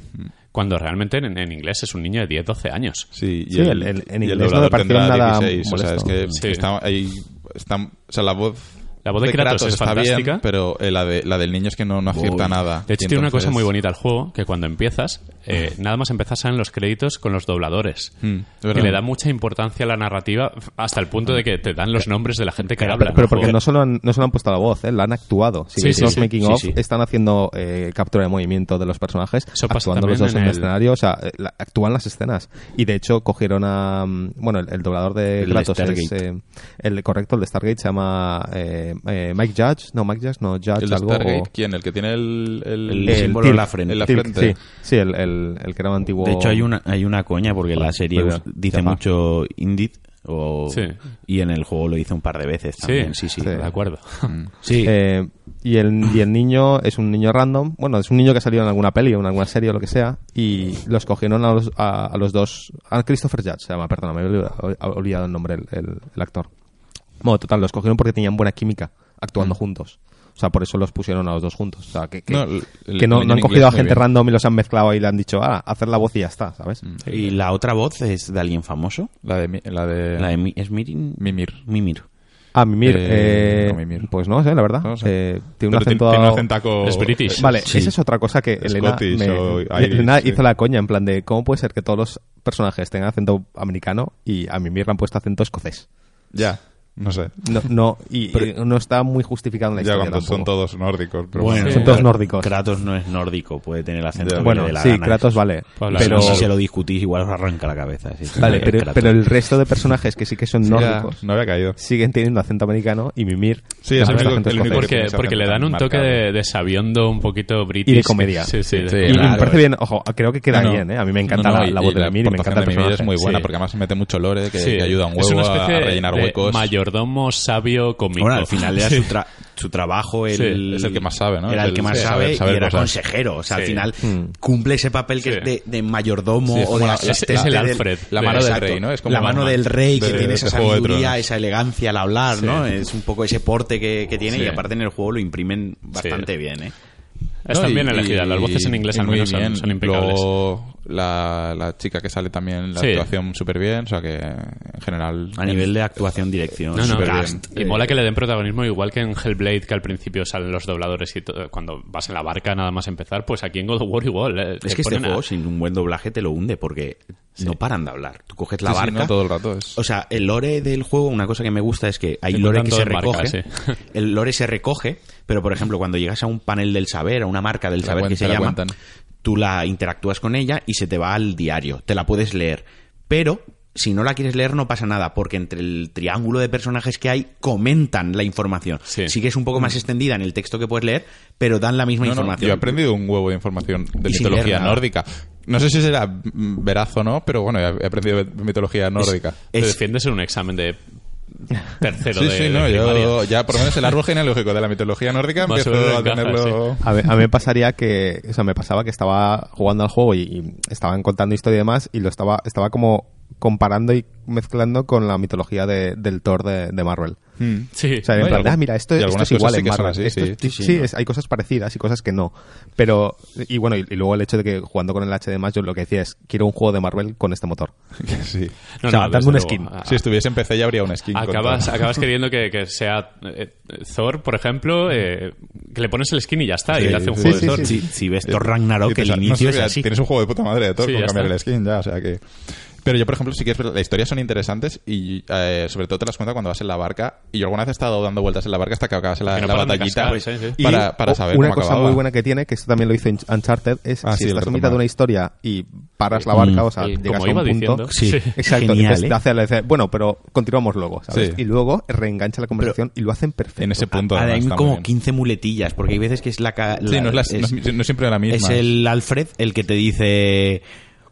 Speaker 1: cuando realmente en, en inglés es un niño de 10, 12 años.
Speaker 3: Sí, y
Speaker 4: Mm. Sí,
Speaker 3: el,
Speaker 4: el- el- en
Speaker 3: y el
Speaker 4: inglés no me
Speaker 3: doblador
Speaker 4: pareció
Speaker 3: tendrá
Speaker 4: nada
Speaker 3: 16, o sea, es
Speaker 4: molesto.
Speaker 3: que
Speaker 1: Sí.
Speaker 3: está ahí está, o sea, la voz
Speaker 1: La voz de Kratos es
Speaker 3: está
Speaker 1: fantástica.
Speaker 3: bien, pero eh, la de la del niño es que no, no acierta
Speaker 2: Uy.
Speaker 3: nada.
Speaker 1: De hecho,
Speaker 3: Y
Speaker 1: tiene una
Speaker 3: entonces-
Speaker 1: cosa muy bonita el juego, que cuando empiezas,
Speaker 4: Mm.
Speaker 1: eh, nada más empezar salen los créditos con los dobladores.
Speaker 3: Mm, es
Speaker 1: que
Speaker 3: verdad.
Speaker 1: le da mucha importancia a la narrativa, hasta el punto de que te dan los nombres de la gente que
Speaker 4: Pero,
Speaker 1: habla. en
Speaker 4: pero
Speaker 1: el
Speaker 4: porque
Speaker 1: juego.
Speaker 4: no solo, han, no solo han puesto la voz, ¿eh? la han actuado. Si
Speaker 1: Sí,
Speaker 4: veis
Speaker 1: sí,
Speaker 4: los
Speaker 1: sí,
Speaker 4: making
Speaker 2: sí,
Speaker 4: of,
Speaker 2: sí.
Speaker 4: están haciendo eh, captura de movimiento de los personajes,
Speaker 1: Eso pasa
Speaker 4: actuando los
Speaker 1: también
Speaker 4: dos
Speaker 1: en
Speaker 4: en el
Speaker 1: el-
Speaker 4: escenario, o sea, eh, la- actúan las escenas. Y de hecho cogieron a... mm, Bueno, el, el doblador de
Speaker 2: El de
Speaker 4: Kratos es...
Speaker 2: Stargate.
Speaker 4: eh, el correcto, el de Stargate se llama eh, eh, Mike Judge, no, Mike Judge, no, Judge
Speaker 3: el de
Speaker 4: algo... o-
Speaker 3: Stargate, ¿quién? El que tiene el el,
Speaker 2: El
Speaker 4: Eh,
Speaker 2: símbolo en la
Speaker 4: Tilk,
Speaker 2: frente.
Speaker 3: en la
Speaker 4: Tilk,
Speaker 3: frente.
Speaker 4: Sí, sí el, el- el que era antiguo...
Speaker 2: De hecho, hay una, hay una coña porque la serie
Speaker 4: perdón,
Speaker 2: us- dice
Speaker 4: llama.
Speaker 2: mucho Indie. O,
Speaker 1: Sí.
Speaker 2: Y en el juego lo dice un par de veces también. Sí, sí.
Speaker 4: Sí.
Speaker 1: De acuerdo.
Speaker 2: Sí.
Speaker 4: Eh, y, el, y el niño es un niño random. Bueno, es un niño que ha salido en alguna peli o en alguna serie o lo que sea. Y los cogieron a los, a, a los dos. A Christopher Judge se llama, perdona, me he olvidado, he olvidado el nombre, el, el- el actor. Bueno, total, los cogieron porque tenían buena química actuando juntos. O sea, por eso los pusieron a los dos juntos. O sea, que, que-
Speaker 3: Mm. No, el- el
Speaker 4: que no-
Speaker 3: niño
Speaker 4: no han
Speaker 3: en
Speaker 4: cogido a
Speaker 3: inglés muy
Speaker 4: gente
Speaker 3: bien. Mm.
Speaker 4: random y los han mezclado y le han dicho, ah, hacer la voz y ya está, ¿sabes?
Speaker 2: y la otra voz es de alguien famoso.
Speaker 3: la de mi- la de,
Speaker 2: La de Mi- ¿Es Mirin?
Speaker 3: Mimir.
Speaker 2: Mimir.
Speaker 4: Ah, Mimir.
Speaker 3: Eh,
Speaker 4: eh,
Speaker 3: no, Mimir.
Speaker 4: Pues no sé, la verdad.
Speaker 3: No sé.
Speaker 4: Eh, tiene un
Speaker 3: Pero
Speaker 4: acento...
Speaker 3: tiene un acentaco-
Speaker 1: Es british.
Speaker 4: Vale,
Speaker 2: Sí.
Speaker 4: esa es otra cosa que Elena,
Speaker 3: Scottish
Speaker 4: me-
Speaker 3: o Irish,
Speaker 4: Elena
Speaker 3: sí.
Speaker 4: hizo la coña, en plan de cómo puede ser que todos los personajes tengan acento americano y a Mimir le han puesto acento escocés.
Speaker 3: Ya, no sé.
Speaker 4: No, no, y,
Speaker 3: Pero-
Speaker 4: y no está muy justificado en la
Speaker 3: Ya
Speaker 4: historia
Speaker 3: cuando son
Speaker 4: tampoco.
Speaker 3: todos nórdicos, pero
Speaker 2: Bueno,
Speaker 4: son todos nórdicos.
Speaker 2: Kratos no es nórdico, puede tener el acento.
Speaker 3: Ya.
Speaker 2: que le
Speaker 4: Bueno,
Speaker 2: dé la
Speaker 4: sí,
Speaker 2: gana.
Speaker 4: Kratos vale,
Speaker 3: Pues
Speaker 1: Habla-
Speaker 4: pero...
Speaker 2: Pero si se lo discutís, igual os arranca la cabeza. sí.
Speaker 4: Vale,
Speaker 2: Es
Speaker 4: pero,
Speaker 2: Kratos.
Speaker 4: pero el resto de personajes que sí que son
Speaker 3: Sí, ya,
Speaker 4: nórdicos
Speaker 3: no había caído.
Speaker 4: siguen teniendo acento americano y Mimir
Speaker 3: Sí,
Speaker 4: le
Speaker 3: es
Speaker 4: han
Speaker 3: el único-
Speaker 4: puesto acento
Speaker 3: el único
Speaker 4: escocés.
Speaker 3: que-
Speaker 1: Porque, porque le dan un toque de, de sabiondo un poquito british.
Speaker 4: Y de comedia.
Speaker 1: Sí, sí. de-
Speaker 3: Sí,
Speaker 4: Y
Speaker 3: claro,
Speaker 4: me parece
Speaker 3: es-
Speaker 4: bien, ojo, creo que queda
Speaker 3: No, no.
Speaker 4: bien, ¿eh? A mí me encanta
Speaker 3: No, no,
Speaker 4: la,
Speaker 3: y-
Speaker 4: la voz de Mimir y me
Speaker 3: aportación
Speaker 4: encanta el
Speaker 3: de Mimir
Speaker 4: personaje.
Speaker 3: es muy buena
Speaker 1: Sí.
Speaker 3: porque además se mete mucho lore que,
Speaker 1: sí.
Speaker 3: que ayuda un
Speaker 1: es
Speaker 3: huevo
Speaker 1: una
Speaker 3: a
Speaker 1: especie de-
Speaker 3: rellenar
Speaker 1: de
Speaker 3: huecos.
Speaker 1: mayordomo sabio cómico.
Speaker 2: Bueno, al final era
Speaker 1: Sí.
Speaker 2: su, tra- su trabajo. El,
Speaker 1: Sí,
Speaker 3: es el que más sabe, ¿no?
Speaker 2: Era el,
Speaker 3: El
Speaker 2: que más
Speaker 3: saber-
Speaker 2: sabe
Speaker 3: saber
Speaker 2: y era
Speaker 3: cosas.
Speaker 2: consejero. O sea, al
Speaker 1: Sí.
Speaker 2: final cumple ese papel que
Speaker 1: Sí.
Speaker 2: es de, de mayordomo
Speaker 3: Sí, es
Speaker 2: o
Speaker 3: como
Speaker 2: de
Speaker 3: la-
Speaker 2: asistente
Speaker 1: es el
Speaker 2: del-
Speaker 1: Alfred.
Speaker 3: La mano del
Speaker 2: Exacto.
Speaker 3: rey, ¿no? Es como
Speaker 2: la mano
Speaker 3: Batman.
Speaker 2: del rey que
Speaker 3: De-
Speaker 2: tiene
Speaker 3: de
Speaker 2: esa
Speaker 3: Juego de
Speaker 2: sabiduría,
Speaker 3: Tronos.
Speaker 2: esa elegancia al hablar, ¿no? Es un poco ese porte que, que tiene
Speaker 1: Sí.
Speaker 2: y aparte en el juego lo imprimen bastante bien, ¿eh?
Speaker 1: Están
Speaker 3: No, y-
Speaker 1: bien elegidas.
Speaker 3: y-
Speaker 1: Las voces en inglés
Speaker 3: y
Speaker 1: al
Speaker 3: muy
Speaker 1: menos
Speaker 3: bien.
Speaker 1: son, son impecables.
Speaker 3: Luego, la, la chica que sale también, la
Speaker 1: Sí.
Speaker 3: actuación súper bien. O sea que, en general...
Speaker 2: A nivel de actuación, dirección,
Speaker 1: No, no,
Speaker 2: cast,
Speaker 1: y
Speaker 2: eh,
Speaker 1: mola que le den protagonismo igual que en Hellblade, que al principio salen los dobladores y todo, cuando vas en la barca nada más empezar, pues aquí en God of War igual. eh, te
Speaker 2: Es que este
Speaker 1: ponen a-
Speaker 2: juego sin un buen doblaje te lo hunde porque no paran de hablar. Tú coges la
Speaker 3: Sí, sí,
Speaker 2: barca.
Speaker 3: no, todo el rato es-
Speaker 2: O sea, el lore del juego, una cosa que me gusta es que hay
Speaker 1: Te
Speaker 2: lore que se
Speaker 1: cuentan todo en
Speaker 2: recoge.
Speaker 1: marca, sí.
Speaker 2: El lore se recoge, pero por ejemplo, cuando llegas a un panel del saber, a una marca del
Speaker 3: La
Speaker 2: saber
Speaker 3: cuenta,
Speaker 2: que se
Speaker 3: la
Speaker 2: llama,
Speaker 3: cuentan.
Speaker 2: tú la interactúas con ella y se te va al diario. Te la puedes leer. Pero si no la quieres leer no pasa nada, porque entre el triángulo de personajes que hay comentan la información.
Speaker 1: Sí.
Speaker 2: Sí, que es un poco más extendida en el texto que puedes leer, pero dan la misma
Speaker 3: No, no,
Speaker 2: información.
Speaker 3: yo he aprendido un huevo de información de
Speaker 2: Y sin leer
Speaker 3: mitología
Speaker 2: nada.
Speaker 3: nórdica. No sé si será mm, veraz o no, pero bueno, he aprendido de mitología nórdica.
Speaker 1: Te
Speaker 2: Es-
Speaker 1: defiendes en un examen de tercero
Speaker 3: Sí,
Speaker 1: de,
Speaker 3: sí,
Speaker 1: de
Speaker 3: no,
Speaker 1: primaria.
Speaker 3: yo ya por lo menos el árbol genealógico de la mitología nórdica
Speaker 1: Más o
Speaker 3: empiezo
Speaker 1: menos
Speaker 3: a
Speaker 1: encaja,
Speaker 3: tenerlo...
Speaker 4: A, ver, a mí me pasaría que, o sea, me pasaba que estaba jugando al juego y, y estaban contando historia y demás y lo estaba, estaba como comparando y mezclando con la mitología de- del Thor de, de Marvel.
Speaker 3: Mm.
Speaker 1: Sí.
Speaker 4: O sea, en
Speaker 3: No, y
Speaker 4: plan,
Speaker 3: algún-
Speaker 4: ah, mira, esto,
Speaker 3: y
Speaker 4: esto
Speaker 3: algunas
Speaker 4: es igual
Speaker 3: cosas sí
Speaker 4: en
Speaker 3: que son así,
Speaker 4: Marvel. Esto es-
Speaker 2: sí.
Speaker 4: sí,
Speaker 2: Sí, ¿no?
Speaker 4: es- hay cosas parecidas y cosas que no. Pero, y bueno, y, y luego el hecho de que jugando con el HD más, yo lo que decía es, quiero un juego de Marvel con este motor.
Speaker 3: Sí.
Speaker 1: No,
Speaker 4: o sea,
Speaker 1: no,
Speaker 4: dame un
Speaker 1: desde
Speaker 4: skin.
Speaker 1: luego. Ah,
Speaker 3: Si estuviese en PC ya habría un skin. con
Speaker 1: Acabas,
Speaker 3: todo.
Speaker 1: acabas queriendo que, que sea eh, eh, Thor, por ejemplo, eh, que le pones el skin y ya está, y
Speaker 3: Sí,
Speaker 1: le hace un
Speaker 3: sí,
Speaker 1: juego
Speaker 4: sí,
Speaker 1: de Thor.
Speaker 2: Si, si ves Thor
Speaker 3: Y
Speaker 2: Ragnarok, el
Speaker 3: piensas, no
Speaker 2: inicio
Speaker 3: sé,
Speaker 2: es
Speaker 3: mira,
Speaker 2: así.
Speaker 3: Tienes un juego de puta madre de todo
Speaker 1: Sí,
Speaker 3: con
Speaker 1: ya
Speaker 3: cambiar
Speaker 1: está.
Speaker 3: el skin, ya, o sea que... Pero yo, por ejemplo, sí que es verdad, las historias son interesantes y eh, sobre todo te las cuenta cuando vas en la barca. Y yo alguna vez he estado dando vueltas en la barca hasta que acabas en la,
Speaker 1: Que no
Speaker 3: la
Speaker 1: paran de
Speaker 3: batallita
Speaker 1: cascar, sí, sí.
Speaker 4: Y
Speaker 3: para, para
Speaker 4: o-
Speaker 3: saber
Speaker 4: una
Speaker 3: cómo
Speaker 4: cosa
Speaker 3: acababa.
Speaker 4: muy buena que tiene, que esto también lo hizo en Uncharted, es
Speaker 3: Ah, sí,
Speaker 4: si
Speaker 3: el Mm.
Speaker 4: estás en
Speaker 3: retomar.
Speaker 4: mitad de una historia y paras la barca, o sea,
Speaker 1: Y
Speaker 4: llegas
Speaker 1: como
Speaker 4: a un
Speaker 1: iba
Speaker 4: punto...
Speaker 1: diciendo.
Speaker 2: Sí.
Speaker 4: Exacto,
Speaker 2: Genial,
Speaker 4: entonces
Speaker 2: ¿eh?
Speaker 4: te hace la dice, bueno, pero continuamos luego, ¿sabes?
Speaker 3: Sí.
Speaker 4: Y luego reengancha la conversación y lo hacen perfecto.
Speaker 3: En ese punto.
Speaker 2: Ah,
Speaker 3: además,
Speaker 2: hay
Speaker 3: está muy
Speaker 2: como
Speaker 3: bien.
Speaker 2: 15 muletillas, porque hay veces que es la... ca-
Speaker 3: Sí,
Speaker 2: la-
Speaker 3: no, es la-
Speaker 2: es-
Speaker 3: no es- no es siempre la misma.
Speaker 2: Es el Alfred el que te dice.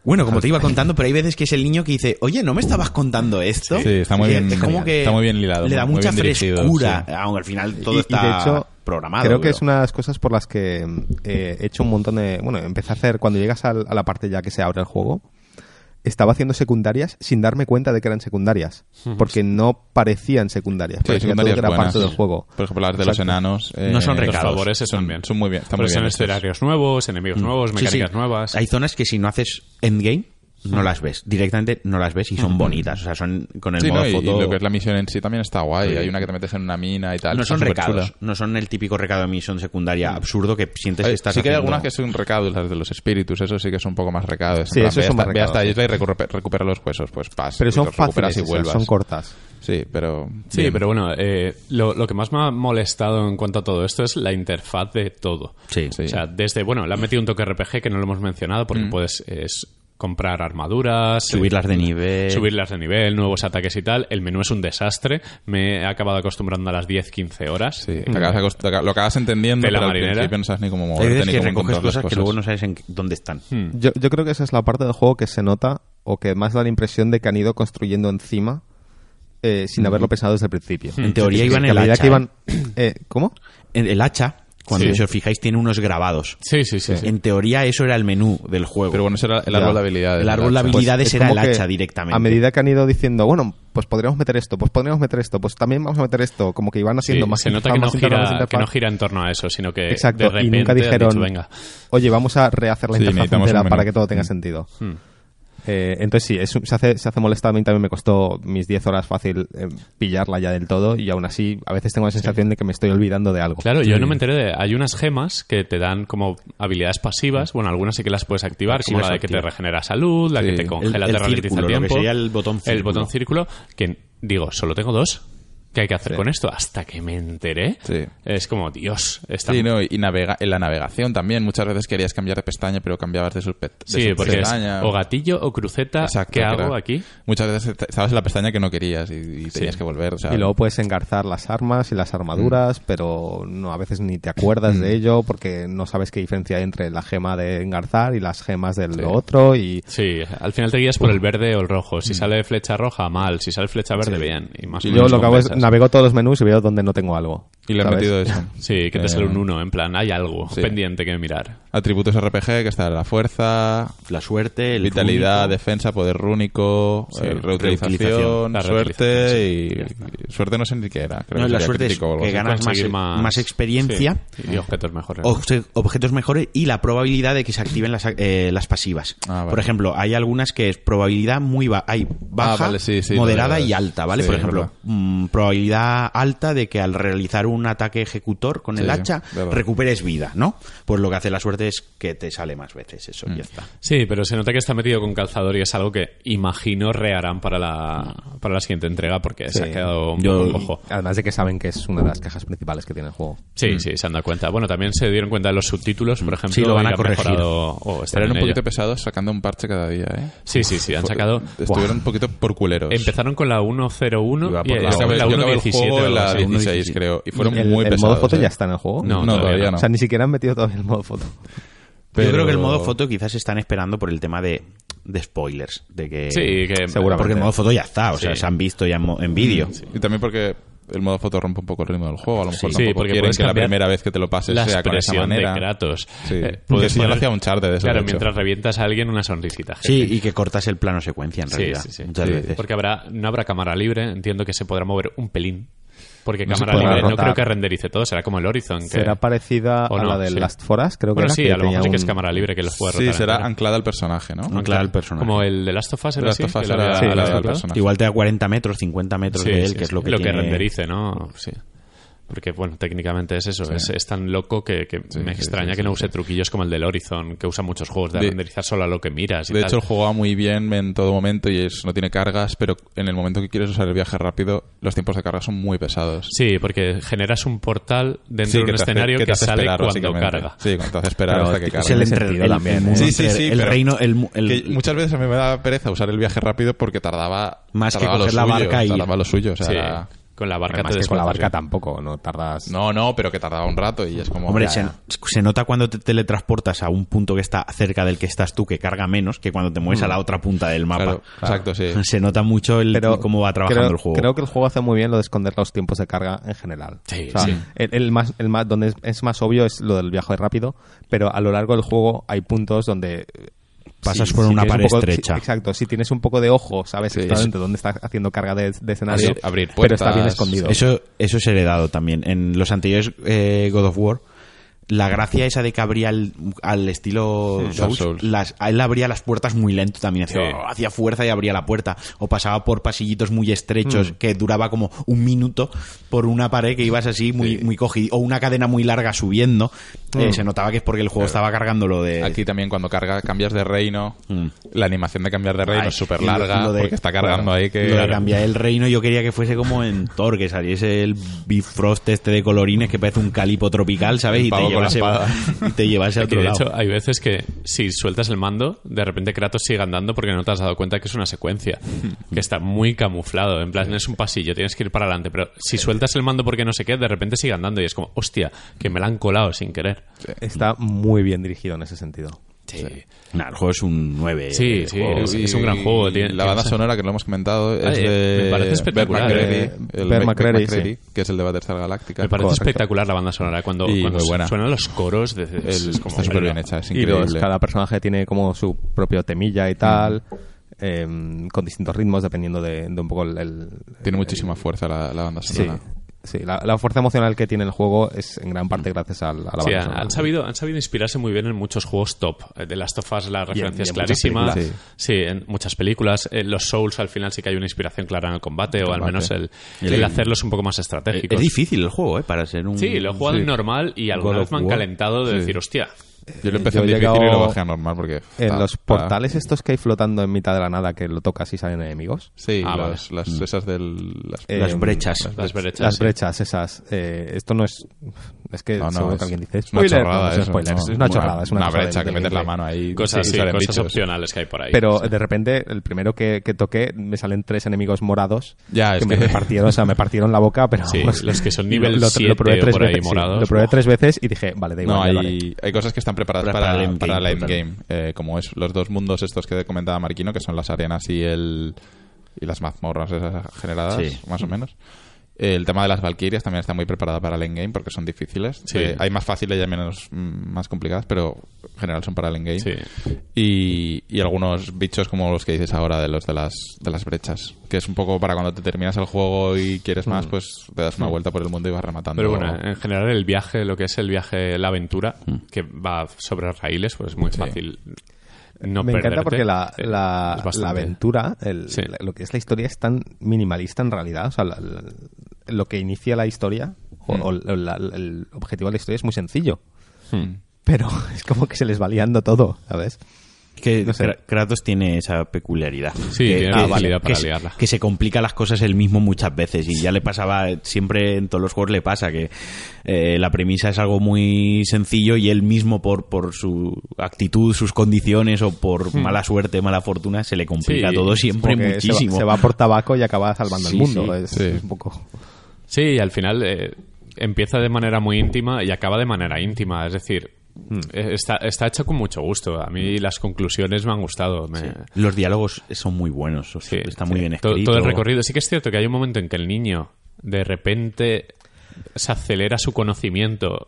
Speaker 2: Bueno, como te iba contando, pero hay veces que es el niño que dice, oye, ¿no me estabas contando esto?
Speaker 3: Sí, está muy
Speaker 2: Y
Speaker 3: bien-
Speaker 2: es como que
Speaker 3: está muy bien hilado,
Speaker 2: Le da
Speaker 3: muy
Speaker 2: mucha
Speaker 3: bien dirigido,
Speaker 2: frescura,
Speaker 3: sí.
Speaker 2: aunque al final
Speaker 4: Y-
Speaker 2: todo
Speaker 4: y de
Speaker 2: está
Speaker 4: hecho,
Speaker 2: programado.
Speaker 4: Creo que
Speaker 2: pero-
Speaker 4: es una de las cosas por las que eh, he hecho un montón de... Bueno, empecé a hacer, cuando llegas al- a la parte ya que se abre el juego, estaba haciendo secundarias sin darme cuenta de que eran secundarias, porque no parecían secundarias,
Speaker 3: Sí, hay
Speaker 4: parecía todo
Speaker 3: secundarias
Speaker 4: que era
Speaker 3: buenas.
Speaker 4: parte del juego.
Speaker 3: Por ejemplo, las de los
Speaker 4: Exacto.
Speaker 3: enanos. eh,
Speaker 2: No son
Speaker 1: Los
Speaker 2: recados.
Speaker 1: favores
Speaker 3: son,
Speaker 1: también.
Speaker 3: son muy bien. Están
Speaker 1: Porque
Speaker 3: muy bien
Speaker 1: son
Speaker 3: hechos.
Speaker 1: escenarios nuevos, enemigos nuevos,
Speaker 2: Mm. Sí,
Speaker 1: mecánicas
Speaker 2: sí.
Speaker 1: nuevas.
Speaker 2: Hay zonas que si no haces endgame, no las ves. Directamente no las ves y son bonitas. O sea, son con el
Speaker 3: Mm. Sí,
Speaker 2: modo
Speaker 3: no, y, y
Speaker 2: foto.
Speaker 3: lo que es la misión en sí también está guay.
Speaker 2: Sí.
Speaker 3: Hay una que te metes en una mina y tal.
Speaker 2: no
Speaker 3: está
Speaker 2: son
Speaker 3: superchula.
Speaker 2: recados, no son el típico recado de misión secundaria absurdo que sientes que
Speaker 3: Hay-
Speaker 2: estás
Speaker 3: sí que hay
Speaker 2: haciendo-
Speaker 3: algunas que son recados, las de los espíritus, eso sí que es un poco más recado.
Speaker 4: Sí, esos son más
Speaker 3: Ve hasta
Speaker 4: recados,
Speaker 3: la
Speaker 4: sí.
Speaker 3: isla y recupe- recupera los huesos, pues pasa.
Speaker 4: Pero son
Speaker 3: recuperas
Speaker 4: fáciles,
Speaker 3: y
Speaker 4: esas,
Speaker 3: vuelvas.
Speaker 4: son cortas.
Speaker 3: Sí, pero...
Speaker 1: Sí,
Speaker 3: bien.
Speaker 1: pero bueno, eh, lo, lo que más me ha molestado en cuanto a todo esto es la interfaz de todo.
Speaker 2: Sí.
Speaker 1: O sea, desde, bueno, le han metido un toque RPG que no lo hemos mencionado porque puedes es, comprar armaduras, eh,
Speaker 2: Subirlas de nivel.
Speaker 1: subirlas de nivel, nuevos ataques y tal. El menú es un desastre. Me he acabado acostumbrando a las 10-15 horas. Mm.
Speaker 3: Sí, te acabas acost- te acabas- lo acabas entendiendo,
Speaker 1: De la
Speaker 3: pero al
Speaker 1: marinera.
Speaker 3: principio no sabes ni cómo
Speaker 2: Mm. Hay
Speaker 3: moverte,
Speaker 2: veces
Speaker 3: ni
Speaker 2: que
Speaker 3: cómo
Speaker 2: recoges
Speaker 3: encontrar las
Speaker 2: cosas que luego no sabes en qué- dónde están.
Speaker 3: Hmm.
Speaker 4: Yo, yo creo que esa es la parte del juego que se nota o que más da la impresión de que han ido construyendo encima eh, sin haberlo pensado desde el principio.
Speaker 2: En teoría
Speaker 4: Sí,
Speaker 2: iban
Speaker 4: que
Speaker 2: en
Speaker 4: a
Speaker 2: el
Speaker 4: medida
Speaker 2: hacha,
Speaker 4: que iban- eh, ¿Cómo?
Speaker 2: El, el hacha, cuando
Speaker 1: Sí.
Speaker 2: si os fijáis, tiene unos grabados. Pues
Speaker 1: sí, sí. sí, sí.
Speaker 2: En teoría, eso era el menú del juego.
Speaker 3: Pero bueno, ese era el árbol de habilidades.
Speaker 2: El árbol de
Speaker 3: ¿verdad? Pues
Speaker 2: habilidades.
Speaker 4: Pues es
Speaker 2: era
Speaker 4: como
Speaker 2: el
Speaker 4: que
Speaker 2: hacha directamente.
Speaker 4: A medida que han ido diciendo, bueno, pues podríamos meter esto, pues podríamos meter esto, pues también vamos a meter esto, como que iban haciendo
Speaker 1: Sí,
Speaker 4: más
Speaker 1: se nota
Speaker 4: interfaz,
Speaker 1: que no,
Speaker 4: más interfaz, más
Speaker 1: gira, que
Speaker 4: interfaz.
Speaker 1: no gira en torno a eso, sino que de
Speaker 4: Exacto, y
Speaker 1: repente
Speaker 4: nunca
Speaker 1: han dicho,
Speaker 4: dijeron,
Speaker 1: venga.
Speaker 4: oye, vamos a rehacer la
Speaker 3: Sí,
Speaker 4: interfaz
Speaker 3: necesitamos un
Speaker 4: entera
Speaker 3: menú".
Speaker 4: para que todo tenga
Speaker 3: Mm.
Speaker 4: sentido.
Speaker 1: Hmm.
Speaker 4: Eh, entonces sí, es un- se, hace, se hace molesta. A mí también me costó mis 10 horas fácil eh, pillarla ya del todo y aún así a veces tengo la sensación de que me estoy olvidando de algo.
Speaker 1: Claro, yo no me enteré de... Hay unas gemas que te dan como habilidades pasivas. Bueno, algunas sí que las puedes activar,
Speaker 2: Sí,
Speaker 1: como
Speaker 2: las
Speaker 1: la de que te
Speaker 2: activas.
Speaker 1: regenera salud, la
Speaker 3: Sí.
Speaker 1: que te congela,
Speaker 2: El-
Speaker 1: te
Speaker 2: el
Speaker 1: ralentiza
Speaker 2: círculo, lo que
Speaker 1: tiempo.
Speaker 2: sería el botón
Speaker 1: El
Speaker 2: círculo.
Speaker 1: botón círculo, que digo, solo tengo dos. ¿Qué hay que hacer con esto? Hasta que me enteré.
Speaker 3: Sí.
Speaker 1: Es como, Dios, está...
Speaker 3: Sí, no, y navega, en la navegación también. Muchas veces querías cambiar de pestaña, pero cambiabas de, sus pe- de
Speaker 1: Sí,
Speaker 3: sus
Speaker 1: porque es
Speaker 3: pestañas.
Speaker 1: o gatillo o cruceta,
Speaker 3: Exacto,
Speaker 1: ¿qué
Speaker 3: que
Speaker 1: hago
Speaker 3: era-
Speaker 1: aquí?
Speaker 3: Muchas veces te- estabas en la pestaña que no querías y, y tenías que volver. o sea,
Speaker 4: Y luego puedes engarzar las armas y las armaduras,
Speaker 1: Mm.
Speaker 4: pero no a veces ni te acuerdas de ello porque no sabes qué diferencia hay entre la gema de engarzar y las gemas del otro y
Speaker 1: Sí, al final te guías por el verde o el rojo. Si sale flecha roja, mal. Si sale flecha verde, bien. Y más o
Speaker 4: yo
Speaker 1: menos
Speaker 4: lo que hago es
Speaker 1: compensas.
Speaker 4: navego todos los menús y veo dónde no tengo algo.
Speaker 3: Y le he
Speaker 4: ¿sabes?
Speaker 3: metido eso.
Speaker 1: Sí, que te
Speaker 3: Eh,
Speaker 1: sale un uno, en plan, hay algo
Speaker 3: sí.
Speaker 1: pendiente que mirar.
Speaker 3: Atributos RPG, que está la fuerza,
Speaker 2: La suerte, el
Speaker 3: vitalidad,
Speaker 2: rúnico.
Speaker 3: defensa, poder rúnico,
Speaker 2: Sí,
Speaker 3: eh, reutilización,
Speaker 2: reutilización,
Speaker 1: la
Speaker 3: suerte
Speaker 1: reutilización,
Speaker 3: y, y suerte no sé ni qué era. Creo
Speaker 2: No,
Speaker 3: que
Speaker 2: la
Speaker 3: sería
Speaker 2: suerte es
Speaker 3: crítico o algo
Speaker 2: que
Speaker 3: así.
Speaker 2: ganas más,
Speaker 1: Conseguir
Speaker 2: más experiencia,
Speaker 1: sí, y objetos mejores.
Speaker 2: obje- objetos mejores y la probabilidad de que se activen las, eh, las pasivas.
Speaker 3: Ah, vale.
Speaker 2: Por ejemplo, hay algunas que es probabilidad muy ba- hay baja,
Speaker 3: Ah, vale, sí, sí,
Speaker 2: moderada
Speaker 3: vale, vale.
Speaker 2: y alta, ¿vale?
Speaker 3: Sí,
Speaker 2: Por
Speaker 3: es
Speaker 2: ejemplo,
Speaker 3: verdad.
Speaker 2: mm, probabilidad alta de que al realizar un ataque ejecutor con el
Speaker 3: Sí,
Speaker 2: hacha
Speaker 3: verdad.
Speaker 2: recuperes vida, ¿no? Pues lo que hace la suerte parte es que te sale más veces, eso ya está.
Speaker 1: Sí, pero se nota que está metido con calzador y es algo que imagino reharán para la, para la siguiente entrega porque se ha quedado un poco cojo.
Speaker 4: Además de que saben que es una de las quejas principales que tiene el juego.
Speaker 3: mm.
Speaker 1: Sí, sí, se han dado cuenta. Bueno, también se dieron cuenta de los subtítulos, por ejemplo.
Speaker 2: Sí, lo van
Speaker 1: y
Speaker 2: a
Speaker 1: han
Speaker 2: corregir.
Speaker 1: mejorado- o están
Speaker 3: Eran
Speaker 1: en
Speaker 3: un poquito
Speaker 1: ello.
Speaker 3: pesados sacando un parche cada día, ¿eh?
Speaker 1: Sí, sí, sí, han
Speaker 3: Fue-
Speaker 1: sacado...
Speaker 3: Estuvieron un poquito por culeros.
Speaker 1: Empezaron con la 101
Speaker 2: Iba
Speaker 1: y
Speaker 2: por
Speaker 1: eh,
Speaker 3: Yo
Speaker 2: la
Speaker 3: acabé,
Speaker 1: la
Speaker 3: yo acabé el
Speaker 1: 117
Speaker 3: juego
Speaker 1: o
Speaker 3: en
Speaker 1: algo
Speaker 3: la
Speaker 1: así.
Speaker 3: 16, creo. Y fueron
Speaker 4: el,
Speaker 3: muy
Speaker 4: el
Speaker 3: pesados.
Speaker 4: modo foto
Speaker 3: ¿eh?
Speaker 4: ya está en el juego.
Speaker 1: No,
Speaker 3: No, todavía
Speaker 1: todavía
Speaker 3: no.
Speaker 4: O sea, ni siquiera han metido todavía el modo foto.
Speaker 2: Yo creo que el modo
Speaker 3: Pero-
Speaker 2: foto quizás están esperando por el tema de, de spoilers, de que...
Speaker 1: Sí, que...
Speaker 4: Seguramente.
Speaker 2: Porque el modo foto ya está, o
Speaker 1: Sí.
Speaker 2: sea, se han visto ya en, mo- en vídeo.
Speaker 3: Y también porque el modo foto rompe un poco el ritmo del juego. A lo mejor
Speaker 1: Sí,
Speaker 3: tampoco
Speaker 1: porque
Speaker 3: quieren
Speaker 1: puedes
Speaker 3: que la
Speaker 1: cambiar
Speaker 3: primera vez que te lo pases
Speaker 1: la
Speaker 3: sea con esa
Speaker 1: expresión de
Speaker 3: manera.
Speaker 1: Kratos.
Speaker 3: Sí.
Speaker 1: Eh,
Speaker 3: que
Speaker 1: puedes
Speaker 3: si ya lo
Speaker 1: poner-
Speaker 3: hacía un char de eso.
Speaker 1: Claro,
Speaker 3: de hecho.
Speaker 1: mientras revientas a alguien una sonrisita.
Speaker 2: Sí, y que cortas el plano secuencia en
Speaker 1: Sí,
Speaker 2: realidad.
Speaker 1: sí, sí.
Speaker 2: Muchas
Speaker 1: Sí,
Speaker 2: veces.
Speaker 1: Porque habrá, no habrá cámara libre, entiendo que se podrá mover un pelín. Porque
Speaker 3: No se
Speaker 1: cámara
Speaker 3: podrá
Speaker 1: libre no
Speaker 4: rotar.
Speaker 1: creo que renderice todo, será como el Horizon. Que...
Speaker 4: Será parecida
Speaker 1: O
Speaker 4: a
Speaker 1: no,
Speaker 4: la de
Speaker 1: sí.
Speaker 4: Last Foras, creo
Speaker 1: Bueno,
Speaker 4: que era.
Speaker 1: sí,
Speaker 4: que
Speaker 1: a lo mejor
Speaker 4: tenía
Speaker 1: sí que es
Speaker 4: un-
Speaker 1: cámara libre que los puede
Speaker 3: Sí,
Speaker 1: rotar
Speaker 3: será
Speaker 1: entero.
Speaker 3: anclada al personaje, ¿no?
Speaker 2: Anclada al personaje.
Speaker 1: Como el de Last of Us, era
Speaker 3: Last
Speaker 1: así,
Speaker 3: of Us
Speaker 1: que lo
Speaker 3: era-
Speaker 1: había-
Speaker 3: sí,
Speaker 1: lo
Speaker 3: Last
Speaker 1: había
Speaker 3: of Us
Speaker 1: hablado.
Speaker 3: era-
Speaker 2: Igual te da 40 metros, 50 metros
Speaker 1: Sí,
Speaker 2: de él,
Speaker 1: sí,
Speaker 2: que es
Speaker 1: sí.
Speaker 2: lo que tiene-
Speaker 1: renderice, ¿no? Sí. Porque, bueno, técnicamente es eso. Es, es tan loco que, que me extraña que no use truquillos como el del Horizon, que usan muchos juegos de,
Speaker 3: De-
Speaker 1: renderizar solo a lo que miras y
Speaker 3: De
Speaker 1: tal.
Speaker 3: hecho, el juego va muy bien en todo momento y es- no tiene cargas, pero en el momento que quieres usar el viaje rápido, los tiempos de carga son muy pesados.
Speaker 1: Sí, porque generas un portal dentro
Speaker 3: Sí,
Speaker 1: de
Speaker 3: que
Speaker 1: un
Speaker 3: te hace-
Speaker 1: escenario que,
Speaker 3: te hace
Speaker 1: sale
Speaker 3: esperar,
Speaker 1: cuando
Speaker 3: básicamente.
Speaker 1: carga.
Speaker 3: Sí, cuando te hace esperar
Speaker 4: Claro,
Speaker 3: hasta que carga.
Speaker 2: Es el,
Speaker 4: Tiene
Speaker 2: entre-
Speaker 4: sentido
Speaker 2: el-
Speaker 4: también,
Speaker 2: el
Speaker 4: ¿eh?
Speaker 2: mundo
Speaker 3: Sí, sí,
Speaker 2: entre-
Speaker 3: sí,
Speaker 2: el
Speaker 3: pero-
Speaker 2: reino, el, mu- el-
Speaker 3: Que muchas veces a mí me daba pereza usar el viaje rápido porque tardaba
Speaker 2: Más que
Speaker 3: tardaba lo
Speaker 2: coger la
Speaker 3: suyo,
Speaker 2: barca y ir.
Speaker 3: tardaba lo suyo, o sea,
Speaker 1: Sí,
Speaker 3: era-
Speaker 1: con la barca
Speaker 4: Además
Speaker 1: te
Speaker 4: que con la
Speaker 1: desplazas
Speaker 4: barca
Speaker 1: bien.
Speaker 4: tampoco, no tardas...
Speaker 3: no, no, pero que tardaba un rato y es como
Speaker 2: Hombre,
Speaker 3: ya,
Speaker 2: se,
Speaker 3: ya.
Speaker 2: se nota cuando te teletransportas a un punto que está cerca del que estás tú, que carga menos, que cuando te mueves a la otra punta del mapa.
Speaker 3: Mm. Claro, exacto, sí.
Speaker 2: Se nota mucho el, cómo va trabajando
Speaker 4: creo,
Speaker 2: el juego.
Speaker 4: Creo que el juego hace muy bien lo de esconder los tiempos de carga en general.
Speaker 1: Sí,
Speaker 4: O sea,
Speaker 1: sí.
Speaker 4: El, el más, el más, donde es, es más obvio es lo del viaje rápido, pero a lo largo del juego hay puntos donde... eh,
Speaker 2: Pasas por
Speaker 4: tienes
Speaker 2: una
Speaker 4: un
Speaker 2: pared
Speaker 4: poco-
Speaker 2: estrecha.
Speaker 4: si- exacto, si tienes un poco de ojo, sabes
Speaker 3: Sí,
Speaker 4: exactamente dónde está haciendo carga de, de escenario,
Speaker 3: Abrir- abrir
Speaker 4: pero está
Speaker 3: puertas.
Speaker 4: bien escondido.
Speaker 2: Eso, eso es heredado también. En los anteriores eh, God of War, la gracia esa de que abría al, al estilo
Speaker 3: Sí,
Speaker 2: Souls,
Speaker 3: Dark Souls.
Speaker 2: las- a él abría las puertas muy lento también. Hacía,
Speaker 1: Sí.
Speaker 2: hacía fuerza y abría la puerta. O pasaba por pasillitos muy
Speaker 3: Mm.
Speaker 2: estrechos que duraba como un minuto por una pared que ibas así muy, muy cogido. O una cadena muy larga subiendo. Eh, se notaba que es porque el juego estaba cargándolo de...
Speaker 3: Mm. Aquí también cuando carga cambias de reino, la animación de cambiar de reino
Speaker 2: Ay,
Speaker 3: es súper
Speaker 2: y lo-
Speaker 3: larga
Speaker 2: lo de-
Speaker 3: porque está cargando
Speaker 2: claro,
Speaker 3: ahí que
Speaker 2: lo de cambiar el reino yo quería que fuese como en Thor, que saliese el Bifrost este de colorines que parece un calipo tropical, ¿sabes? Y te,
Speaker 3: pavo con la
Speaker 2: llevase,
Speaker 3: espada.
Speaker 2: y te llevase a
Speaker 1: Que
Speaker 2: otro
Speaker 1: de
Speaker 2: lado.
Speaker 1: hecho, hay veces que si sueltas el mando, de repente Kratos sigue andando porque no te has dado cuenta que es una secuencia. Que está muy camuflado. En plan, es un pasillo, tienes que ir para adelante. Pero si sueltas el mando porque no sé qué, de repente sigue andando y es como, hostia, que me la han colado sin querer.
Speaker 4: Está muy bien dirigido en ese sentido.
Speaker 1: Sí,
Speaker 2: Nah, el juego es un 9.
Speaker 1: Sí,
Speaker 2: eh,
Speaker 1: sí,
Speaker 2: juego.
Speaker 1: es- un gran juego,
Speaker 3: y
Speaker 1: tiene-
Speaker 3: la
Speaker 1: tiene
Speaker 3: banda
Speaker 1: esa-
Speaker 3: sonora que lo hemos comentado es
Speaker 1: eh,
Speaker 3: de
Speaker 1: me parece
Speaker 3: Bert
Speaker 1: espectacular,
Speaker 3: McCreary,
Speaker 1: eh.
Speaker 3: el
Speaker 4: Bert
Speaker 3: Be-
Speaker 4: McCreary,
Speaker 3: que es el de Battlestar Galactica.
Speaker 1: Me parece
Speaker 4: Correcto.
Speaker 1: espectacular la banda sonora. Cuando,
Speaker 3: Y
Speaker 1: cuando
Speaker 3: muy buena.
Speaker 1: suenan los coros, de, es
Speaker 3: El-
Speaker 1: como-
Speaker 3: está súper bien hecha, es
Speaker 4: Y los-
Speaker 3: increíble.
Speaker 4: cada personaje tiene como su propio temilla y tal,
Speaker 2: Mm.
Speaker 4: em, con distintos ritmos dependiendo de, de un poco el... el-
Speaker 3: Tiene muchísima fuerza la, la banda
Speaker 4: Sí,
Speaker 3: sonora.
Speaker 4: sí la, la fuerza emocional que tiene el juego es en gran parte gracias al- a, la
Speaker 1: Sí,
Speaker 4: banda
Speaker 1: han,
Speaker 4: sonora.
Speaker 1: han sabido, han sabido inspirarse muy bien en muchos juegos top. Eh, De Last of Us la referencia
Speaker 4: y
Speaker 1: es
Speaker 4: en muchas
Speaker 1: clarísima. Sí.
Speaker 3: películas.
Speaker 1: en muchas películas. Eh, los Souls al final sí que hay una inspiración clara en el combate, o al
Speaker 3: Combate.
Speaker 1: menos el, el hacerlos un poco más estratégicos.
Speaker 2: Es difícil el juego, ¿eh? Para ser un...
Speaker 1: Sí, lo he jugado
Speaker 3: Sí.
Speaker 1: en normal y alguna
Speaker 3: God
Speaker 1: vez
Speaker 3: of
Speaker 1: me han
Speaker 3: War.
Speaker 1: calentado de
Speaker 3: Sí.
Speaker 1: decir, hostia,
Speaker 3: Yo lo empecé
Speaker 4: Yo
Speaker 3: en
Speaker 4: he
Speaker 3: difícil y
Speaker 4: llegado
Speaker 3: lo bajé a normal porque...
Speaker 4: En
Speaker 3: ah,
Speaker 4: los
Speaker 3: ah,
Speaker 4: portales estos que hay flotando en mitad de la nada que lo tocas y salen enemigos.
Speaker 3: Sí,
Speaker 1: Ah,
Speaker 3: las, las- esas del... Las,
Speaker 4: Eh,
Speaker 2: Las
Speaker 4: em,
Speaker 2: brechas.
Speaker 1: las brechas.
Speaker 4: Las
Speaker 1: sí.
Speaker 4: brechas esas. eh, esto no es... Es que
Speaker 3: No, no,
Speaker 4: seguro
Speaker 3: es-
Speaker 4: que alguien dice...
Speaker 3: es una
Speaker 4: "Spoiler".
Speaker 3: chorrada
Speaker 4: No, no es
Speaker 3: eso,
Speaker 4: spoiler,
Speaker 3: no.
Speaker 4: es una chorrada. Es una, cosa
Speaker 3: brecha
Speaker 4: del-
Speaker 3: que
Speaker 4: del
Speaker 3: metes la
Speaker 4: gameplay.
Speaker 3: mano ahí.
Speaker 1: Cosas,
Speaker 3: y
Speaker 1: sí,
Speaker 3: salen
Speaker 1: cosas
Speaker 3: bichos.
Speaker 1: opcionales que hay por ahí.
Speaker 4: Pero de repente, el primero que, que toqué, me salen tres enemigos morados
Speaker 3: Ya, es
Speaker 4: que me
Speaker 3: que-
Speaker 4: partieron, o sea, me partieron la boca, pero...
Speaker 1: Sí,
Speaker 4: vamos,
Speaker 1: los que son nivel siete o
Speaker 4: tres
Speaker 1: por ahí
Speaker 4: veces, sí,
Speaker 1: morados.
Speaker 4: lo probé tres veces y dije, vale, da igual,
Speaker 3: No,
Speaker 4: ya lo haré.
Speaker 3: hay, hay cosas que están preparadas
Speaker 2: Para-
Speaker 3: para,
Speaker 2: para
Speaker 3: para,
Speaker 2: el endgame,
Speaker 3: la
Speaker 2: total.
Speaker 3: endgame. eh, como es los dos mundos estos que comentaba Marquino, que son las arenas y el y las mazmorras esas generadas,
Speaker 2: Sí.
Speaker 3: más o menos. El tema de las valquirias también está muy preparada para el endgame porque son difíciles.
Speaker 1: Sí.
Speaker 3: Eh, hay más fáciles y hay menos mm, más complicadas, pero en general son para el endgame.
Speaker 1: Sí.
Speaker 3: Y, y algunos bichos como los que dices ahora de los de las, de las brechas, que es un poco para cuando te terminas el juego y quieres más, pues te das una vuelta por el mundo y vas rematando.
Speaker 1: Pero bueno, en general el viaje, lo que es el viaje, la aventura, que va sobre raíles, pues es muy fácil no
Speaker 4: me encanta
Speaker 1: perderte.
Speaker 4: porque la,
Speaker 1: Eh,
Speaker 4: la-
Speaker 1: es bastante-
Speaker 4: la aventura, el-
Speaker 1: Sí.
Speaker 4: la- lo que es la historia, es tan minimalista en realidad. O sea, la- la-
Speaker 1: Mm. Hmm.
Speaker 4: lo que inicia la historia o, o la- la- el objetivo de la historia es muy sencillo. pero es como que se les va liando todo, ¿sabes?
Speaker 2: Que
Speaker 4: No sé.
Speaker 2: Kra- Kratos tiene esa peculiaridad.
Speaker 1: Sí,
Speaker 2: que,
Speaker 1: tiene
Speaker 2: que-
Speaker 1: la habilidad
Speaker 2: que
Speaker 1: para
Speaker 2: se-
Speaker 1: liarla.
Speaker 2: que se complica las cosas él mismo muchas veces. Y ya le pasaba, siempre en todos los juegos le pasa que eh, la premisa es algo muy sencillo y él mismo, por, por su actitud, sus condiciones o por mala suerte, mala fortuna, se le complica
Speaker 1: Hmm. Sí,
Speaker 2: todo siempre
Speaker 4: Como que se va-
Speaker 2: muchísimo.
Speaker 4: Se va, por tabaco y acaba salvando
Speaker 2: Sí,
Speaker 4: el mundo.
Speaker 2: sí,
Speaker 4: es,
Speaker 3: sí.
Speaker 4: es un poco.
Speaker 1: Sí, y al final eh, empieza de manera muy íntima y acaba de manera íntima. Es decir, eh, está, está hecho con mucho gusto. A mí las conclusiones me han gustado. me-
Speaker 2: Los diálogos son muy buenos, o sea,
Speaker 1: Sí,
Speaker 2: está
Speaker 1: sí.
Speaker 2: muy bien
Speaker 1: To-
Speaker 2: escrito.
Speaker 1: Todo el recorrido. Sí que es cierto que hay un momento en que el niño de repente se acelera su conocimiento.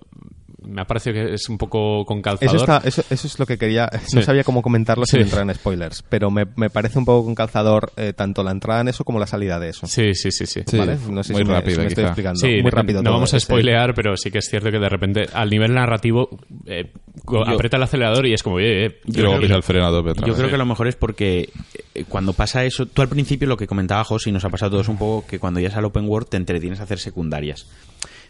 Speaker 1: Me ha parecido que es un poco con
Speaker 4: Eso,
Speaker 1: calzador.
Speaker 4: está, eso, eso es lo que quería.
Speaker 1: Sí.
Speaker 4: No sabía cómo comentarlo
Speaker 1: Sí.
Speaker 4: sin entrar en spoilers, pero me, me parece un poco con calzador eh, tanto la entrada en eso como la salida de eso.
Speaker 1: Sí, sí, sí, sí.
Speaker 3: Sí,
Speaker 4: ¿vale? No sé
Speaker 3: muy
Speaker 4: si me- si
Speaker 3: rápido,
Speaker 4: me, estoy
Speaker 3: quizá.
Speaker 4: explicando.
Speaker 1: Sí,
Speaker 4: muy rápido.
Speaker 1: no
Speaker 4: todo, este.
Speaker 1: vamos a
Speaker 4: ese-
Speaker 1: spoilear, pero sí que es cierto que de repente al nivel narrativo eh, co- aprieta el acelerador y es como, oye, eh,
Speaker 3: Y luego pisa el freno a tope otra
Speaker 2: Yo
Speaker 3: vez.
Speaker 2: creo que a lo mejor es porque eh, cuando pasa eso, tú al principio lo que comentaba José y nos ha pasado a todos un poco, que cuando llegas al open world te entretienes a hacer secundarias.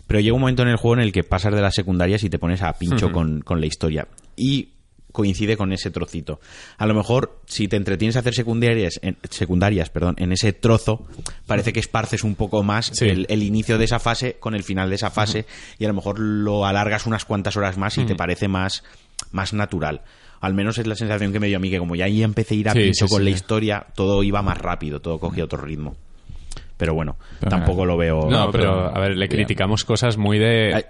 Speaker 2: Pero llega un momento en el juego en el que pasas de las secundarias y te pones a pincho con, con la historia. Y coincide con ese trocito. A lo mejor, si te entretienes a hacer secundarias, en, secundarias perdón, en ese trozo, parece que esparces un poco más
Speaker 1: Sí.
Speaker 2: el, el inicio de esa fase con el final de esa fase y a lo mejor lo alargas unas cuantas horas más y te parece más, más natural. Al menos es la sensación que me dio a mí, que como ya ahí empecé a ir a
Speaker 1: Sí,
Speaker 2: pincho
Speaker 1: sí,
Speaker 2: con
Speaker 1: sí.
Speaker 2: la historia, todo iba más rápido, todo cogía otro ritmo. Pero bueno,
Speaker 3: Pero
Speaker 2: tampoco lo veo...
Speaker 1: No, pero,
Speaker 3: pero-
Speaker 1: a ver, le
Speaker 2: bien.
Speaker 1: criticamos cosas muy de...
Speaker 2: Ay.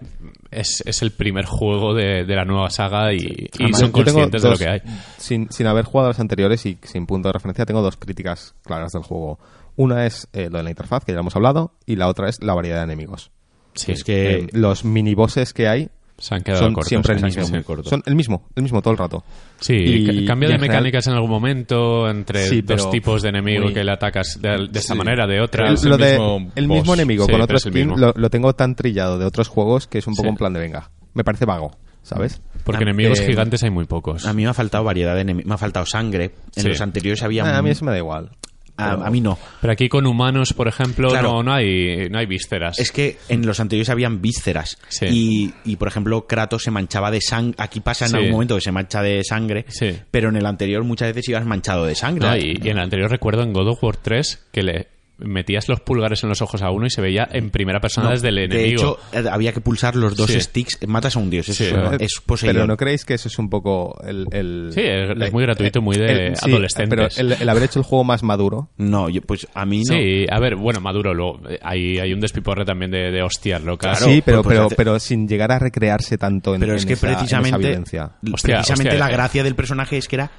Speaker 1: Es, es el primer juego de, de la nueva saga y, y
Speaker 4: Además,
Speaker 1: son
Speaker 4: Ah, yo tengo
Speaker 1: conscientes de lo
Speaker 4: dos-
Speaker 1: que hay.
Speaker 4: Sin, sin haber jugado a las anteriores y sin punto de referencia, tengo dos críticas claras del juego. Una es eh, lo de la interfaz, que ya lo hemos hablado, y la otra es la variedad de enemigos.
Speaker 1: Sí,
Speaker 2: es que...
Speaker 4: Eh, los minibosses que han
Speaker 1: se han
Speaker 4: que hay
Speaker 1: quedado
Speaker 4: son
Speaker 1: cortos.
Speaker 4: siempre el
Speaker 1: se han
Speaker 4: mismo.
Speaker 1: quedado-
Speaker 2: muy cortos.
Speaker 4: Son el mismo, el mismo todo el rato.
Speaker 1: Sí,
Speaker 4: Y-
Speaker 1: ca- cambio
Speaker 4: y
Speaker 1: de
Speaker 4: en general-
Speaker 1: mecánicas en algún momento entre
Speaker 4: Sí, pero
Speaker 1: dos tipos de enemigo
Speaker 4: muy-
Speaker 1: que le atacas de, de esta
Speaker 3: Sí.
Speaker 1: manera, de otra.
Speaker 3: El- es
Speaker 4: lo de-
Speaker 3: mismo
Speaker 4: el
Speaker 3: boss.
Speaker 4: mismo enemigo
Speaker 1: Sí,
Speaker 4: con
Speaker 1: pero
Speaker 4: otro
Speaker 1: es el
Speaker 4: skin
Speaker 1: mismo.
Speaker 4: lo, lo tengo tan trillado de otros juegos que es un poco
Speaker 1: Sí.
Speaker 4: en plan de venga. Me parece vago, ¿sabes?
Speaker 1: Porque
Speaker 2: a-
Speaker 1: enemigos
Speaker 2: eh,
Speaker 1: gigantes hay muy pocos.
Speaker 2: A mí me ha faltado variedad, de enemi- me ha faltado sangre. En
Speaker 1: Sí.
Speaker 2: los anteriores había...
Speaker 4: Ah, a
Speaker 2: un-
Speaker 4: mí eso me da igual.
Speaker 2: a- a mí no.
Speaker 1: Pero aquí con humanos, por ejemplo,
Speaker 2: Claro.
Speaker 1: no, no hay no hay vísceras.
Speaker 2: Es que en los anteriores habían vísceras.
Speaker 1: Sí.
Speaker 2: Y, y, por ejemplo, Kratos se manchaba de sangre. Aquí pasa en
Speaker 1: Sí.
Speaker 2: algún momento que se mancha de sangre.
Speaker 1: Sí.
Speaker 2: Pero en el anterior muchas veces ibas manchado de sangre.
Speaker 1: No, y, y en el anterior recuerdo en God of War 3 que le metías los pulgares en los ojos a uno y se veía en primera persona
Speaker 2: No,
Speaker 1: desde el
Speaker 2: de
Speaker 1: enemigo.
Speaker 2: hecho, eh, había que pulsar los dos
Speaker 1: Sí.
Speaker 2: sticks. Matas a un dios. Eso
Speaker 1: Sí.
Speaker 2: es-
Speaker 4: Eh,
Speaker 2: es poseído.
Speaker 4: Pero no creéis que eso es un poco el. el-
Speaker 1: Sí, es-
Speaker 4: la-
Speaker 1: es muy gratuito, muy de
Speaker 4: sí,
Speaker 1: adolescentes.
Speaker 4: Pero el, el haber hecho el juego más maduro.
Speaker 2: No, yo, pues a mí no.
Speaker 1: Sí, a ver, bueno, Maduro, luego, eh, hay, hay un despiporre también de, de hostias locas.
Speaker 2: Claro,
Speaker 4: sí, pero,
Speaker 2: pues, pues,
Speaker 4: pero,
Speaker 2: hace-
Speaker 4: pero sin llegar a recrearse tanto en,
Speaker 2: Pero
Speaker 4: en
Speaker 2: es que
Speaker 4: esa- en esa
Speaker 2: precisamente,
Speaker 4: vivencia.
Speaker 1: Hostia,
Speaker 2: precisamente
Speaker 1: hostia,
Speaker 2: la
Speaker 1: eh.
Speaker 2: gracia del personaje es que era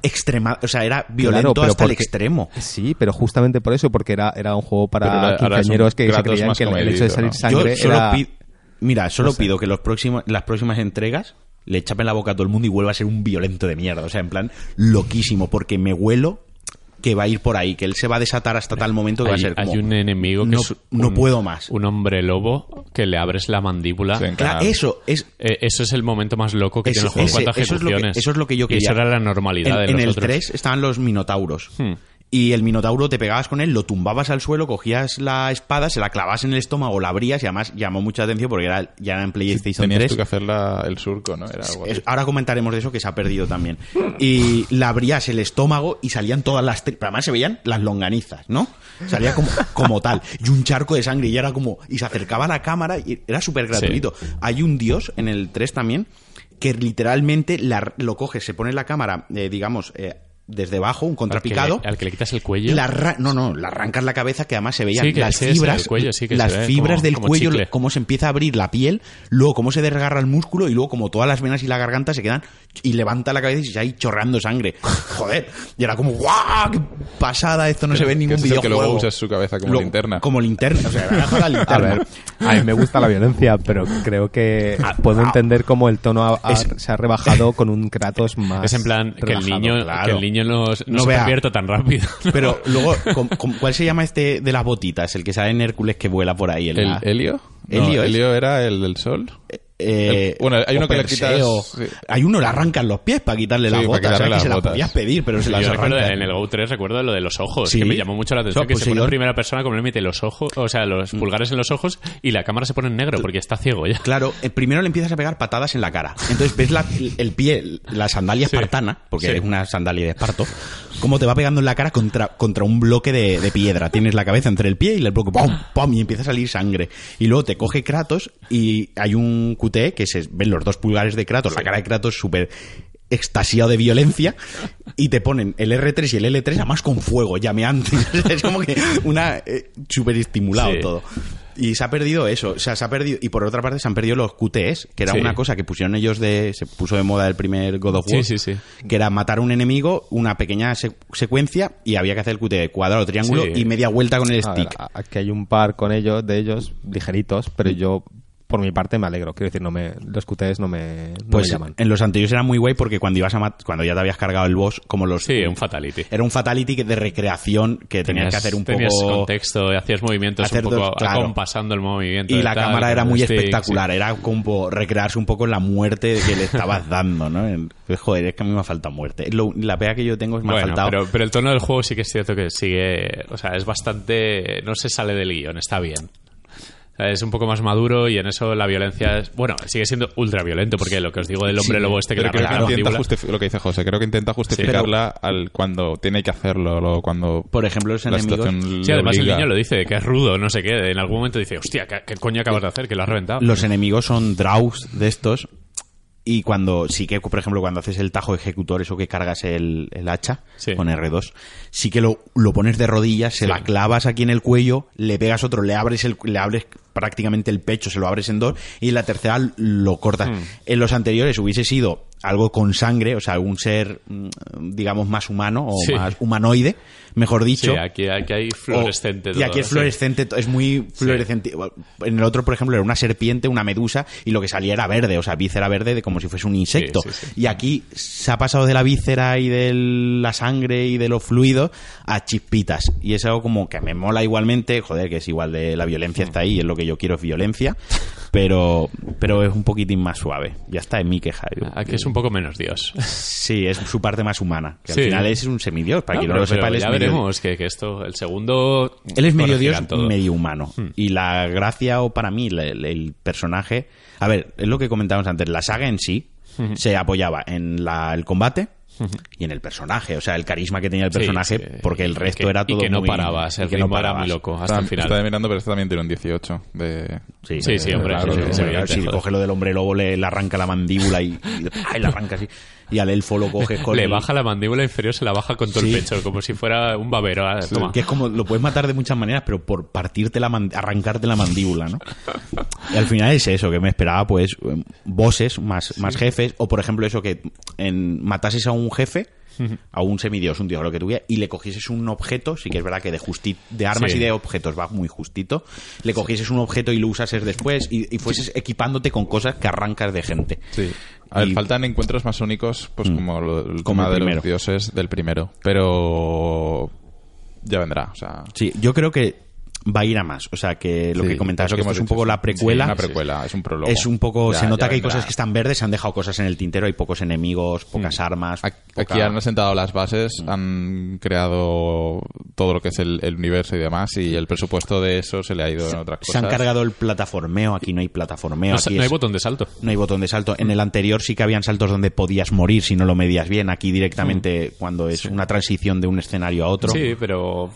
Speaker 2: extrema, o sea, era
Speaker 4: Claro,
Speaker 2: violento
Speaker 4: pero
Speaker 2: hasta el
Speaker 4: porque-
Speaker 2: extremo.
Speaker 4: Sí, pero justamente por eso, porque era, era un juego
Speaker 3: Pero
Speaker 4: para
Speaker 3: ahora- ahora es un
Speaker 4: quinceañeros que se
Speaker 3: Kratos
Speaker 4: creían
Speaker 3: más
Speaker 4: que el- el hecho de
Speaker 3: comedido, ¿no?
Speaker 4: salir sangre
Speaker 2: Yo solo
Speaker 4: era...
Speaker 2: pi- mira, solo
Speaker 4: no sé.
Speaker 2: pido que los próximos, las próximas entregas le chapen la boca a todo el mundo y vuelva a ser un violento de mierda. O sea, en plan, loquísimo, porque me huelo que va a ir por ahí, que él se va a desatar hasta tal momento que va a
Speaker 1: Hay,
Speaker 2: ser
Speaker 1: hay
Speaker 2: como,
Speaker 1: un enemigo que
Speaker 2: no,
Speaker 1: es
Speaker 2: no
Speaker 1: un-
Speaker 2: puedo más.
Speaker 1: Un hombre lobo que le abres la mandíbula.
Speaker 3: Sí.
Speaker 2: Claro, eso es...
Speaker 1: Eh, eso es el momento más loco que
Speaker 2: Ese-
Speaker 1: tiene el juego.
Speaker 2: ese-
Speaker 1: ¿Cuántas
Speaker 2: eso es lo que-
Speaker 1: ejecuciones?
Speaker 2: eso es lo que yo
Speaker 1: Y eso
Speaker 2: quería.
Speaker 1: era la normalidad
Speaker 2: En,
Speaker 1: de
Speaker 2: en
Speaker 1: los
Speaker 2: el
Speaker 1: otros.
Speaker 2: 3 estaban los minotauros.
Speaker 1: Hmm.
Speaker 2: Y el minotauro te pegabas con él, lo tumbabas al suelo, cogías la espada, se la clavas en el estómago, la abrías y además llamó mucha atención porque era, ya era en PlayStation
Speaker 3: Tenías
Speaker 2: 3.
Speaker 3: tú que hacer la- el surco, ¿no? Era algo así.
Speaker 2: Es- ahora comentaremos de eso que se ha perdido también. Y le abrías el estómago y salían todas las tripas. Además se veían las longanizas, ¿no? Salía como, como tal. Y un charco de sangre. Y era como. Y se acercaba a la cámara y era súper gratuito. Hay un dios en el 3 también que literalmente la- lo coge, se pone la cámara, eh, digamos, eh, desde abajo,
Speaker 1: Al
Speaker 2: un
Speaker 1: que le-
Speaker 2: contrapicado.
Speaker 1: Al que, le quitas el cuello.
Speaker 2: Le arran- no, no, le arrancas la cabeza que además se veían
Speaker 1: Sí, que
Speaker 2: las
Speaker 1: sí, sí,
Speaker 2: fibras,
Speaker 1: el cuello, sí que
Speaker 2: las
Speaker 1: se ve
Speaker 2: fibras
Speaker 1: como-
Speaker 2: del
Speaker 1: como
Speaker 2: cuello,
Speaker 1: chicle.
Speaker 2: cómo se empieza a abrir la piel, luego cómo se desgarra el músculo y luego como todas las venas y la garganta se quedan y levanta la cabeza y se ahí chorrando sangre. Joder, y era como guau, qué pasada, esto no se ve en
Speaker 3: Que
Speaker 2: ningún
Speaker 3: ese es el que
Speaker 2: videojuego.
Speaker 3: luego usas su cabeza como
Speaker 2: Luego-
Speaker 3: linterna.
Speaker 2: Como linterna, o sea, era para la
Speaker 4: A
Speaker 2: linterna.
Speaker 4: ver, a mí me gusta la violencia, pero creo que
Speaker 2: Ah,
Speaker 4: puedo
Speaker 2: ah.
Speaker 4: entender cómo el tono ha- ha-
Speaker 2: Es-
Speaker 4: se ha rebajado con un Kratos más
Speaker 1: Es en plan que el
Speaker 4: relajado.
Speaker 1: niño,
Speaker 2: claro.
Speaker 1: que el niño no, no
Speaker 2: No
Speaker 1: se
Speaker 2: vea.
Speaker 1: convierta tan rápido.
Speaker 2: Pero luego, ¿con- con- ¿cuál se llama este de las botitas? El que sale en Hércules que vuela por ahí. en
Speaker 3: ¿El
Speaker 2: la-
Speaker 3: Helio?
Speaker 2: Helio es-
Speaker 3: era el del sol.
Speaker 2: eh,
Speaker 3: El- bueno, hay
Speaker 2: o
Speaker 3: uno que le
Speaker 2: perseo.
Speaker 3: quitas- sí.
Speaker 2: Hay uno le arrancan los pies para quitarle
Speaker 3: Sí,
Speaker 2: las
Speaker 3: para
Speaker 2: botas.
Speaker 3: quitarle
Speaker 2: o sea, que
Speaker 3: las
Speaker 2: se las
Speaker 3: botas.
Speaker 2: podías pedir, pero se
Speaker 1: Yo
Speaker 2: las
Speaker 1: recuerdo en
Speaker 2: arrancan.
Speaker 1: el Go 3 recuerdo lo de los ojos,
Speaker 2: Sí,
Speaker 1: que me llamó mucho la atención
Speaker 2: o sea,
Speaker 1: que
Speaker 2: pues
Speaker 1: se pone
Speaker 2: yo-
Speaker 1: en primera persona como le mete los ojos, o sea, los pulgares en los ojos y la cámara se pone en negro porque está ciego ya.
Speaker 2: Claro, eh, primero le empiezas a pegar patadas en la cara. Entonces ves la- el pie, la sandalia espartana, porque
Speaker 1: Sí.
Speaker 2: es una sandalia de esparto, cómo te va pegando en la cara contra, contra un bloque de, de piedra. Tienes la cabeza entre el pie y el bloque, ¡pum! ¡pum! Y empieza a salir sangre. Y luego te coge Kratos y hay un QTE que se ven los dos pulgares de Kratos, la cara de Kratos súper extasiado de violencia y te ponen el R3 y el L3 además con fuego llameante es como que una eh, súper estimulado
Speaker 1: Sí.
Speaker 2: todo y se ha perdido eso, o sea, se ha perdido y por otra parte se han perdido los QTEs, que era
Speaker 1: Sí.
Speaker 2: una cosa que pusieron ellos de se puso de moda el primer God of War,
Speaker 1: Sí, sí, sí.
Speaker 2: que era matar a un enemigo, una pequeña se- secuencia y había que hacer el QTE cuadrado, triángulo
Speaker 1: Sí.
Speaker 2: y media vuelta con el
Speaker 4: A ver,
Speaker 2: stick.
Speaker 4: a- aquí hay un par con ellos, de ellos, ligeritos, pero yo, por mi parte, me alegro. Quiero decir, no me, los QTs no me, no me
Speaker 2: Pues
Speaker 4: llaman.
Speaker 2: en los anteriores era muy guay porque cuando ibas a mat- cuando ya te habías cargado el boss, como los
Speaker 1: Sí, un fatality.
Speaker 2: era un fatality que- de recreación que tenías, que hacer un
Speaker 1: tenías
Speaker 2: poco
Speaker 1: contexto, hacías movimientos
Speaker 2: hacer
Speaker 1: un poco
Speaker 2: dos- claro.
Speaker 1: acompasando el movimiento.
Speaker 2: y
Speaker 1: de
Speaker 2: la
Speaker 1: tal,
Speaker 2: cámara era
Speaker 1: con el
Speaker 2: muy
Speaker 1: stick,
Speaker 2: espectacular, era como recrearse un poco en la muerte que le estabas dando, ¿no? En- pues, Joder, es que a mí me ha faltado muerte. Lo- la pega que yo tengo es me ha
Speaker 1: Bueno,
Speaker 2: faltado.
Speaker 1: pero, pero el tono del juego sí que es cierto que sigue. O sea, es bastante. No se sale del guión, está bien. O sea, Es un poco más maduro y en eso la violencia es. Bueno, sigue siendo ultra violento porque lo que os digo del hombre
Speaker 2: Sí,
Speaker 1: lobo este que
Speaker 2: pero
Speaker 1: le
Speaker 3: Pero creo
Speaker 1: arranca la
Speaker 2: claro.
Speaker 3: que intenta
Speaker 1: mandíbula-
Speaker 3: justifi- lo que dice José, creo que intenta justificarla al cuando tiene que hacerlo, lo- cuando
Speaker 2: Por ejemplo, los
Speaker 3: la
Speaker 2: enemigos-
Speaker 3: situación
Speaker 1: Sí,
Speaker 3: le
Speaker 1: además el
Speaker 3: obliga.
Speaker 1: niño lo dice, que es rudo, no sé qué. En algún momento dice, hostia, ¿qué, qué coño acabas de hacer? Que lo has reventado.
Speaker 2: Los enemigos son draus de estos. Y cuando sí que, por ejemplo, cuando haces el tajo ejecutor, eso que cargas el, el hacha
Speaker 1: Sí.
Speaker 2: con R2, sí que lo, lo pones de rodillas, se
Speaker 1: Sí.
Speaker 2: la clavas aquí en el cuello, le pegas otro, le abres el, le abres prácticamente el pecho, se lo abres en dos, y la tercera lo cortas.
Speaker 1: Hmm.
Speaker 2: En los anteriores hubiese sido algo con sangre, o sea, algún ser, mm, digamos, más humano o
Speaker 1: Sí.
Speaker 2: más humanoide, mejor
Speaker 1: Sí,
Speaker 2: dicho.
Speaker 1: aquí, aquí hay fluorescente.
Speaker 2: O-
Speaker 1: todo,
Speaker 2: y aquí es
Speaker 1: sí.
Speaker 2: fluorescente, to- es muy fluorescente. En el otro, por ejemplo, era una serpiente, una medusa, y lo que salía era verde, o sea, víscera verde, de como si fuese un insecto.
Speaker 1: Sí, sí, sí.
Speaker 2: Y aquí se ha pasado de la víscera y de la sangre y de los fluidos a chispitas. Y es algo como que me mola igualmente, joder, que es igual de la violencia está ahí, y es lo que yo quiero es violencia, pero, pero es un poquitín más suave. Ya está, en mi queja. Yo-
Speaker 1: Aquí es un poco menos Dios.
Speaker 2: Sí, es su parte más humana. Que
Speaker 1: Sí.
Speaker 2: Al final es un semidios, para
Speaker 1: No,
Speaker 2: quien no
Speaker 1: pero-
Speaker 2: lo sepa,
Speaker 1: pero
Speaker 2: él es
Speaker 1: ya
Speaker 2: medio-
Speaker 1: veremos que, que esto, el segundo.
Speaker 2: Él es medio
Speaker 1: corregirán
Speaker 2: dios
Speaker 1: todo.
Speaker 2: y medio humano.
Speaker 1: Hmm.
Speaker 2: Y la gracia, o para mí, la- el, el personaje. A ver, es lo que comentábamos antes. La saga en sí
Speaker 1: Hmm.
Speaker 2: se apoyaba en la- el combate y en el personaje. O sea, el carisma que tenía el
Speaker 1: Sí,
Speaker 2: personaje,
Speaker 1: sí.
Speaker 2: porque el
Speaker 1: Y
Speaker 2: resto
Speaker 1: que-
Speaker 2: era todo.
Speaker 1: Y que no
Speaker 2: muy-
Speaker 1: parabas, el
Speaker 2: y que
Speaker 1: ritmo
Speaker 2: no
Speaker 1: era muy
Speaker 2: parabas.
Speaker 1: loco hasta
Speaker 3: Está-
Speaker 1: el final.
Speaker 3: Está mirando, pero este también tiene un 18 de...
Speaker 1: Sí, sí,
Speaker 2: Eh,
Speaker 1: hombre,
Speaker 2: claro,
Speaker 1: sí, sí,
Speaker 2: sí,
Speaker 1: sí,
Speaker 2: hombre,
Speaker 1: evidente,
Speaker 2: si
Speaker 1: joder.
Speaker 2: coge lo del hombre lobo, le, le arranca la mandíbula y, y- ¡ay! le arranca así. Y al elfo lo coges con
Speaker 1: Le
Speaker 2: el-
Speaker 1: baja la mandíbula inferior, se la baja con todo
Speaker 2: Sí.
Speaker 1: el pecho, como si fuera un babero. Ah, toma.
Speaker 2: Que es como, lo puedes matar de muchas maneras, pero por partirte la man- arrancarte la mandíbula, ¿no? Y al final es eso, que me esperaba, pues, em, bosses más, más jefes, o por ejemplo eso que en, matases a un jefe, a un semidios, un dios, lo que tuviera, y le cogieses un objeto, sí que es verdad que de justi de armas
Speaker 1: Sí.
Speaker 2: y de objetos va muy justito, le cogieses un objeto y lo usases después, y, y fueses equipándote con cosas que arrancas de gente.
Speaker 3: A ver,
Speaker 2: Y- Mm.
Speaker 3: faltan encuentros más únicos, pues como lo- el
Speaker 2: Como
Speaker 3: tema
Speaker 2: el
Speaker 3: de
Speaker 2: primero.
Speaker 3: los dioses del primero. Pero ya vendrá, o sea...
Speaker 2: Sí, yo creo que va a ir a más, o sea, que lo
Speaker 3: sí,
Speaker 2: que comentabas,
Speaker 3: es lo
Speaker 2: que, esto
Speaker 3: hemos
Speaker 2: es un
Speaker 3: dicho,
Speaker 2: poco la precuela.
Speaker 3: Sí, una precuela, es un prólogo.
Speaker 2: Es un poco.
Speaker 3: Ya-
Speaker 2: se nota
Speaker 3: ya
Speaker 2: que hay
Speaker 3: vendrá.
Speaker 2: cosas que están verdes, se han dejado cosas en el tintero, hay pocos enemigos, pocas armas.
Speaker 3: Ac-
Speaker 2: poca- Mm.
Speaker 3: Aquí han sentado las bases, han creado todo lo que es el, el universo y demás, y el presupuesto de eso se le ha ido en otras cosas.
Speaker 2: se han cargado el plataformeo, aquí no hay plataformeo.
Speaker 1: No,
Speaker 2: aquí
Speaker 1: no hay
Speaker 2: es-
Speaker 1: botón de salto.
Speaker 2: no hay botón de salto. En el anterior sí que habían saltos donde podías morir si no lo medías bien. Aquí directamente, cuando es una transición de un escenario a otro.
Speaker 1: Sí, pero.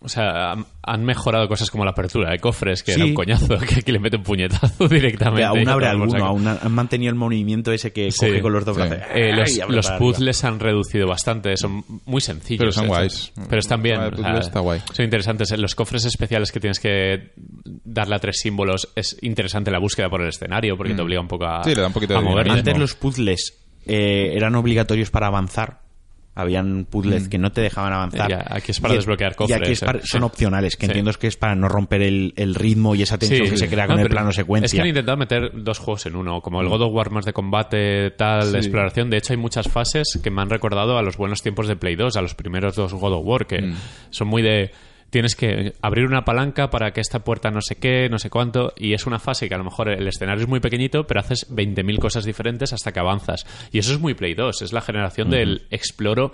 Speaker 1: O sea, han, han mejorado cosas como la apertura de cofres, que
Speaker 2: Sí.
Speaker 1: era un coñazo, que aquí le mete un puñetazo directamente.
Speaker 2: Aún
Speaker 1: y
Speaker 2: abre
Speaker 1: ya está, por
Speaker 2: alguno,
Speaker 1: saco.
Speaker 2: aún han han mantenido el movimiento ese que
Speaker 1: Sí,
Speaker 2: coge con los dos
Speaker 3: sí.
Speaker 2: brazos.
Speaker 1: Eh, los
Speaker 2: Ay, abre
Speaker 1: los
Speaker 2: para arriba.
Speaker 1: puzzles han reducido bastante, son muy sencillos.
Speaker 3: Pero son
Speaker 1: eh,
Speaker 3: guays.
Speaker 1: Pero están bien.
Speaker 3: Ah, el
Speaker 1: o sea,
Speaker 3: puzzle está guay.
Speaker 1: Son interesantes. En los cofres especiales que tienes que darle a tres símbolos, es interesante la búsqueda por el escenario porque te obliga un poco a,
Speaker 3: Mm. Sí, le da un poquito de
Speaker 1: a moverte.
Speaker 3: dinamismo.
Speaker 2: Antes los puzzles eh, eran obligatorios para avanzar. Habían puzzles que no te dejaban avanzar.
Speaker 1: Mm. Ya, aquí es para
Speaker 2: Y-
Speaker 1: desbloquear
Speaker 2: Y
Speaker 1: cofres,
Speaker 2: aquí es para-
Speaker 1: eh.
Speaker 2: son opcionales, que
Speaker 1: Sí.
Speaker 2: entiendo es que es para no romper el, el ritmo y esa tensión
Speaker 1: Sí,
Speaker 2: que
Speaker 1: sí.
Speaker 2: se crea
Speaker 1: No,
Speaker 2: con el
Speaker 1: pero
Speaker 2: plano
Speaker 1: Es que
Speaker 2: secuencia.
Speaker 1: han intentado meter dos juegos en uno, como el God of War más de combate, tal, de exploración. De hecho, hay muchas fases que me han recordado a los buenos tiempos de Play 2, a los primeros dos God of War, que son muy de. tienes que abrir una palanca para que esta puerta no sé qué, no sé cuánto, y es una fase que a lo mejor el escenario es muy pequeñito, pero haces 20.000 cosas diferentes hasta que avanzas. Y eso es muy Play 2, es la generación del exploro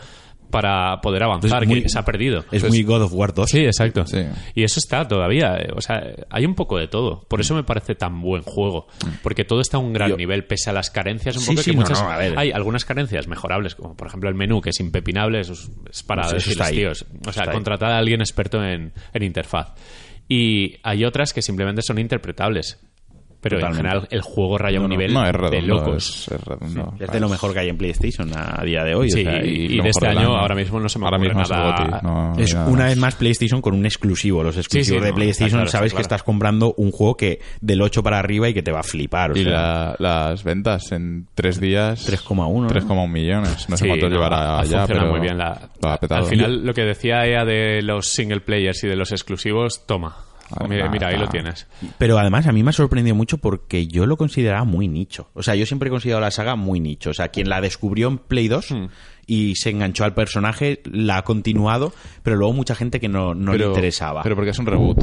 Speaker 1: para poder avanzar,
Speaker 2: Es muy-
Speaker 1: que se ha perdido.
Speaker 2: Es muy God of War
Speaker 1: pues
Speaker 2: 2.
Speaker 1: Sí, exacto.
Speaker 3: Sí.
Speaker 1: Y eso está todavía. eh, O sea, hay un poco de todo. Por eso me parece tan buen juego. Porque todo está a un gran
Speaker 2: Yo-
Speaker 1: nivel, pese a las carencias un
Speaker 2: Sí,
Speaker 1: poco
Speaker 2: sí,
Speaker 1: que
Speaker 2: no,
Speaker 1: muchas-
Speaker 2: no, a ver.
Speaker 1: Hay algunas carencias mejorables, como por ejemplo el menú, que es impepinable, eso es, es para
Speaker 2: Pues eso
Speaker 1: decirles,
Speaker 2: está ahí.
Speaker 1: tíos. O sea,
Speaker 2: Está ahí.
Speaker 1: contratar a alguien experto en, en interfaz. Y hay otras que simplemente son interpretables. Pero
Speaker 2: Totalmente.
Speaker 1: en general el juego raya
Speaker 3: No,
Speaker 1: un
Speaker 3: no,
Speaker 1: nivel
Speaker 3: no, es
Speaker 1: de
Speaker 3: redondo,
Speaker 1: locos.
Speaker 3: Es, es redondo.
Speaker 2: Es de lo mejor que hay en PlayStation a día de hoy. o
Speaker 1: Sí,
Speaker 2: sea,
Speaker 1: y- de
Speaker 3: lo
Speaker 2: y-
Speaker 3: mejor
Speaker 1: este
Speaker 3: del
Speaker 1: año, ahora mismo no se me
Speaker 3: ahora
Speaker 1: ocurre
Speaker 3: mismo es el
Speaker 1: nada-
Speaker 3: GOTY, no
Speaker 2: es
Speaker 3: hay nada
Speaker 2: una vez más PlayStation con un exclusivo. Los exclusivos
Speaker 1: sí,
Speaker 2: de
Speaker 1: no,
Speaker 2: PlayStation
Speaker 1: está claro,
Speaker 2: sabes
Speaker 1: está
Speaker 2: que
Speaker 1: claro.
Speaker 2: estás comprando un juego que del 8 para arriba y que te va a flipar. o
Speaker 3: Y
Speaker 2: sea,
Speaker 3: la- las ventas en tres días.
Speaker 2: 3,1, ¿no?
Speaker 3: 3,1 millones. No sé
Speaker 1: Sí,
Speaker 3: cuánto
Speaker 1: no,
Speaker 3: llevará
Speaker 1: ha
Speaker 3: ya,
Speaker 1: funcionado
Speaker 3: pero.
Speaker 1: muy bien la-
Speaker 3: lo ha petado.
Speaker 1: Al final, lo que decía ella de los single players y de los exclusivos, toma.
Speaker 3: Ah,
Speaker 1: Mira,
Speaker 3: ah,
Speaker 1: mira, ahí
Speaker 3: ah.
Speaker 1: lo tienes.
Speaker 2: Pero además a mí me ha sorprendido mucho porque yo lo consideraba muy nicho. O sea, yo siempre he considerado la saga muy nicho. O sea, quien la descubrió en Play 2 y se enganchó al personaje, la ha continuado, pero luego mucha gente que no, no
Speaker 3: Pero-
Speaker 2: le interesaba.
Speaker 3: Pero porque es un reboot.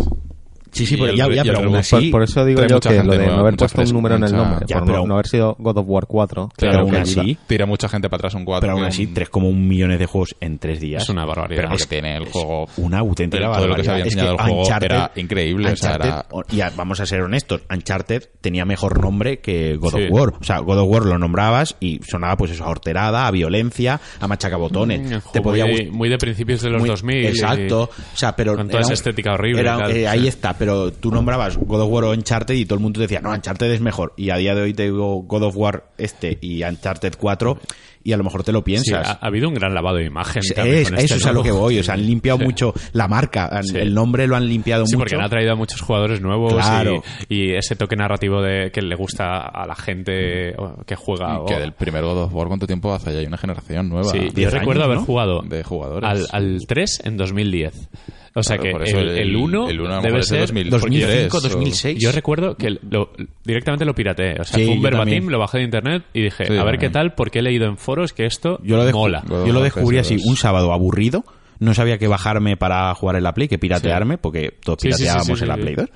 Speaker 2: sí, sí,
Speaker 3: y
Speaker 2: pero
Speaker 3: el-
Speaker 2: ya,
Speaker 3: y
Speaker 2: ya,
Speaker 3: el
Speaker 2: pero aún
Speaker 3: reboot
Speaker 2: así...
Speaker 4: Por eso digo
Speaker 3: trae
Speaker 4: yo
Speaker 3: mucha
Speaker 4: que
Speaker 3: gente
Speaker 4: lo de no
Speaker 3: nueva,
Speaker 4: haber
Speaker 3: mucha
Speaker 4: puesto un
Speaker 3: fresca,
Speaker 4: número en el
Speaker 3: mucha-
Speaker 4: nombre,
Speaker 2: Ya,
Speaker 4: por
Speaker 2: pero-
Speaker 4: no, no haber sido God of War 4,
Speaker 2: Claro,
Speaker 4: creo
Speaker 2: aún
Speaker 4: que
Speaker 2: así-
Speaker 4: ayuda.
Speaker 3: Tira mucha gente para atrás un 4.
Speaker 2: Pero aún así, 3,1 millones de juegos en tres días.
Speaker 1: Es una barbaridad.
Speaker 3: Pero porque tiene el juego.
Speaker 2: Una auténtica
Speaker 3: Pero todo lo que se había
Speaker 2: barbaridad. Es
Speaker 3: enseñado
Speaker 2: que
Speaker 3: del juego
Speaker 2: Uncharted-
Speaker 3: era increíble. o sea,
Speaker 2: Uncharted,
Speaker 3: era-
Speaker 2: o- ya, vamos a ser honestos, Uncharted tenía mejor nombre que God
Speaker 1: Sí.
Speaker 2: of War. O sea, God of War lo nombrabas y sonaba pues eso, a horterada, a violencia, a machacabotones.
Speaker 1: Mm,
Speaker 2: Te
Speaker 1: juego
Speaker 2: podía
Speaker 1: muy,
Speaker 2: gustar.
Speaker 1: muy de principios de los
Speaker 2: muy-
Speaker 1: 2000. y-
Speaker 2: Exacto. O sea, pero.
Speaker 1: con toda esa estética horrible y
Speaker 2: era-
Speaker 1: tal,
Speaker 2: eh, ahí
Speaker 1: sí.
Speaker 2: está, pero tú nombrabas God of War o Uncharted y todo el mundo te decía, no, Uncharted es mejor. Y a día de hoy te digo God of War este y Uncharted 4 y a lo mejor te lo
Speaker 1: Sí,
Speaker 2: piensas.
Speaker 1: ha, ha habido un gran lavado de imagen.
Speaker 2: Sí,
Speaker 1: también
Speaker 2: es-
Speaker 1: con
Speaker 2: eso
Speaker 1: este
Speaker 2: es a lo
Speaker 1: nuevo.
Speaker 2: que voy. O sea, han limpiado mucho la marca. han-
Speaker 1: Sí.
Speaker 2: El nombre lo han limpiado
Speaker 1: Sí, porque
Speaker 2: mucho.
Speaker 1: han atraído a muchos jugadores nuevos
Speaker 2: Claro.
Speaker 1: y, y ese toque narrativo de que le gusta a la gente o- que juega.
Speaker 3: y
Speaker 1: o-
Speaker 3: que del primer God of War, ¿cuánto tiempo hace? Ya hay una generación nueva.
Speaker 1: Sí, yo
Speaker 2: 10
Speaker 1: recuerdo
Speaker 2: años,
Speaker 1: haber
Speaker 2: ¿no?
Speaker 1: jugado
Speaker 3: De jugadores.
Speaker 1: al, al 3 en 2010. O sea
Speaker 3: Claro, por
Speaker 1: que
Speaker 3: eso
Speaker 1: el, el 1
Speaker 3: el uno a lo mejor
Speaker 1: debe
Speaker 3: es de
Speaker 1: ser
Speaker 3: 2000, porque
Speaker 2: 2005,
Speaker 3: eres, o-
Speaker 2: 2006.
Speaker 1: Yo recuerdo que lo- directamente lo pirateé. O sea,
Speaker 2: Sí,
Speaker 1: fue un
Speaker 2: yo
Speaker 1: verbatim,
Speaker 2: también.
Speaker 1: lo bajé de internet y dije,
Speaker 3: Sí,
Speaker 1: a ver
Speaker 3: también.
Speaker 1: qué tal, porque he leído en foros que esto
Speaker 2: yo lo, descu-
Speaker 1: mola.
Speaker 3: Bueno,
Speaker 2: yo lo
Speaker 3: bueno,
Speaker 2: descubrí así
Speaker 3: PS2.
Speaker 2: un sábado aburrido. No sabía que bajarme para jugar en la Play, que piratearme, porque todos
Speaker 1: Sí, sí, sí,
Speaker 2: pirateábamos
Speaker 1: sí,
Speaker 2: en la
Speaker 1: sí.
Speaker 2: Play 2.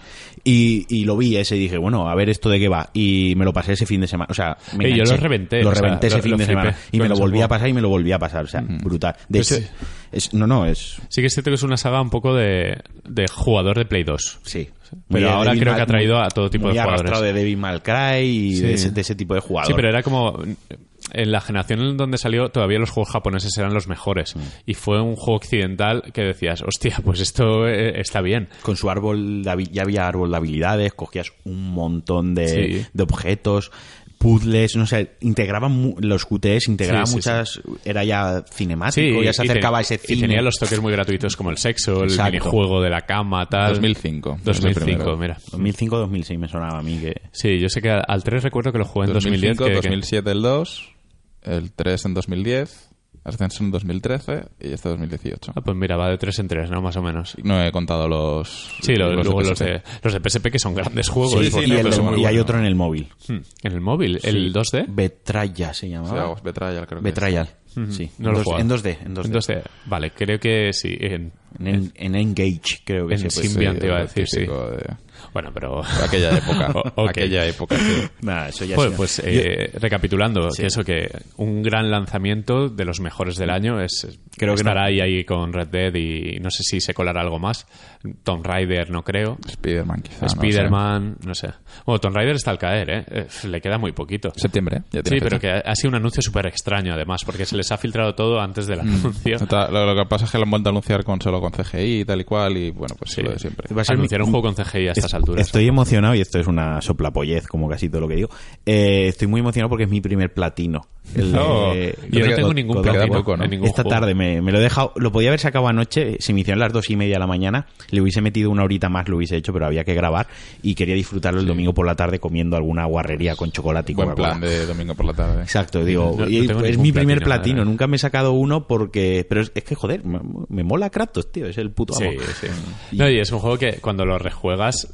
Speaker 2: Y, y lo vi ese y dije, bueno, a ver esto de qué va. Y me lo pasé ese fin de semana. O sea, me
Speaker 1: Eh, yo
Speaker 2: enganché.
Speaker 1: lo reventé,
Speaker 2: Lo
Speaker 1: o sea,
Speaker 2: reventé
Speaker 1: lo-
Speaker 2: ese fin
Speaker 1: lo
Speaker 2: de
Speaker 1: flipé
Speaker 2: semana. Y
Speaker 1: con
Speaker 2: me lo
Speaker 1: ese
Speaker 2: volví
Speaker 1: juego.
Speaker 2: a pasar y me lo volví a pasar. O sea, brutal. De
Speaker 1: Pues
Speaker 2: hecho,
Speaker 1: sí.
Speaker 2: es, no, no, es.
Speaker 1: Sí que es cierto que es una saga un poco de, de jugador de Play 2.
Speaker 2: Sí. Muy
Speaker 1: Pero
Speaker 2: de
Speaker 1: ahora
Speaker 2: Devil
Speaker 1: creo que
Speaker 2: May-
Speaker 1: ha traído a todo tipo
Speaker 2: muy
Speaker 1: de
Speaker 2: arrastrado
Speaker 1: jugadores.
Speaker 2: de Devil May Cry y
Speaker 1: Sí.
Speaker 2: de, ese, de ese tipo de jugadores.
Speaker 1: Sí, pero era como... En la generación en donde salió, todavía los juegos japoneses eran los
Speaker 3: Mm.
Speaker 1: mejores. Y fue un juego occidental que decías, hostia, pues esto eh, está bien.
Speaker 2: con su árbol de habi- ya había árbol de habilidades, cogías un montón de,
Speaker 1: Sí.
Speaker 2: de objetos, puzzles, no sé, integraban mu- los QTEs, integraban
Speaker 1: Sí, sí,
Speaker 2: muchas, era ya
Speaker 1: Sí,
Speaker 2: cinemático, ya se
Speaker 1: y te-
Speaker 2: acercaba a ese
Speaker 1: Y
Speaker 2: cine.
Speaker 1: tenía los toques muy gratuitos como el sexo, el
Speaker 2: Exacto.
Speaker 1: minijuego de la cama, tal.
Speaker 3: 2005, es el
Speaker 1: 2005,
Speaker 3: primero.
Speaker 1: mira.
Speaker 2: 2005-2006 me sonaba a mí que
Speaker 1: Sí, yo sé que al 3 recuerdo que lo jugué en
Speaker 3: 2005,
Speaker 1: 2010. que- que-
Speaker 3: 2007 el 2, el 3 en 2010, Ascenso en 2013 y este 2018.
Speaker 1: Ah, pues mira, va de 3 en 3, ¿no? Más o menos.
Speaker 3: No he contado los.
Speaker 1: Sí, lo- luego los
Speaker 3: PSP.
Speaker 1: de, los de PSP que son grandes juegos.
Speaker 3: Sí,
Speaker 1: por
Speaker 3: sí,
Speaker 2: y,
Speaker 3: no,
Speaker 1: cierto,
Speaker 2: el
Speaker 3: pero
Speaker 2: del-
Speaker 1: son
Speaker 2: y
Speaker 1: muy
Speaker 3: bueno.
Speaker 2: hay otro en el móvil.
Speaker 1: buenos. Hmm, En el móvil, el 2D.
Speaker 2: Betraya se
Speaker 3: O
Speaker 2: llamaba.
Speaker 3: sea, os Betrayal, creo que es.
Speaker 2: Betrayal. Sí.
Speaker 1: No lo he
Speaker 2: Dos-
Speaker 1: jugado.
Speaker 2: en 2D, en 2D.
Speaker 1: Vale, creo que sí. en-
Speaker 2: En, en Engage, creo que
Speaker 1: En
Speaker 2: se puede-
Speaker 1: Symbian. Bien, te iba a
Speaker 3: lo
Speaker 1: decir, sí.
Speaker 3: típico de
Speaker 1: bueno, pero.
Speaker 3: Aquella época.
Speaker 1: Ok.
Speaker 3: Aquella época. sí.
Speaker 2: Nah, eso ya
Speaker 1: Joder,
Speaker 2: sí.
Speaker 1: pues
Speaker 2: Yo-
Speaker 1: eh, recapitulando, que eso que un gran lanzamiento de los mejores del año es
Speaker 2: Creo que
Speaker 1: estará
Speaker 2: no.
Speaker 1: ahí, ahí con Red Dead y no sé si se colará algo más. Tomb Raider no creo.
Speaker 2: Ah,
Speaker 3: Spiderman, quizá. no sé.
Speaker 1: Spider-Man, no sé. Bueno, Tomb Raider está al caer, ¿eh? Eh, Le queda muy poquito.
Speaker 3: Septiembre, ¿eh? ya
Speaker 1: Sí,
Speaker 3: tiene fecha.
Speaker 1: pero que ha ha sido un anuncio súper extraño, además, porque se les ha filtrado todo antes
Speaker 2: Mm.
Speaker 1: del anuncio.
Speaker 3: Está- Lo, lo que pasa es que lo han vuelto a anunciar con solo con CGI y tal y cual, y bueno, pues lo de siempre.
Speaker 2: Va a ser mi-
Speaker 1: Anunciar un juego con CGI a estas
Speaker 2: Es-
Speaker 1: alturas.
Speaker 2: Estoy emocionado y esto es una soplapollez, como casi todo lo que digo. Eh, estoy muy emocionado porque es mi primer platino. El de-
Speaker 3: No,
Speaker 1: Oh, Yo no
Speaker 3: Te queda
Speaker 1: tengo
Speaker 3: po-
Speaker 1: ningún
Speaker 3: te queda
Speaker 1: platino
Speaker 3: poco, ¿no?
Speaker 1: en ningún
Speaker 2: Esta
Speaker 1: juego.
Speaker 2: tarde me, me lo he dejado. Lo podía haber sacado anoche. Se me hicieron las dos y media de la mañana. Le hubiese metido una horita más, lo hubiese hecho, pero había que grabar. Y quería disfrutarlo el domingo por la tarde comiendo alguna guarrería con chocolate y
Speaker 3: Buen
Speaker 2: Coca-Cola.
Speaker 3: plan de domingo por la tarde.
Speaker 2: Exacto, digo,
Speaker 1: No- no
Speaker 2: y
Speaker 1: tengo
Speaker 2: es
Speaker 1: ningún
Speaker 2: mi primer
Speaker 1: platino,
Speaker 2: platino,
Speaker 1: madre.
Speaker 2: nunca me he sacado uno porque... Pero es, es que, joder, me, me mola Kratos, tío, es el puto amo. Mm.
Speaker 1: Sí, sí. No, y es un juego que cuando lo rejuegas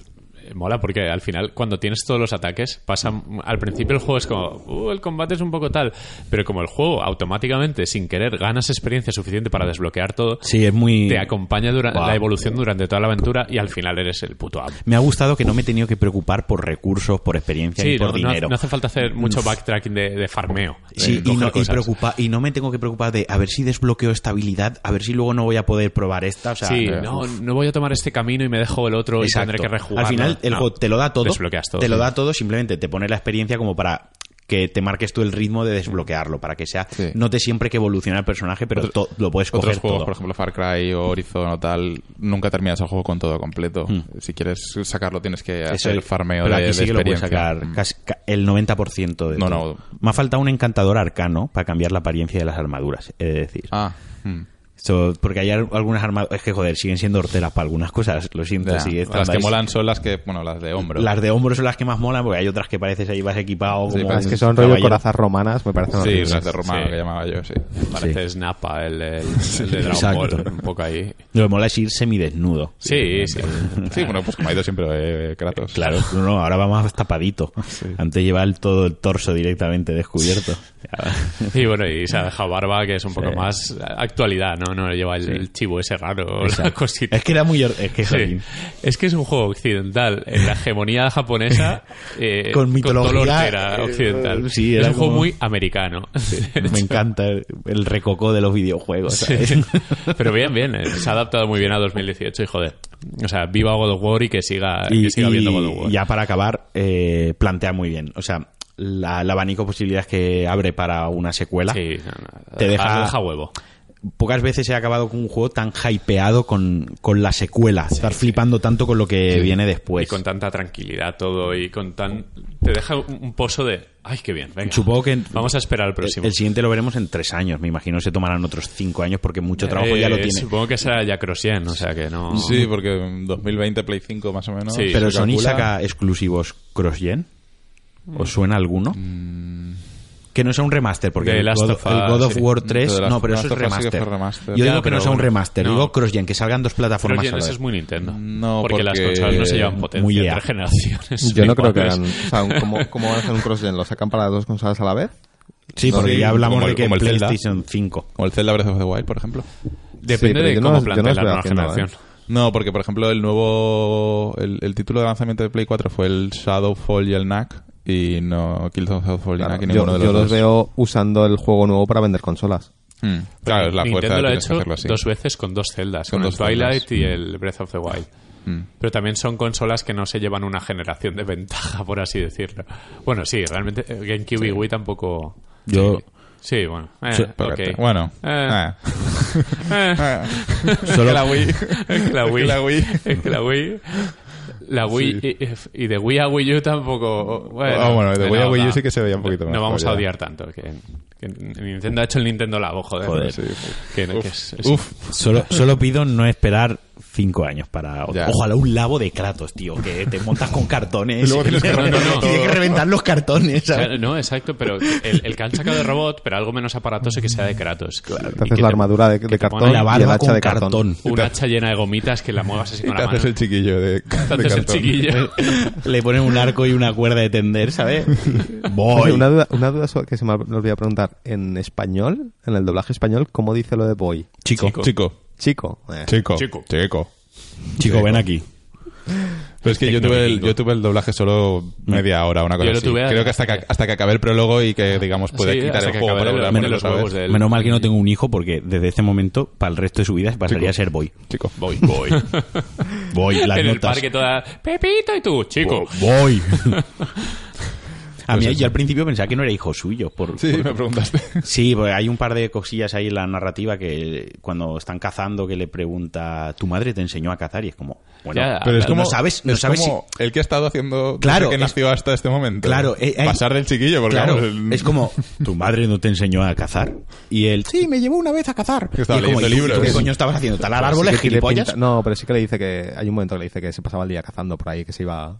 Speaker 1: eh, mola porque al final cuando tienes todos los ataques pasa al principio el juego es como "Uh, el combate es un poco tal pero como el juego automáticamente sin querer ganas experiencia suficiente para desbloquear todo
Speaker 2: Sí, es muy...
Speaker 1: te acompaña durante
Speaker 2: Guau.
Speaker 1: la evolución durante toda la aventura y al final eres el puto amo
Speaker 2: Me ha gustado que no me he tenido que preocupar por recursos, por experiencia
Speaker 1: sí
Speaker 2: y por
Speaker 1: no, no-
Speaker 2: dinero. Mm.
Speaker 1: no hace falta hacer mucho backtracking de, de farmeo de
Speaker 2: Sí, y
Speaker 1: coger
Speaker 2: no, y,
Speaker 1: cosas.
Speaker 2: preocupa- y no me tengo que preocupar de a ver si desbloqueo esta habilidad, a ver si luego no voy a poder probar esta. O sea,
Speaker 1: sí,
Speaker 2: eh,
Speaker 1: no, no voy a tomar este camino y me dejo el otro
Speaker 2: exacto.
Speaker 1: y tendré que rejugar.
Speaker 2: Al final, el juego te lo da todo.
Speaker 1: Desbloqueas todo.
Speaker 2: Te lo
Speaker 1: sí.
Speaker 2: da todo, simplemente te pone la experiencia como para que te marques tú el ritmo de desbloquearlo, para que sea.
Speaker 3: Sí.
Speaker 2: No te siempre que evoluciona el personaje, pero to- lo puedes coger
Speaker 3: Otros juegos,
Speaker 2: todo.
Speaker 3: por ejemplo, Far Cry o Horizon o tal, nunca terminas el juego con todo completo. Si quieres sacarlo, tienes que
Speaker 2: Hmm. Eso
Speaker 3: hacer
Speaker 2: es-
Speaker 3: el farmeo
Speaker 2: pero
Speaker 3: de,
Speaker 2: aquí
Speaker 3: de
Speaker 2: sí que lo puedes
Speaker 3: experiencia.
Speaker 1: Mm.
Speaker 3: Hmm.
Speaker 2: sacar casi ca- el 90% de
Speaker 3: No,
Speaker 2: todo.
Speaker 3: no.
Speaker 2: Me ha faltado un encantador arcano para cambiar la apariencia de las armaduras, he de decir.
Speaker 3: Ah, mm.
Speaker 2: So, porque hay al- algunas armaduras. Es que, joder, siguen siendo horteras para algunas cosas. Lo siento.
Speaker 3: Ya.
Speaker 2: sí, están
Speaker 3: las que
Speaker 2: varias-
Speaker 3: molan son las que, bueno, las de hombro.
Speaker 2: Las de hombros son las que más molan, porque hay otras que pareces ahí vas equipado
Speaker 3: Sí,
Speaker 2: como.
Speaker 3: pero
Speaker 4: Es que
Speaker 2: un
Speaker 4: son rollo
Speaker 2: caballero.
Speaker 4: corazas romanas, me parecen
Speaker 3: sí,
Speaker 4: horribles.
Speaker 3: las de romano
Speaker 1: Sí.
Speaker 3: que llamaba yo, sí.
Speaker 1: Parece Snappa, el, el- el de Dragon
Speaker 2: Exacto.
Speaker 1: Ball, un poco ahí.
Speaker 2: Lo que mola es ir semidesnudo.
Speaker 1: Sí, sí.
Speaker 3: Sí, bueno, pues como ha ido siempre eh, Kratos.
Speaker 2: Claro, no, no, ahora va más tapadito. Antes llevaba el todo el torso directamente descubierto.
Speaker 1: Y bueno, y se ha dejado barba, que es un poco más actualidad, ¿no? No lleva el, el chivo ese raro, la cosita.
Speaker 2: es que era muy. hor- Es que,
Speaker 1: Sí.
Speaker 2: jolín.
Speaker 1: Es que es un juego occidental, en la hegemonía japonesa, eh,
Speaker 2: Con mitología,
Speaker 1: todo lo que era
Speaker 2: eh,
Speaker 1: occidental.
Speaker 2: sí,
Speaker 1: es
Speaker 2: era
Speaker 1: un juego
Speaker 2: como-
Speaker 1: muy americano.
Speaker 2: Me encanta el, el recocó de los videojuegos. ¿sabes?
Speaker 1: Sí. Pero bien, bien, eh, se ha adaptado muy bien a 2018 y joder. O sea, viva God of War y que siga, que siga habiendo God of War.
Speaker 2: ya para acabar, eh, plantea muy bien. O sea, la, el abanico de posibilidades que abre para una secuela.
Speaker 1: Sí, no, no,
Speaker 2: Te deja-
Speaker 1: deja huevo.
Speaker 2: Pocas veces he acabado con un juego tan hypeado con, con la secuela. estar flipando tanto con lo que viene
Speaker 1: Y
Speaker 2: después.
Speaker 1: con tanta tranquilidad todo y con tan... Te deja un un pozo de... ¡Ay, qué bien! venga.
Speaker 2: Supongo que-
Speaker 1: Vamos a esperar al
Speaker 2: El,
Speaker 1: próximo.
Speaker 2: el siguiente lo veremos en tres años. Me imagino se tomarán otros cinco años porque mucho trabajo
Speaker 1: Eh,
Speaker 2: ya lo tiene.
Speaker 1: Supongo que será ya Crocien, o sea que no...
Speaker 4: Mm.
Speaker 3: Sí, porque en 2020 Play 5 más o menos.
Speaker 1: Sí.
Speaker 2: Pero
Speaker 3: se
Speaker 2: Sony
Speaker 3: calcula.
Speaker 2: saca exclusivos cross-gen.
Speaker 1: Mm.
Speaker 2: ¿Os suena alguno? Que no sea un remaster, porque
Speaker 1: The
Speaker 2: el
Speaker 1: Mm. Last
Speaker 2: God,
Speaker 1: of
Speaker 2: el
Speaker 1: Us,
Speaker 2: God of
Speaker 1: sí.
Speaker 2: War
Speaker 3: The
Speaker 2: 3,
Speaker 3: Last-
Speaker 2: no, pero eso
Speaker 3: Last of Us
Speaker 2: es
Speaker 3: sí que
Speaker 2: remaster.
Speaker 3: fue remaster.
Speaker 2: Yo
Speaker 1: Ya,
Speaker 2: digo que
Speaker 1: pero
Speaker 2: no sea un
Speaker 1: bueno,
Speaker 2: remaster,
Speaker 1: no.
Speaker 2: digo cross-gen, que salgan dos plataformas
Speaker 1: Crocien
Speaker 2: a la
Speaker 1: eso
Speaker 2: vez.
Speaker 1: es muy Nintendo.
Speaker 3: No,
Speaker 1: porque, las
Speaker 3: porque-
Speaker 1: consolas no se llevan potencia
Speaker 2: Muy
Speaker 1: entre
Speaker 2: EA.
Speaker 1: generaciones.
Speaker 4: Yo no
Speaker 1: ni
Speaker 4: creo que
Speaker 1: madres.
Speaker 4: hagan. O sea, un- ¿cómo, ¿Cómo van a hacer un cross-gen? ¿Lo sacan para las dos consolas a la vez?
Speaker 2: Sí,
Speaker 3: No,
Speaker 2: porque
Speaker 3: sí,
Speaker 2: ya hablamos
Speaker 3: como
Speaker 2: de
Speaker 3: el-
Speaker 2: que
Speaker 3: como el Zelda.
Speaker 2: PlayStation 5.
Speaker 3: O el Zelda Breath of the Wild, por ejemplo.
Speaker 4: Sí,
Speaker 1: Depende
Speaker 4: pero
Speaker 1: de
Speaker 4: yo no
Speaker 1: cómo
Speaker 4: las- yo no
Speaker 1: planteen
Speaker 4: las
Speaker 1: la
Speaker 4: veo
Speaker 1: nueva
Speaker 4: haciendo, ¿eh?
Speaker 1: generación.
Speaker 3: No, porque por ejemplo el nuevo. El, el título de lanzamiento de Play 4 fue el Shadowfall y el Knack. Y no Killzone Shadowfall y
Speaker 4: Claro,
Speaker 3: Knack. Y
Speaker 4: yo
Speaker 3: ninguno de los
Speaker 4: yo los
Speaker 3: dos.
Speaker 4: veo usando el juego nuevo para vender consolas.
Speaker 3: Mm, Claro, es la
Speaker 1: Nintendo
Speaker 3: fuerza de
Speaker 1: lo ha
Speaker 3: tienes que
Speaker 1: hecho
Speaker 3: hacerlo así.
Speaker 1: dos veces con dos celdas,
Speaker 3: Con
Speaker 1: con, el
Speaker 3: dos Mm. celdas.
Speaker 1: Twilight y el Breath of the Wild. Pero también son consolas que no se llevan una generación de ventaja, por así decirlo. Bueno, sí, realmente eh, GameCube y Wii tampoco...
Speaker 2: Yo
Speaker 1: Sí, bueno. eh,
Speaker 2: Sí,
Speaker 1: ok.
Speaker 3: Espérate. Bueno.
Speaker 1: Eh,
Speaker 3: ah.
Speaker 1: eh,
Speaker 3: Ah.
Speaker 2: solo
Speaker 3: La Wii.
Speaker 1: es que la Wii...
Speaker 3: Es que la Wii.
Speaker 1: es que la Wii... La Wii y, y de Wii a Wii U tampoco... Bueno,
Speaker 3: Ah, bueno, de Wii a Wii U
Speaker 1: no.
Speaker 3: sí que se veía un poquito más
Speaker 1: No vamos a
Speaker 3: todavía.
Speaker 1: odiar tanto. Que, que Nintendo ha hecho el Nintendo Labo, joder.
Speaker 2: Joder.
Speaker 3: Sí.
Speaker 1: Que, que es- es-
Speaker 3: Uf,
Speaker 2: Solo, solo pido no esperar cinco años para
Speaker 3: Ya.
Speaker 2: ojalá un labo de Kratos tío que te montas con cartones
Speaker 3: Y luego tienes que
Speaker 2: y
Speaker 1: reventar todo.
Speaker 2: tienes que reventar los cartones ¿sabes?
Speaker 1: Claro, no, exacto, pero el, el que han sacado de robot, pero algo menos aparatoso que sea de Kratos. Y
Speaker 4: Te haces
Speaker 1: que
Speaker 4: la
Speaker 1: te-
Speaker 4: armadura de, de
Speaker 1: te
Speaker 4: cartón
Speaker 1: pongan
Speaker 4: y
Speaker 2: la
Speaker 4: el
Speaker 2: barba
Speaker 4: hacha
Speaker 2: con
Speaker 4: de cartón.
Speaker 2: cartón.
Speaker 1: Un hacha llena de gomitas que la muevas así
Speaker 3: y
Speaker 1: con
Speaker 3: te
Speaker 1: la
Speaker 3: haces
Speaker 1: mano.
Speaker 3: este el chiquillo de,
Speaker 1: Te
Speaker 3: de
Speaker 1: haces el
Speaker 3: cartón.
Speaker 1: chiquillo.
Speaker 2: le ponen un arco y una cuerda de tender ¿sabes?
Speaker 4: Oye,
Speaker 2: voy
Speaker 4: una duda, una duda sobre- que se me me olvidó preguntar. En español, en el doblaje español, ¿cómo dice lo de boy?
Speaker 2: chico
Speaker 1: Chico.
Speaker 2: chico,
Speaker 3: Chico.
Speaker 4: Chico. Eh,
Speaker 3: Chico.
Speaker 1: Chico.
Speaker 3: Chico.
Speaker 2: ven aquí
Speaker 3: Pero es que yo tuve, el, yo tuve el doblaje solo media hora, una cosa
Speaker 1: Este Yo lo
Speaker 3: así.
Speaker 1: tuve
Speaker 3: Creo
Speaker 1: hasta
Speaker 3: que hasta que,
Speaker 1: que-
Speaker 3: hasta que acabé el prólogo y que, digamos, puede
Speaker 1: Sí,
Speaker 3: quitar
Speaker 1: hasta
Speaker 3: el
Speaker 1: que
Speaker 3: juego
Speaker 1: acabe
Speaker 3: para
Speaker 1: de
Speaker 3: hablar
Speaker 1: lamer
Speaker 3: por
Speaker 1: los
Speaker 3: otra vez.
Speaker 1: huevos del
Speaker 2: menos mal que no tengo un hijo porque desde este momento para el resto de su vida pasaría a ser voy
Speaker 3: Chico.
Speaker 2: voy voy voy las
Speaker 1: en el
Speaker 2: notas
Speaker 1: parque toda Pepito y tú, chico.
Speaker 2: voy a mí yo al principio pensaba que no era hijo suyo por,
Speaker 3: Sí, me preguntaste.
Speaker 2: Sí, porque hay un par de cosillas ahí en la narrativa que cuando están cazando que le pregunta tu madre te enseñó a cazar y es como bueno
Speaker 1: Ya,
Speaker 3: Pero es
Speaker 2: no
Speaker 3: como,
Speaker 2: sabes no
Speaker 3: es
Speaker 2: sabes
Speaker 3: como el que ha estado haciendo
Speaker 2: Claro,
Speaker 3: desde que
Speaker 2: es-
Speaker 3: nació hasta este momento.
Speaker 2: Claro, eh, hay-
Speaker 3: Pasar del chiquillo,
Speaker 2: si
Speaker 3: porque
Speaker 2: claro
Speaker 3: vamos, el-
Speaker 2: es como tu madre no te enseñó a cazar y él sí me llevó una vez a cazar
Speaker 3: Que estaba
Speaker 2: Y es como,
Speaker 3: leyendo
Speaker 2: "¿Y tú
Speaker 3: libros".
Speaker 2: qué coño estabas haciendo talar
Speaker 4: pero sí
Speaker 2: árboles
Speaker 4: que tiene
Speaker 2: gilipollas
Speaker 4: pinta- No, pero sí que le dice que... Hay un momento que le dice que se pasaba el día cazando por ahí, que se iba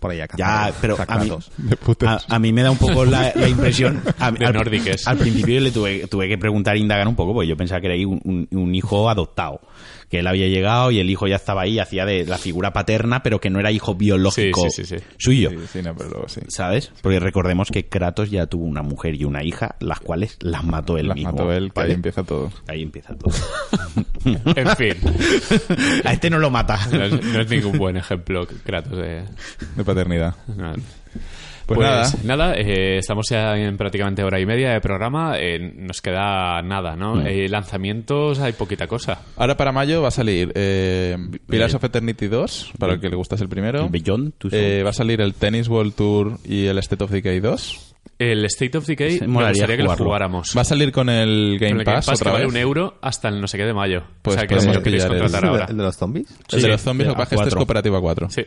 Speaker 4: por ahí a cazar.
Speaker 2: Ya, pero a mí,
Speaker 4: zacatos.
Speaker 3: De putas.
Speaker 2: a- a mí me da un poco la, la impresión. a-
Speaker 1: De
Speaker 2: al,
Speaker 1: nórdiques.
Speaker 2: Al principio le tuve, tuve que preguntar, e indagar un poco, porque yo pensaba que era ahí un, un- un hijo adoptado. Que él había llegado y el hijo ya estaba ahí, hacía de la figura paterna, pero que no era hijo biológico
Speaker 1: Sí, sí, sí, sí.
Speaker 2: suyo.
Speaker 3: Sí, sí, no, pero luego sí.
Speaker 2: ¿Sabes? Porque recordemos que Kratos ya tuvo una mujer y una hija, las cuales las mató él
Speaker 3: Las
Speaker 2: mismo.
Speaker 3: mató él, que
Speaker 2: ¿vale?
Speaker 3: ahí empieza todo.
Speaker 2: Ahí empieza todo.
Speaker 1: En fin,
Speaker 2: A este no lo mata.
Speaker 1: no es, no es ningún buen ejemplo, Kratos. de...
Speaker 3: De paternidad.
Speaker 1: no.
Speaker 3: Pues,
Speaker 1: Pues,
Speaker 3: nada.
Speaker 1: nada, eh, estamos ya en prácticamente hora y media de programa, eh, nos queda nada, ¿no? Eh, lanzamientos hay poquita cosa.
Speaker 3: Ahora para mayo va a salir eh, Pillars of Eternity 2, para el que le gustase el primero.
Speaker 2: El Beyond Two Souls.
Speaker 3: Eh, va a salir el Tennis World Tour y el State of Decay 2.
Speaker 1: El State of Decay
Speaker 2: Ese
Speaker 1: me
Speaker 2: molaría
Speaker 1: gustaría que lo
Speaker 2: jugarlo.
Speaker 1: jugáramos.
Speaker 3: Va a salir con el
Speaker 1: Con
Speaker 3: Game
Speaker 1: el
Speaker 3: Pass,
Speaker 1: que
Speaker 3: otra
Speaker 1: vale
Speaker 3: vez.
Speaker 1: un euro hasta el no sé qué de mayo.
Speaker 3: Pues
Speaker 1: o sea, que si
Speaker 3: podemos
Speaker 1: lo queréis
Speaker 3: pillar el-
Speaker 1: contratar
Speaker 3: Para
Speaker 4: ¿El de,
Speaker 1: ahora.
Speaker 4: el de los zombies?
Speaker 3: El
Speaker 1: Sí,
Speaker 3: de los zombies, lo
Speaker 2: a
Speaker 3: que pasa es que este es
Speaker 2: cuatro.
Speaker 3: cooperativa 4.
Speaker 1: Sí.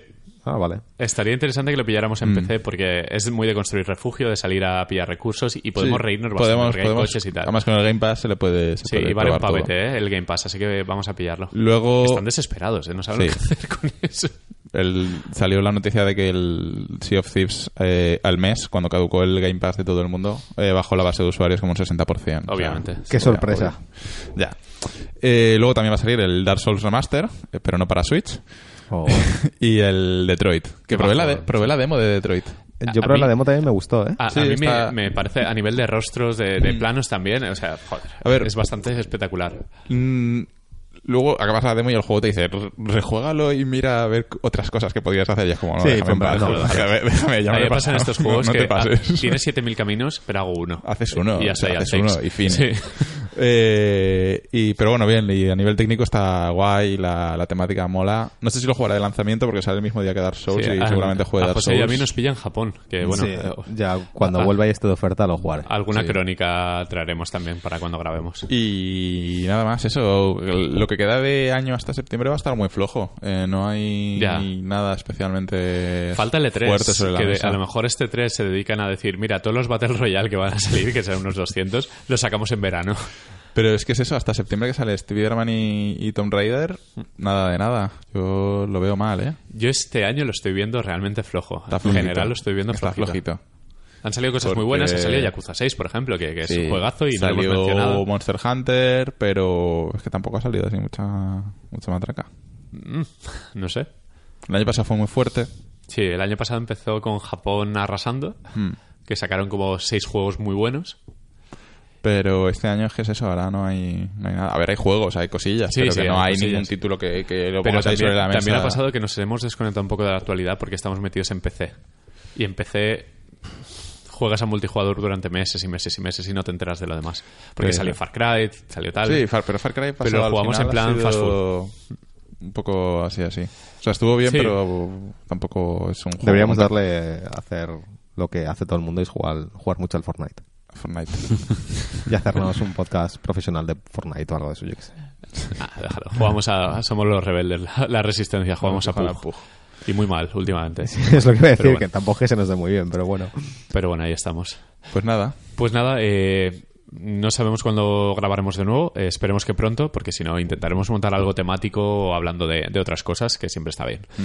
Speaker 4: Ah, vale.
Speaker 1: Estaría interesante que lo pilláramos
Speaker 3: Mm.
Speaker 1: en PC porque es muy de construir refugio, de salir a pillar recursos y podemos
Speaker 3: Sí,
Speaker 1: reírnos bastante
Speaker 3: podemos,
Speaker 1: porque hay
Speaker 3: podemos-
Speaker 1: coches y tal.
Speaker 3: Además, con el Game Pass se le puede. Se
Speaker 1: sí,
Speaker 3: puede
Speaker 1: y vale un
Speaker 3: probar todo.
Speaker 1: pavete, ¿eh? El Game Pass, así que vamos a pillarlo.
Speaker 3: Luego
Speaker 1: Están desesperados, ¿eh? No saben
Speaker 3: Sí.
Speaker 1: lo que hacer con eso.
Speaker 3: el- salió la noticia de que el Sea of Thieves eh, al mes, cuando caducó el Game Pass de todo el mundo, eh, bajó la base de usuarios como un 60%. O sea,
Speaker 1: Obviamente. Qué
Speaker 3: sí, ya,
Speaker 4: sorpresa.
Speaker 3: obvio. Ya. Eh, luego también va a salir el Dark Souls Remaster, eh, pero no para Switch,
Speaker 4: Oh.
Speaker 3: y el Detroit. Que probé la, de- probé la demo de Detroit.
Speaker 4: Yo
Speaker 1: A- a
Speaker 4: probé la
Speaker 1: mí-
Speaker 4: demo también me gustó, ¿eh?
Speaker 1: A, a
Speaker 3: Sí,
Speaker 1: mí
Speaker 3: está- Mm.
Speaker 1: me, me parece, a nivel de rostros, de, de planos también, o sea, joder,
Speaker 3: A ver.
Speaker 1: es bastante espectacular.
Speaker 3: Mm, luego acabas la demo y el juego te dice, "Re- rejuégalo y mira a ver c- otras cosas que podrías hacer. Y es como, no,
Speaker 4: Sí,
Speaker 3: déjame, en
Speaker 4: pues,
Speaker 3: paz,
Speaker 4: no,
Speaker 3: joder, déjame, déjame, ya
Speaker 1: A
Speaker 3: me
Speaker 1: mí
Speaker 3: lo
Speaker 1: me
Speaker 3: he
Speaker 1: pasan
Speaker 3: pasado.
Speaker 1: estos juegos
Speaker 3: no, no
Speaker 1: que
Speaker 3: te pases.
Speaker 1: ah, tienes 7000 caminos, pero hago uno.
Speaker 3: Haces uno,
Speaker 1: Y ya
Speaker 3: o
Speaker 1: está,
Speaker 3: sea,
Speaker 1: ya
Speaker 3: haces
Speaker 1: takes.
Speaker 3: uno y fin.
Speaker 1: Sí.
Speaker 3: Eh, y, pero bueno, bien, y a nivel técnico está guay, la, la temática mola. No sé si lo jugará de lanzamiento porque sale el mismo día que Dark Souls
Speaker 1: Sí, ah,
Speaker 3: y
Speaker 1: a-
Speaker 3: seguramente juegue
Speaker 1: a
Speaker 3: Dark
Speaker 1: José
Speaker 3: Souls.
Speaker 1: y pues a mí nos pilla en Japón, que bueno,
Speaker 4: Sí,
Speaker 1: eh,
Speaker 4: ya cuando vuelva y esté de oferta lo jugaré.
Speaker 1: alguna
Speaker 3: Sí.
Speaker 1: crónica traeremos también para cuando grabemos.
Speaker 3: Y nada más, eso. el- Lo que queda de año hasta septiembre va a estar muy flojo. Eh, no hay
Speaker 1: Ya.
Speaker 3: nada especialmente
Speaker 1: Falta el
Speaker 3: fuerte sobre
Speaker 1: E3,
Speaker 3: la
Speaker 1: que de-
Speaker 3: mesa.
Speaker 1: a lo mejor este 3 se dedican a decir, mira, todos los Battle Royale que van a salir, que serán unos 200, los sacamos en verano.
Speaker 3: Pero es que es eso, hasta septiembre que sale Spider-Man y, y Tomb Raider, nada de nada. Yo lo veo mal, ¿eh?
Speaker 1: Yo este año lo estoy viendo realmente flojo.
Speaker 3: Está
Speaker 1: en
Speaker 3: flojito.
Speaker 1: general lo estoy viendo
Speaker 3: Está
Speaker 1: flojito.
Speaker 3: flojito.
Speaker 1: Han salido cosas muy
Speaker 3: Porque-
Speaker 1: buenas, ha salido Yakuza 6, por ejemplo, que, que es un juegazo y no lo
Speaker 3: salió
Speaker 1: hemos mencionado.
Speaker 3: Monster Hunter, pero es que tampoco ha salido así mucha, mucha matraca.
Speaker 1: No sé.
Speaker 3: El año pasado fue muy fuerte.
Speaker 1: Sí, el año pasado empezó con Japón arrasando,
Speaker 3: Hmm.
Speaker 1: que sacaron como seis juegos muy buenos.
Speaker 3: Pero este año es que es eso, ahora no hay, no hay nada. A ver, hay juegos, hay cosillas,
Speaker 1: Sí,
Speaker 3: pero
Speaker 1: sí,
Speaker 3: que
Speaker 1: hay
Speaker 3: no hay
Speaker 1: cosillas.
Speaker 3: ningún título que, que
Speaker 1: Pero
Speaker 3: lo pongas ahí
Speaker 1: también,
Speaker 3: sobre la mesa.
Speaker 1: también ha pasado que nos hemos desconectado un poco de la actualidad porque estamos metidos en PC. Y en PC juegas a multijugador durante meses y meses y meses y no te enteras de lo demás. Porque
Speaker 3: Sí.
Speaker 1: salió Far Cry, salió tal.
Speaker 3: Sí, Far- pero Far Cry pasado
Speaker 1: Pero
Speaker 3: al
Speaker 1: jugamos
Speaker 3: final
Speaker 1: en plan
Speaker 3: ha sido
Speaker 1: fast
Speaker 3: Un poco así, así. O sea, estuvo bien,
Speaker 1: Sí.
Speaker 3: pero tampoco es un juego.
Speaker 4: Deberíamos
Speaker 3: como
Speaker 4: darle a hacer lo que hace todo el mundo y es jugar, jugar mucho al Fortnite.
Speaker 3: Fortnite.
Speaker 4: Y hacernos un podcast profesional de Fortnite o algo de eso, yo qué sé.
Speaker 1: Ah, déjalo. Jugamos a, somos los rebeldes, la, la resistencia, jugamos a
Speaker 3: Ojalá
Speaker 1: PUBG. Y muy mal últimamente.
Speaker 4: Es lo que voy a decir,
Speaker 1: Pero bueno.
Speaker 4: que tampoco es que se nos dé muy bien, pero bueno.
Speaker 1: Pero bueno, ahí estamos.
Speaker 3: Pues nada.
Speaker 1: Pues nada, eh, no sabemos cuándo grabaremos de nuevo. eh, esperemos que pronto, porque si no, intentaremos montar algo temático o hablando de, de otras cosas, que siempre está bien.
Speaker 3: Mm.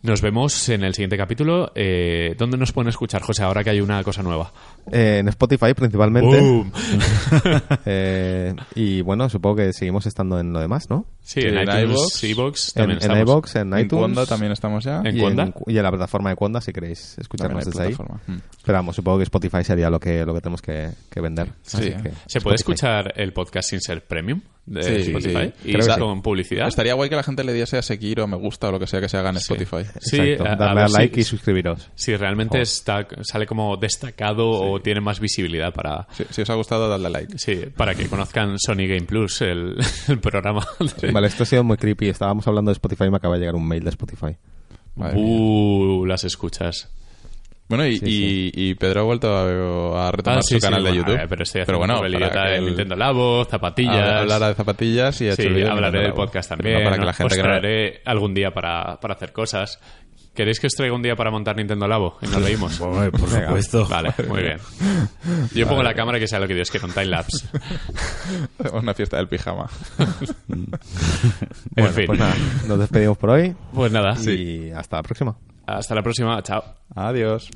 Speaker 1: Nos vemos en el siguiente capítulo. Eh, ¿Dónde nos pueden escuchar, José, ahora que hay una cosa nueva?
Speaker 4: Eh, en Spotify principalmente.
Speaker 1: ¡Boom!
Speaker 4: Eh, y bueno, supongo que seguimos estando en lo demás, ¿no?
Speaker 1: Sí,
Speaker 3: En
Speaker 1: en iTunes,
Speaker 3: iVoox,
Speaker 1: iVoox,
Speaker 4: En,
Speaker 1: también
Speaker 4: en
Speaker 1: estamos.
Speaker 4: iVoox, en
Speaker 3: En
Speaker 4: iTunes.
Speaker 3: Wanda también estamos ya.
Speaker 1: En
Speaker 4: y,
Speaker 1: Wanda.
Speaker 4: y en la plataforma de Conda, si queréis escucharnos
Speaker 3: También hay
Speaker 4: desde ahí.
Speaker 3: plataforma. Mm.
Speaker 4: Pero vamos, supongo que Spotify sería lo que, lo que tenemos que, que vender.
Speaker 3: Sí.
Speaker 4: que
Speaker 1: ¿Se puede
Speaker 4: Spotify.
Speaker 1: escuchar el podcast sin ser premium de
Speaker 3: Sí,
Speaker 1: Spotify?
Speaker 3: sí.
Speaker 1: Y
Speaker 3: Creo que sí.
Speaker 1: con publicidad.
Speaker 3: Estaría guay que la gente le diese a seguir o a me gusta o lo que sea que se haga en Spotify.
Speaker 1: Sí,
Speaker 4: Exacto,
Speaker 1: a- a
Speaker 4: darle
Speaker 1: ver
Speaker 4: a like
Speaker 1: si-
Speaker 4: y suscribiros.
Speaker 1: Si realmente está, sale como destacado o tiene más visibilidad para,
Speaker 3: Si, si os ha gustado, dadle a like.
Speaker 1: Sí, para que conozcan Sony Game Plus, el, el programa. de-
Speaker 4: Vale, esto ha sido muy creepy. Estábamos hablando de Spotify y me acaba de llegar un mail de Spotify.
Speaker 3: Madre mía.
Speaker 1: Uh, las escuchas.
Speaker 3: Bueno, y,
Speaker 4: sí,
Speaker 3: y- y Pedro ha vuelto a, a retomar
Speaker 1: Ah, sí,
Speaker 3: su canal
Speaker 1: sí,
Speaker 3: de
Speaker 1: bueno,
Speaker 3: YouTube.
Speaker 1: eh, pero estoy haciendo
Speaker 3: bueno,
Speaker 1: un poco el
Speaker 3: para
Speaker 1: idiota
Speaker 3: que
Speaker 1: del
Speaker 3: el-
Speaker 1: Nintendo Labo, zapatillas.
Speaker 3: habla- hablará de zapatillas y ha hecho
Speaker 1: sí,
Speaker 3: el vídeo de
Speaker 1: hablaré
Speaker 3: Nintendo
Speaker 1: del
Speaker 3: Labo.
Speaker 1: podcast
Speaker 3: Pero
Speaker 1: también.
Speaker 3: no para que la gente
Speaker 1: os
Speaker 3: que no-
Speaker 1: traeré algún día para, para hacer cosas. ¿Queréis que os traiga un día para montar Nintendo Labo? Y nos leímos.
Speaker 2: Por supuesto.
Speaker 1: Vale, muy bien. Yo pongo la cámara que sea lo que Dios quiera, un time lapse.
Speaker 3: Hacemos una fiesta del pijama.
Speaker 1: En fin.
Speaker 4: Pues nada, nos despedimos por hoy
Speaker 1: Pues nada.
Speaker 4: y hasta la próxima.
Speaker 1: Hasta la próxima. Chao.
Speaker 3: Adiós.